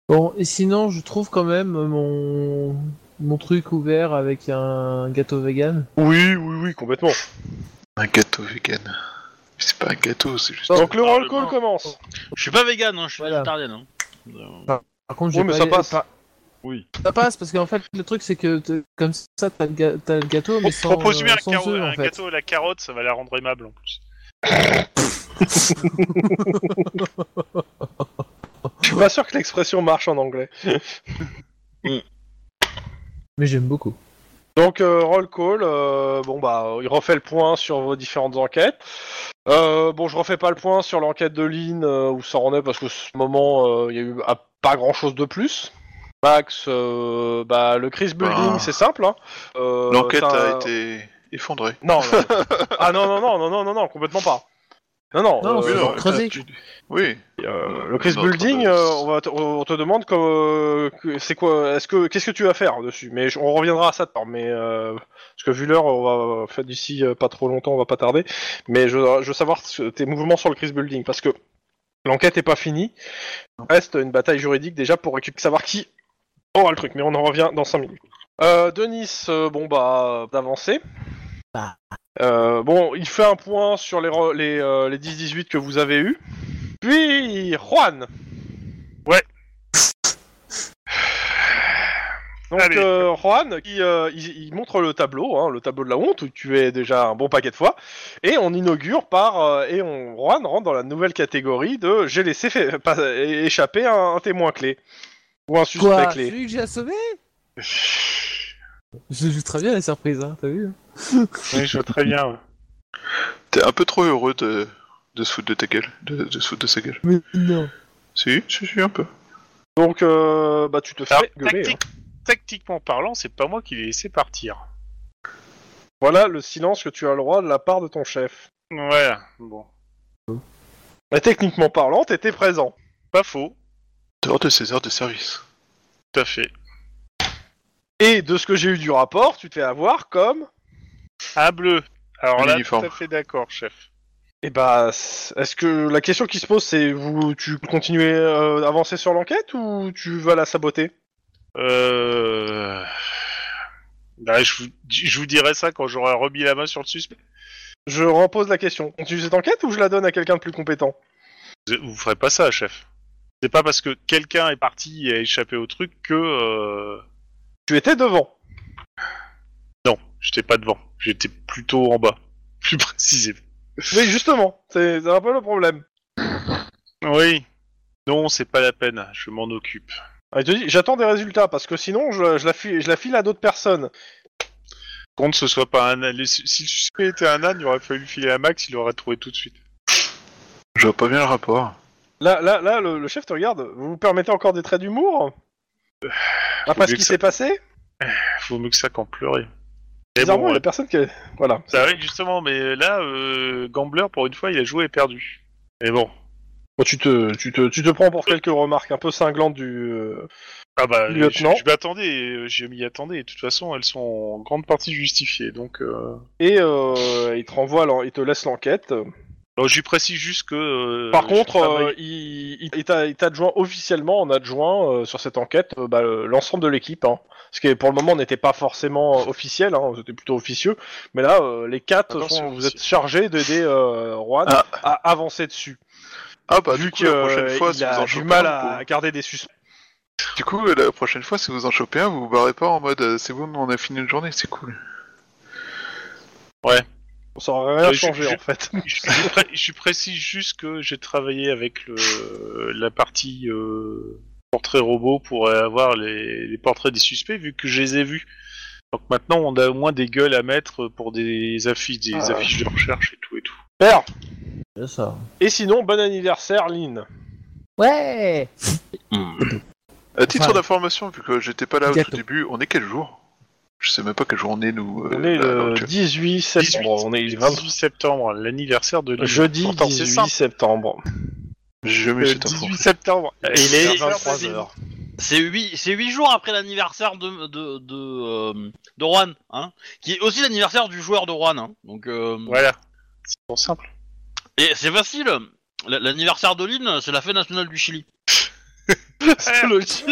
[SPEAKER 3] Bon, et sinon, je trouve quand même mon, mon truc ouvert avec un gâteau vegan.
[SPEAKER 2] Oui, oui, oui, complètement.
[SPEAKER 5] Un gâteau vegan. C'est pas un gâteau, c'est juste.
[SPEAKER 2] Donc le
[SPEAKER 1] Ah,
[SPEAKER 2] roll
[SPEAKER 1] le
[SPEAKER 2] call
[SPEAKER 1] bon.
[SPEAKER 2] commence.
[SPEAKER 1] Je suis pas vegan, hein, je suis
[SPEAKER 3] Voilà.
[SPEAKER 1] végétarienne. hein.
[SPEAKER 3] Par contre, j'ai
[SPEAKER 2] Oui, mais
[SPEAKER 3] pas
[SPEAKER 2] ça
[SPEAKER 3] les-
[SPEAKER 2] passe.
[SPEAKER 3] Ça passe, parce qu'en fait, le truc, c'est que t- comme ça, t'as le, ga- t'as le gâteau, mais sans,
[SPEAKER 4] Propose-lui
[SPEAKER 3] euh,
[SPEAKER 4] un,
[SPEAKER 3] sans
[SPEAKER 4] caro-
[SPEAKER 3] œufs,
[SPEAKER 4] un
[SPEAKER 3] en fait.
[SPEAKER 4] gâteau à la carotte, ça va la rendre aimable en plus.
[SPEAKER 2] Je suis pas sûr que l'expression marche en anglais.
[SPEAKER 3] Mais j'aime beaucoup.
[SPEAKER 2] Donc, euh, roll call, euh, bon bah, il refait le point sur vos différentes enquêtes. Euh, bon, je refais pas le point sur l'enquête de Lynn, euh, où ça en est, parce que ce moment, euh, il y a eu ah, pas grand chose de plus. Max, euh, bah, le Chris Building,
[SPEAKER 3] Ah.
[SPEAKER 5] Bah.
[SPEAKER 2] c'est simple. hein. Euh,
[SPEAKER 5] L'enquête
[SPEAKER 2] t'as-
[SPEAKER 5] a été effondrée.
[SPEAKER 2] Non, non. ah non, non, non, non, non, non, non, complètement pas. Non, non,
[SPEAKER 3] Non,
[SPEAKER 2] euh,
[SPEAKER 3] c'est bon.
[SPEAKER 5] euh,
[SPEAKER 3] creusé.
[SPEAKER 5] tu- Oui.
[SPEAKER 2] euh, le Chris
[SPEAKER 5] Notre-
[SPEAKER 2] Building, euh, on, va te, on te demande comme, euh, que- c'est quoi, est-ce que qu'est-ce que tu vas faire dessus Mais je- on reviendra à ça. tard, mais euh, parce que vu l'heure, on va faire d'ici euh, pas trop longtemps, on va pas tarder. Mais je, je veux savoir ce- tes mouvements sur le Chris Building parce que l'enquête est pas finie. Reste une bataille juridique déjà pour récup- savoir qui aura le truc. Mais on en revient dans 5 minutes. Euh, Denis, euh, bon bah d'avancer.
[SPEAKER 3] Bah.
[SPEAKER 2] Euh, bon, il fait un point sur les, re- les, euh, les 10-18 que vous avez eu. Puis, Juan
[SPEAKER 4] Ouais.
[SPEAKER 2] Donc,
[SPEAKER 4] Allez.
[SPEAKER 2] euh, Juan, qui, euh, il, il montre le tableau, hein, le tableau de la honte, où tu es déjà un bon paquet de fois, et on inaugure par... euh, et on, Juan rentre dans la nouvelle catégorie de « J'ai laissé fa- pas- é- échapper un, un témoin clé ». Ou un suspect
[SPEAKER 3] Quoi
[SPEAKER 2] clé.
[SPEAKER 3] Celui que j'ai assommé Je joue très bien la surprise, hein, t'as vu
[SPEAKER 4] Oui, je vois très bien. ouais.
[SPEAKER 5] T'es un peu trop heureux de, de se foutre de ta gueule. De, de se foutre de sa gueule.
[SPEAKER 3] Mais non.
[SPEAKER 5] Si, si, si, un peu.
[SPEAKER 2] Donc, euh, bah, tu te fais
[SPEAKER 4] Alors,
[SPEAKER 2] gueuler. hein.
[SPEAKER 4] tactique- Tactiquement parlant, c'est pas moi qui l'ai laissé partir.
[SPEAKER 2] Voilà le silence que tu as le droit de la part de ton chef.
[SPEAKER 4] Voilà, bon.
[SPEAKER 2] Mais techniquement parlant, t'étais présent.
[SPEAKER 4] Pas faux,
[SPEAKER 5] Dehors de ses heures de service.
[SPEAKER 4] tout à fait.
[SPEAKER 2] Et de ce que j'ai eu du rapport, tu te fais avoir comme.
[SPEAKER 4] Un Ah, bleu. Alors là,
[SPEAKER 5] L'uniforme.
[SPEAKER 4] tout à fait d'accord, chef.
[SPEAKER 2] Eh bah, c- est-ce que la question qui se pose, c'est vous, tu continuez euh, à avancer sur l'enquête ou tu vas la saboter
[SPEAKER 4] Euh... Bah, je, vous, je vous dirai ça quand j'aurai remis la main sur le suspect.
[SPEAKER 2] Je repose la question. Continue cette enquête ou je la donne à quelqu'un de plus compétent
[SPEAKER 4] Vous- Vous ferez pas ça, chef. C'est pas parce que quelqu'un est parti et a échappé au truc que... euh,
[SPEAKER 2] Tu étais devant.
[SPEAKER 4] Non, j'étais pas devant. J'étais plutôt en bas. Plus précisément.
[SPEAKER 2] Oui, justement, c'est c'est un peu le problème.
[SPEAKER 4] Oui. Non, c'est pas la peine. Je m'en occupe.
[SPEAKER 2] Ah, il te dit, j'attends des résultats parce que sinon, je, je la, file, je la file à d'autres personnes.
[SPEAKER 4] Compte ce soit pas un âne. Le- Si le suspect était un âne, il aurait fallu le filer à Max, il aurait trouvé tout de suite.
[SPEAKER 5] Je vois pas bien le rapport.
[SPEAKER 2] Là, là, là, le, le chef te regarde. Vous vous permettez encore des traits d'humour Après
[SPEAKER 4] mieux
[SPEAKER 2] ce qui
[SPEAKER 4] que
[SPEAKER 2] s'est passé
[SPEAKER 4] Faut mieux que ça qu'en pleurer. Mais
[SPEAKER 2] Bizarrement,
[SPEAKER 4] bon, euh,
[SPEAKER 2] il y a personne qui. Voilà.
[SPEAKER 4] Ça arrive justement, mais là, euh, Gambler, pour une fois, il a joué et perdu. Mais bon.
[SPEAKER 2] Bon, Oh, tu, te, tu, te, tu te prends pour quelques remarques un peu cinglantes du. euh,
[SPEAKER 4] Ah bah, je,
[SPEAKER 2] Lieutenant.
[SPEAKER 4] je m'y attendais, euh, je m'y attendais. De toute façon, elles sont en grande partie justifiées. Donc, euh...
[SPEAKER 2] Et euh, il te renvoie, l'en- il te laisse l'enquête.
[SPEAKER 4] bon, je lui précise juste que. euh,
[SPEAKER 2] Par
[SPEAKER 4] je
[SPEAKER 2] contre,
[SPEAKER 4] travaille-
[SPEAKER 2] euh, il, il- il t'a- il t'adjoint officiellement en adjoint euh, sur cette enquête euh, bah, euh, l'ensemble de l'équipe. Hein. Ce qui pour le moment n'était pas forcément euh, officiel, hein, c'était plutôt officieux. Mais là, euh, les quatre,
[SPEAKER 4] Ah non,
[SPEAKER 2] sont-
[SPEAKER 4] c'est
[SPEAKER 2] vous
[SPEAKER 4] officiel.
[SPEAKER 2] êtes chargés d'aider euh, Juan
[SPEAKER 5] Ah.
[SPEAKER 2] à avancer dessus.
[SPEAKER 5] Ah bah,
[SPEAKER 2] vu
[SPEAKER 5] du coup,
[SPEAKER 2] que
[SPEAKER 5] la prochaine
[SPEAKER 2] euh,
[SPEAKER 5] fois, si
[SPEAKER 2] il
[SPEAKER 5] vous en
[SPEAKER 2] a
[SPEAKER 5] chopez
[SPEAKER 2] du mal
[SPEAKER 5] un,
[SPEAKER 2] à garder des suspects.
[SPEAKER 5] vous- Du coup, la prochaine fois, si vous en chopez un, vous vous barrez pas en mode euh, c'est bon, on a fini une journée, c'est cool.
[SPEAKER 2] Ça aurait rien
[SPEAKER 4] Euh, je-
[SPEAKER 2] changé
[SPEAKER 4] je-
[SPEAKER 2] en fait.
[SPEAKER 4] je, je pré- je précise juste que j'ai travaillé avec le, la partie euh, portrait robot pour avoir les, les portraits des suspects, vu que je les ai vus. Donc maintenant, on a au moins des gueules à mettre pour des affiches, des
[SPEAKER 5] Ah.
[SPEAKER 4] affiches de recherche et tout et tout.
[SPEAKER 2] Super.
[SPEAKER 3] C'est ça.
[SPEAKER 2] Et sinon, bon anniversaire, Lynn.
[SPEAKER 3] Ouais
[SPEAKER 2] Hmm.
[SPEAKER 5] À titre
[SPEAKER 3] Enfin,
[SPEAKER 5] d'information, vu que j'étais pas là au
[SPEAKER 3] gâteau.
[SPEAKER 5] tout début, on est quel jour Je sais même pas quel jour on est, nous. euh,
[SPEAKER 2] On est
[SPEAKER 5] là, à l'heure
[SPEAKER 2] le
[SPEAKER 5] actuelle.
[SPEAKER 2] 18 septembre. On est le
[SPEAKER 4] 18 septembre, l'anniversaire de Lille.
[SPEAKER 2] jeudi
[SPEAKER 4] Pourtant, c'est
[SPEAKER 2] 18
[SPEAKER 4] simple.
[SPEAKER 2] septembre.
[SPEAKER 5] J'ai jamais eu
[SPEAKER 4] Le
[SPEAKER 5] cette
[SPEAKER 2] euh,
[SPEAKER 5] info.
[SPEAKER 4] 18 septembre.
[SPEAKER 1] Il est-
[SPEAKER 2] à 23 heures.
[SPEAKER 1] C'est 8, c'est huit jours après l'anniversaire de, de, de, euh, de Juan, hein, qui est aussi l'anniversaire du joueur de Juan. hein. Donc, euh,
[SPEAKER 4] Voilà. C'est pour simple.
[SPEAKER 1] Et c'est facile, l- l'anniversaire de Lynn, c'est la fête nationale du Chili.
[SPEAKER 2] C'est logique.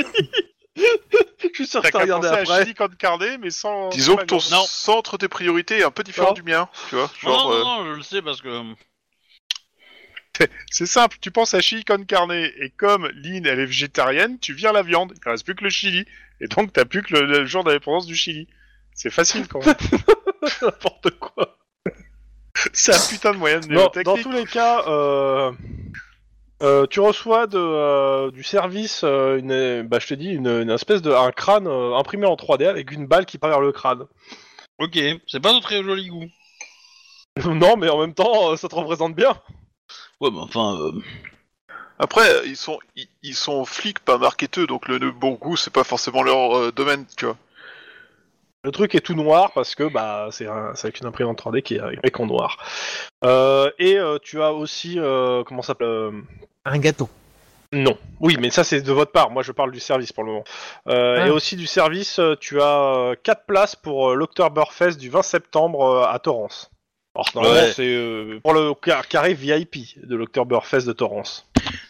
[SPEAKER 2] Je suis sûr que t'as
[SPEAKER 4] T'as qu'à
[SPEAKER 2] regardé
[SPEAKER 4] penser à
[SPEAKER 2] après.
[SPEAKER 4] Chili Cancarné, mais sans...
[SPEAKER 5] Disons que ton
[SPEAKER 1] Non.
[SPEAKER 5] centre des priorités est un peu différent
[SPEAKER 2] Non.
[SPEAKER 5] du mien, tu vois.
[SPEAKER 1] Non,
[SPEAKER 5] Genre,
[SPEAKER 1] non,
[SPEAKER 5] euh,
[SPEAKER 1] non, non, je le sais parce que.
[SPEAKER 4] C'est simple, tu penses à chili con carne, et comme Lynn, elle est végétarienne, tu vires la viande, il ne reste plus que le chili. Et donc, t'as plus que le, le jour d'indépendance du chili. C'est facile, quand même.
[SPEAKER 2] N'importe quoi.
[SPEAKER 4] C'est un putain de moyen de
[SPEAKER 2] Non,
[SPEAKER 4] néo-technique.
[SPEAKER 2] dans tous les cas, euh, Euh, tu reçois de, euh, du service, euh, une, bah, je te dis, une, une espèce de un crâne euh, imprimé en 3D avec une balle qui part vers le crâne.
[SPEAKER 1] Ok, c'est pas de très joli goût.
[SPEAKER 2] non, mais en même temps, euh, ça te représente bien.
[SPEAKER 1] Ouais, mais enfin, euh,
[SPEAKER 5] Après, ils sont, ils, ils sont flics, pas marketeux, donc le, le bon goût, c'est pas forcément leur euh, domaine, tu vois.
[SPEAKER 2] Le truc est tout noir parce que bah c'est un- c'est avec une imprimante 3D qui est avec en noir. Euh, et euh, tu as aussi euh, comment ça s'appelle euh,
[SPEAKER 3] Un gâteau.
[SPEAKER 2] Non. Oui, mais ça c'est de votre part. Moi je parle du service pour le moment. Euh,
[SPEAKER 3] Ah.
[SPEAKER 2] Et aussi du service, euh, tu as euh, quatre places pour euh, l'Octoberfest du 20 septembre euh, à Torrance. Alors normalement
[SPEAKER 1] Ouais.
[SPEAKER 2] c'est euh, pour le car- carré VIP de l'Octoberfest de Torrance.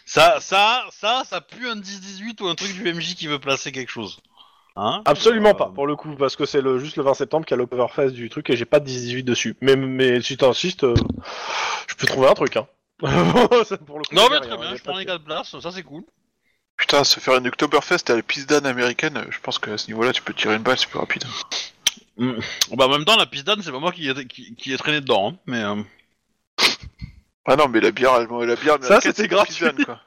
[SPEAKER 1] ça, ça, ça, ça pue un 10-18 ou un truc du MJ qui veut placer quelque chose. Hein
[SPEAKER 2] Absolument
[SPEAKER 1] Euh,
[SPEAKER 2] pas pour le coup parce que c'est le, juste le 20 septembre qu'il y a l'Octoberfest du truc et j'ai pas de 18 dessus. Mais, mais si t'insistes, euh, je peux trouver un truc. Hein. Ça, pour le coup,
[SPEAKER 1] Non,
[SPEAKER 2] c'est
[SPEAKER 1] mais
[SPEAKER 2] rien,
[SPEAKER 1] très
[SPEAKER 2] y a
[SPEAKER 1] bien, je
[SPEAKER 2] pas
[SPEAKER 1] prends
[SPEAKER 2] de-
[SPEAKER 1] les 4 places, ça c'est cool.
[SPEAKER 5] Putain, se faire une Oktoberfest à la piste d'âne américaine, euh, je pense qu'à ce niveau-là, tu peux tirer une balle, c'est plus rapide.
[SPEAKER 1] Bah, en même temps, la piste d'âne, c'est pas moi qui ai, qui, qui ai traîné dedans, hein, mais... euh,
[SPEAKER 5] Ah non, mais la bière, elle- la bière américaine,
[SPEAKER 2] Ça, c'était
[SPEAKER 5] c'est la piste
[SPEAKER 2] gratuit.
[SPEAKER 5] d'âne, quoi.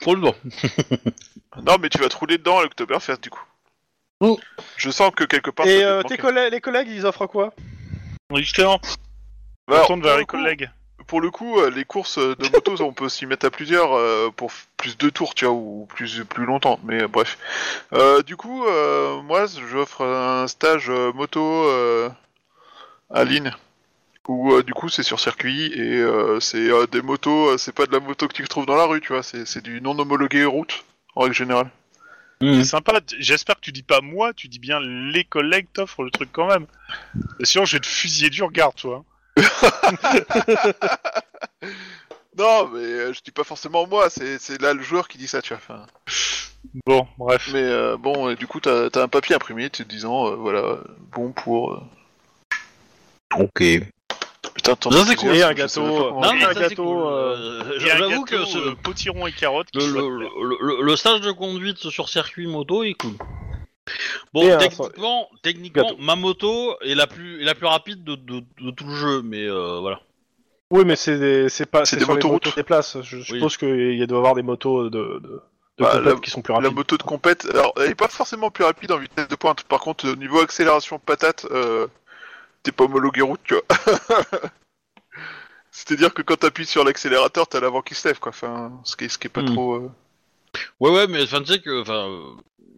[SPEAKER 1] pour le bon.
[SPEAKER 5] Non, mais tu vas te rouler dedans à l'Oktoberfest, du coup.
[SPEAKER 3] Oh.
[SPEAKER 5] Je sens que quelque part. ça
[SPEAKER 1] Ah,
[SPEAKER 2] Et
[SPEAKER 5] peut te
[SPEAKER 2] euh,
[SPEAKER 5] manquer.
[SPEAKER 2] tes collègues, les collègues, ils offrent quoi
[SPEAKER 4] Justement,
[SPEAKER 5] Alors,
[SPEAKER 4] retourne vers les
[SPEAKER 5] Bah, pour le coup,
[SPEAKER 4] collègues.
[SPEAKER 5] Pour le coup, euh, les courses euh, de motos, on peut s'y mettre à plusieurs euh, pour f- plus de tours, tu vois, ou plus, plus longtemps, mais euh, bref. Euh, du coup, euh, moi, j'offre un stage euh, moto euh, à Lynn, où euh, du coup, c'est sur circuit, et euh, c'est euh, des motos, euh, c'est pas de la moto que tu trouves dans la rue, tu vois, c'est c'est du non homologué route, en règle générale.
[SPEAKER 1] Hmm.
[SPEAKER 4] C'est sympa, t- j'espère que tu dis pas moi, tu dis bien les collègues t'offrent le truc quand même. Sinon, je vais te fusiller du regard, toi.
[SPEAKER 5] Non, mais euh, je dis pas forcément moi, c'est c'est là le joueur qui dit ça, tu vois. enfin.
[SPEAKER 4] Bon, bref.
[SPEAKER 5] Mais euh, bon, et du coup, t'as as un papier imprimé te disant, euh, voilà, euh, bon pour. euh,
[SPEAKER 1] Ok.
[SPEAKER 5] Putain, t'en
[SPEAKER 1] Ça, c'est
[SPEAKER 5] plusieurs,
[SPEAKER 2] cool. Et un
[SPEAKER 5] je sais
[SPEAKER 2] gâteau, euh,
[SPEAKER 5] même pas comment
[SPEAKER 1] Non,
[SPEAKER 5] on
[SPEAKER 1] mais
[SPEAKER 5] dit.
[SPEAKER 2] un
[SPEAKER 1] ça, c'est
[SPEAKER 2] gâteau,
[SPEAKER 1] cool.
[SPEAKER 2] euh,
[SPEAKER 1] Euh,
[SPEAKER 4] Et un
[SPEAKER 1] J'avoue que
[SPEAKER 4] gâteau,
[SPEAKER 1] ce-
[SPEAKER 4] euh, potiron et carotte.
[SPEAKER 1] le, le- le- le- le stage de conduite sur circuit moto est cool. Bon,
[SPEAKER 2] Et un-
[SPEAKER 1] techniquement, techniquement
[SPEAKER 2] Gâteau.
[SPEAKER 1] ma moto est la plus, est la plus rapide de, de- de tout le jeu, mais euh, voilà.
[SPEAKER 2] Oui, mais c'est des- c'est pas
[SPEAKER 5] C'est
[SPEAKER 2] c'est
[SPEAKER 5] des
[SPEAKER 2] sur les
[SPEAKER 5] motoroutes.
[SPEAKER 2] motos des places. Je suppose qu'il y a- doit y avoir des motos de, de, de
[SPEAKER 5] Bah,
[SPEAKER 2] compète
[SPEAKER 5] la-
[SPEAKER 2] qui sont plus
[SPEAKER 5] La
[SPEAKER 2] rapides.
[SPEAKER 5] moto de compète, alors, elle est pas forcément plus rapide en vitesse de pointe. Par contre, au niveau accélération patate, euh, t'es pas homologué route, tu vois. C'est-à-dire que quand t'appuies sur l'accélérateur, t'as l'avant qui se lève, quoi. Enfin, ce qui, ce qui est pas
[SPEAKER 1] Hmm.
[SPEAKER 5] trop. euh,
[SPEAKER 1] Ouais, ouais, mais enfin, tu sais que... Enfin, euh,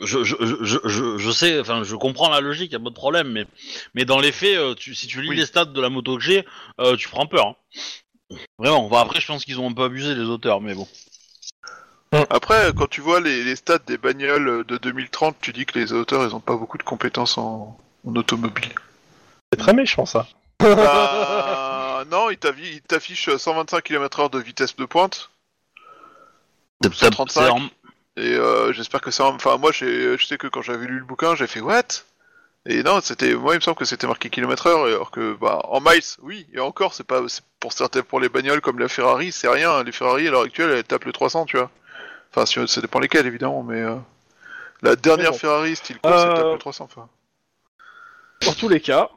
[SPEAKER 1] je, je, je, je, je sais, enfin, je comprends la logique, y a pas de problème, mais, mais dans les faits, euh, tu- si tu lis
[SPEAKER 5] Oui.
[SPEAKER 1] les stats de la moto que j'ai, euh, tu prends peur. hein. Vraiment, Enfin, après, je pense qu'ils ont un peu abusé, les auteurs, mais bon.
[SPEAKER 5] Après, quand tu vois les, les stats des bagnoles euh, de 2030, tu dis que les auteurs, ils ont pas beaucoup de compétences en- en automobile.
[SPEAKER 2] C'est très méchant ça.
[SPEAKER 5] Bah, non, il t'affi- il t'affiche 125 km/h de vitesse de pointe.
[SPEAKER 1] C'est- c'est-
[SPEAKER 5] 135.
[SPEAKER 1] c'est en-
[SPEAKER 5] Et euh, j'espère que ça. Enfin, moi, j'ai- je sais que quand j'avais lu le bouquin, j'ai fait what Et non, c'était. Moi, il me semble que c'était marqué km/h, alors que bah en miles, oui. Et encore, c'est pas c'est pour certains pour les bagnoles comme la Ferrari, c'est rien. Les Ferrari à l'heure actuelle, elles tapent le 300, tu vois. Enfin, si- ça dépend lesquelles, évidemment, mais euh, la dernière
[SPEAKER 2] bon.
[SPEAKER 5] Ferrari style course, elle tape
[SPEAKER 2] Euh,
[SPEAKER 5] le 300. Enfin.
[SPEAKER 2] Dans tous les cas,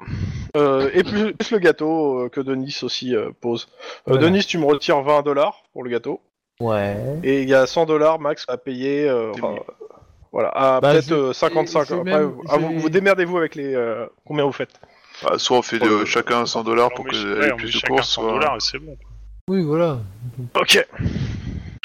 [SPEAKER 2] euh, et plus, plus le gâteau euh, que Denis aussi euh, pose. Euh,
[SPEAKER 3] Voilà.
[SPEAKER 2] Denis, tu me retires 20 dollars pour le gâteau.
[SPEAKER 3] Ouais.
[SPEAKER 2] Et il y a 100 dollars max à payer. euh,
[SPEAKER 5] C'est
[SPEAKER 2] enfin,
[SPEAKER 5] mieux.
[SPEAKER 2] euh, voilà, à
[SPEAKER 3] Bah,
[SPEAKER 2] peut-être
[SPEAKER 3] je-
[SPEAKER 2] euh, 55.
[SPEAKER 3] je vais
[SPEAKER 2] Après,
[SPEAKER 3] même-
[SPEAKER 2] vous- ah, vous,
[SPEAKER 3] je vais-
[SPEAKER 2] vous démerdez-vous avec les. euh, combien vous faites
[SPEAKER 5] Bah, soit on fait de-
[SPEAKER 2] euh,
[SPEAKER 5] chacun 100 dollars pour qu'elle ait plus de courses. euh. soit-
[SPEAKER 4] dollars et c'est bon.
[SPEAKER 3] Oui, voilà.
[SPEAKER 2] Ok.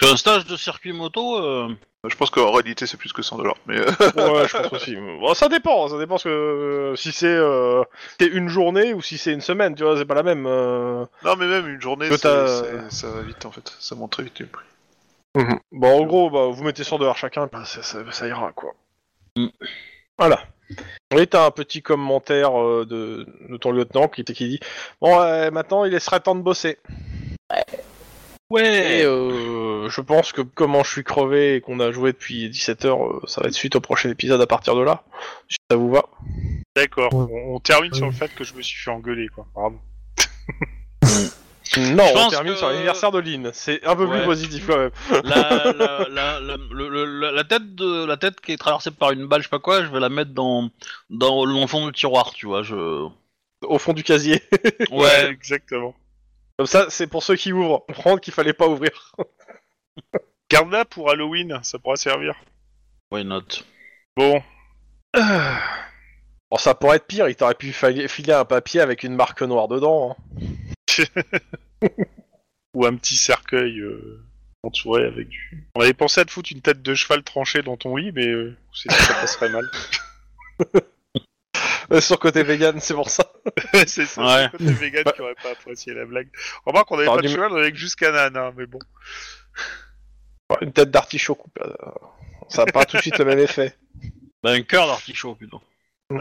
[SPEAKER 1] Un stage de circuit moto, euh,
[SPEAKER 5] Je pense qu'en réalité, c'est plus que 100 dollars, mais. euh,
[SPEAKER 2] Ouais, je pense aussi. Bon, ça dépend, ça dépend parce que euh, si c'est euh, c'est une journée ou si c'est une semaine, tu vois, c'est pas la même. euh.
[SPEAKER 5] Non, mais même une journée,
[SPEAKER 2] Que
[SPEAKER 5] c'est-
[SPEAKER 2] t'as-
[SPEAKER 5] c'est- ça va vite en fait. Ça monte très vite les prix.
[SPEAKER 2] Bon, en gros, bah, vous mettez 100 dollars chacun, bah, ça, ça- ça ira, quoi.
[SPEAKER 1] Mm.
[SPEAKER 2] Voilà. Et t'as un petit commentaire euh, de, de ton lieutenant qui, t- qui dit Bon, euh, maintenant, il serait temps de bosser. Et euh, je pense que comment je suis crevé et qu'on a joué depuis 17h, ça va être suite au prochain épisode à partir de là. Si ça vous va.
[SPEAKER 4] D'accord,
[SPEAKER 3] Ouais.
[SPEAKER 4] on, on termine sur
[SPEAKER 3] Ouais.
[SPEAKER 4] le fait que je me suis fait engueuler, quoi. Bravo.
[SPEAKER 2] Non,
[SPEAKER 1] Je
[SPEAKER 2] on
[SPEAKER 1] pense
[SPEAKER 2] termine
[SPEAKER 1] que-
[SPEAKER 2] sur l'anniversaire de Lynn. C'est un peu
[SPEAKER 1] Ouais.
[SPEAKER 2] plus positif quand même.
[SPEAKER 1] la, la, la, la, le- le- la- la tête de, la tête qui est traversée par une balle, je sais pas quoi, je vais la mettre dans, dans le fond du tiroir, tu vois. Je...
[SPEAKER 2] Au fond du casier.
[SPEAKER 1] Ouais.
[SPEAKER 4] exactement.
[SPEAKER 2] Comme ça, c'est pour ceux qui ouvrent. Comprendre qu'il fallait pas ouvrir.
[SPEAKER 4] Garde-la pour Halloween, ça pourra servir.
[SPEAKER 1] Why not
[SPEAKER 4] Bon,
[SPEAKER 2] Bon, ça pourrait être pire, il t'aurait pu fa- filer un papier avec une marque noire dedans. hein.
[SPEAKER 4] ou un petit cercueil euh, entouré avec du. On avait pensé à te foutre une tête de cheval tranchée dans ton lit, mais euh, on s'est dit que ça passerait mal.
[SPEAKER 2] Euh, sur côté vegan, c'est pour ça.
[SPEAKER 4] c'est ça,
[SPEAKER 1] Ouais.
[SPEAKER 4] c'est les végans qui auraient pas apprécié la blague. Remarque qu'on avait
[SPEAKER 2] T'aurais
[SPEAKER 4] pas de
[SPEAKER 2] dû-
[SPEAKER 4] cheval, on avait que juste un âne, hein, mais bon.
[SPEAKER 2] Une tête d'artichaut coupée. euh, Ça n'a pas tout de suite le même effet.
[SPEAKER 1] Bah, un cœur d'artichaut, plutôt.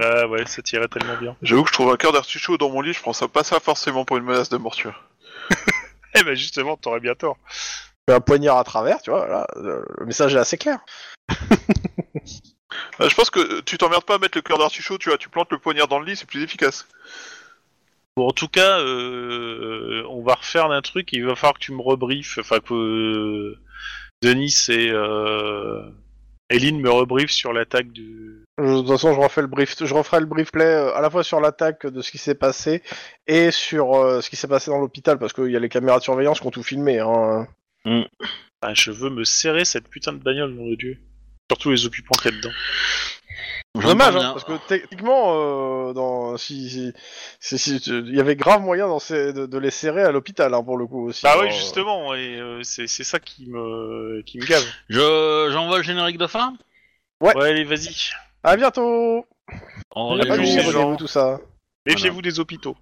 [SPEAKER 4] Ah ouais, ça tirait tellement bien.
[SPEAKER 5] J'avoue que je trouve un cœur d'artichaut dans mon lit, je prends ça pas ça forcément pour une menace de morsure.
[SPEAKER 4] Eh ben justement, t'aurais bien tort.
[SPEAKER 2] Un poignard à travers, tu vois, là, euh, le message est assez clair.
[SPEAKER 5] Euh, je pense que euh, tu t'emmerdes pas à mettre le cœur d'artichaut, tu vois, tu plantes le poignard dans le lit, c'est plus efficace.
[SPEAKER 4] Bon, en tout cas, euh, on va refaire un truc. Il va falloir que tu me rebriefes, enfin que euh, Denis et euh, Eline me rebriefent sur l'attaque du.
[SPEAKER 2] Je- de toute façon, je refais le brief, je referai le brief play euh, à la fois sur l'attaque de ce qui s'est passé et sur euh, ce qui s'est passé dans l'hôpital parce qu'il y a les caméras de surveillance qui ont tout filmé. Hein.
[SPEAKER 4] Ah, je veux me serrer cette putain de bagnole, mon dieu. Surtout les occupants qu'il y a dedans.
[SPEAKER 2] Dommage, hein,
[SPEAKER 1] J'entends bien.
[SPEAKER 2] parce que techniquement, euh, dans, si, si, si- si- tu- il y avait grave moyen dans ces- de, de les serrer à l'hôpital hein, pour le coup aussi.
[SPEAKER 4] Bah
[SPEAKER 2] Alors,
[SPEAKER 4] oui, justement, et euh, c'est c'est ça qui me qui me gave.
[SPEAKER 1] Je... J'envoie le générique de fin
[SPEAKER 2] Ouais.
[SPEAKER 4] Ouais, allez, vas-y.
[SPEAKER 2] euh, À bientôt.
[SPEAKER 1] On
[SPEAKER 2] Ah,
[SPEAKER 1] regarde
[SPEAKER 4] Salut,
[SPEAKER 2] oui,
[SPEAKER 1] les gens.
[SPEAKER 4] bonjour.
[SPEAKER 2] abonnez-vous, tout ça.
[SPEAKER 4] Méfiez-vous des hôpitaux.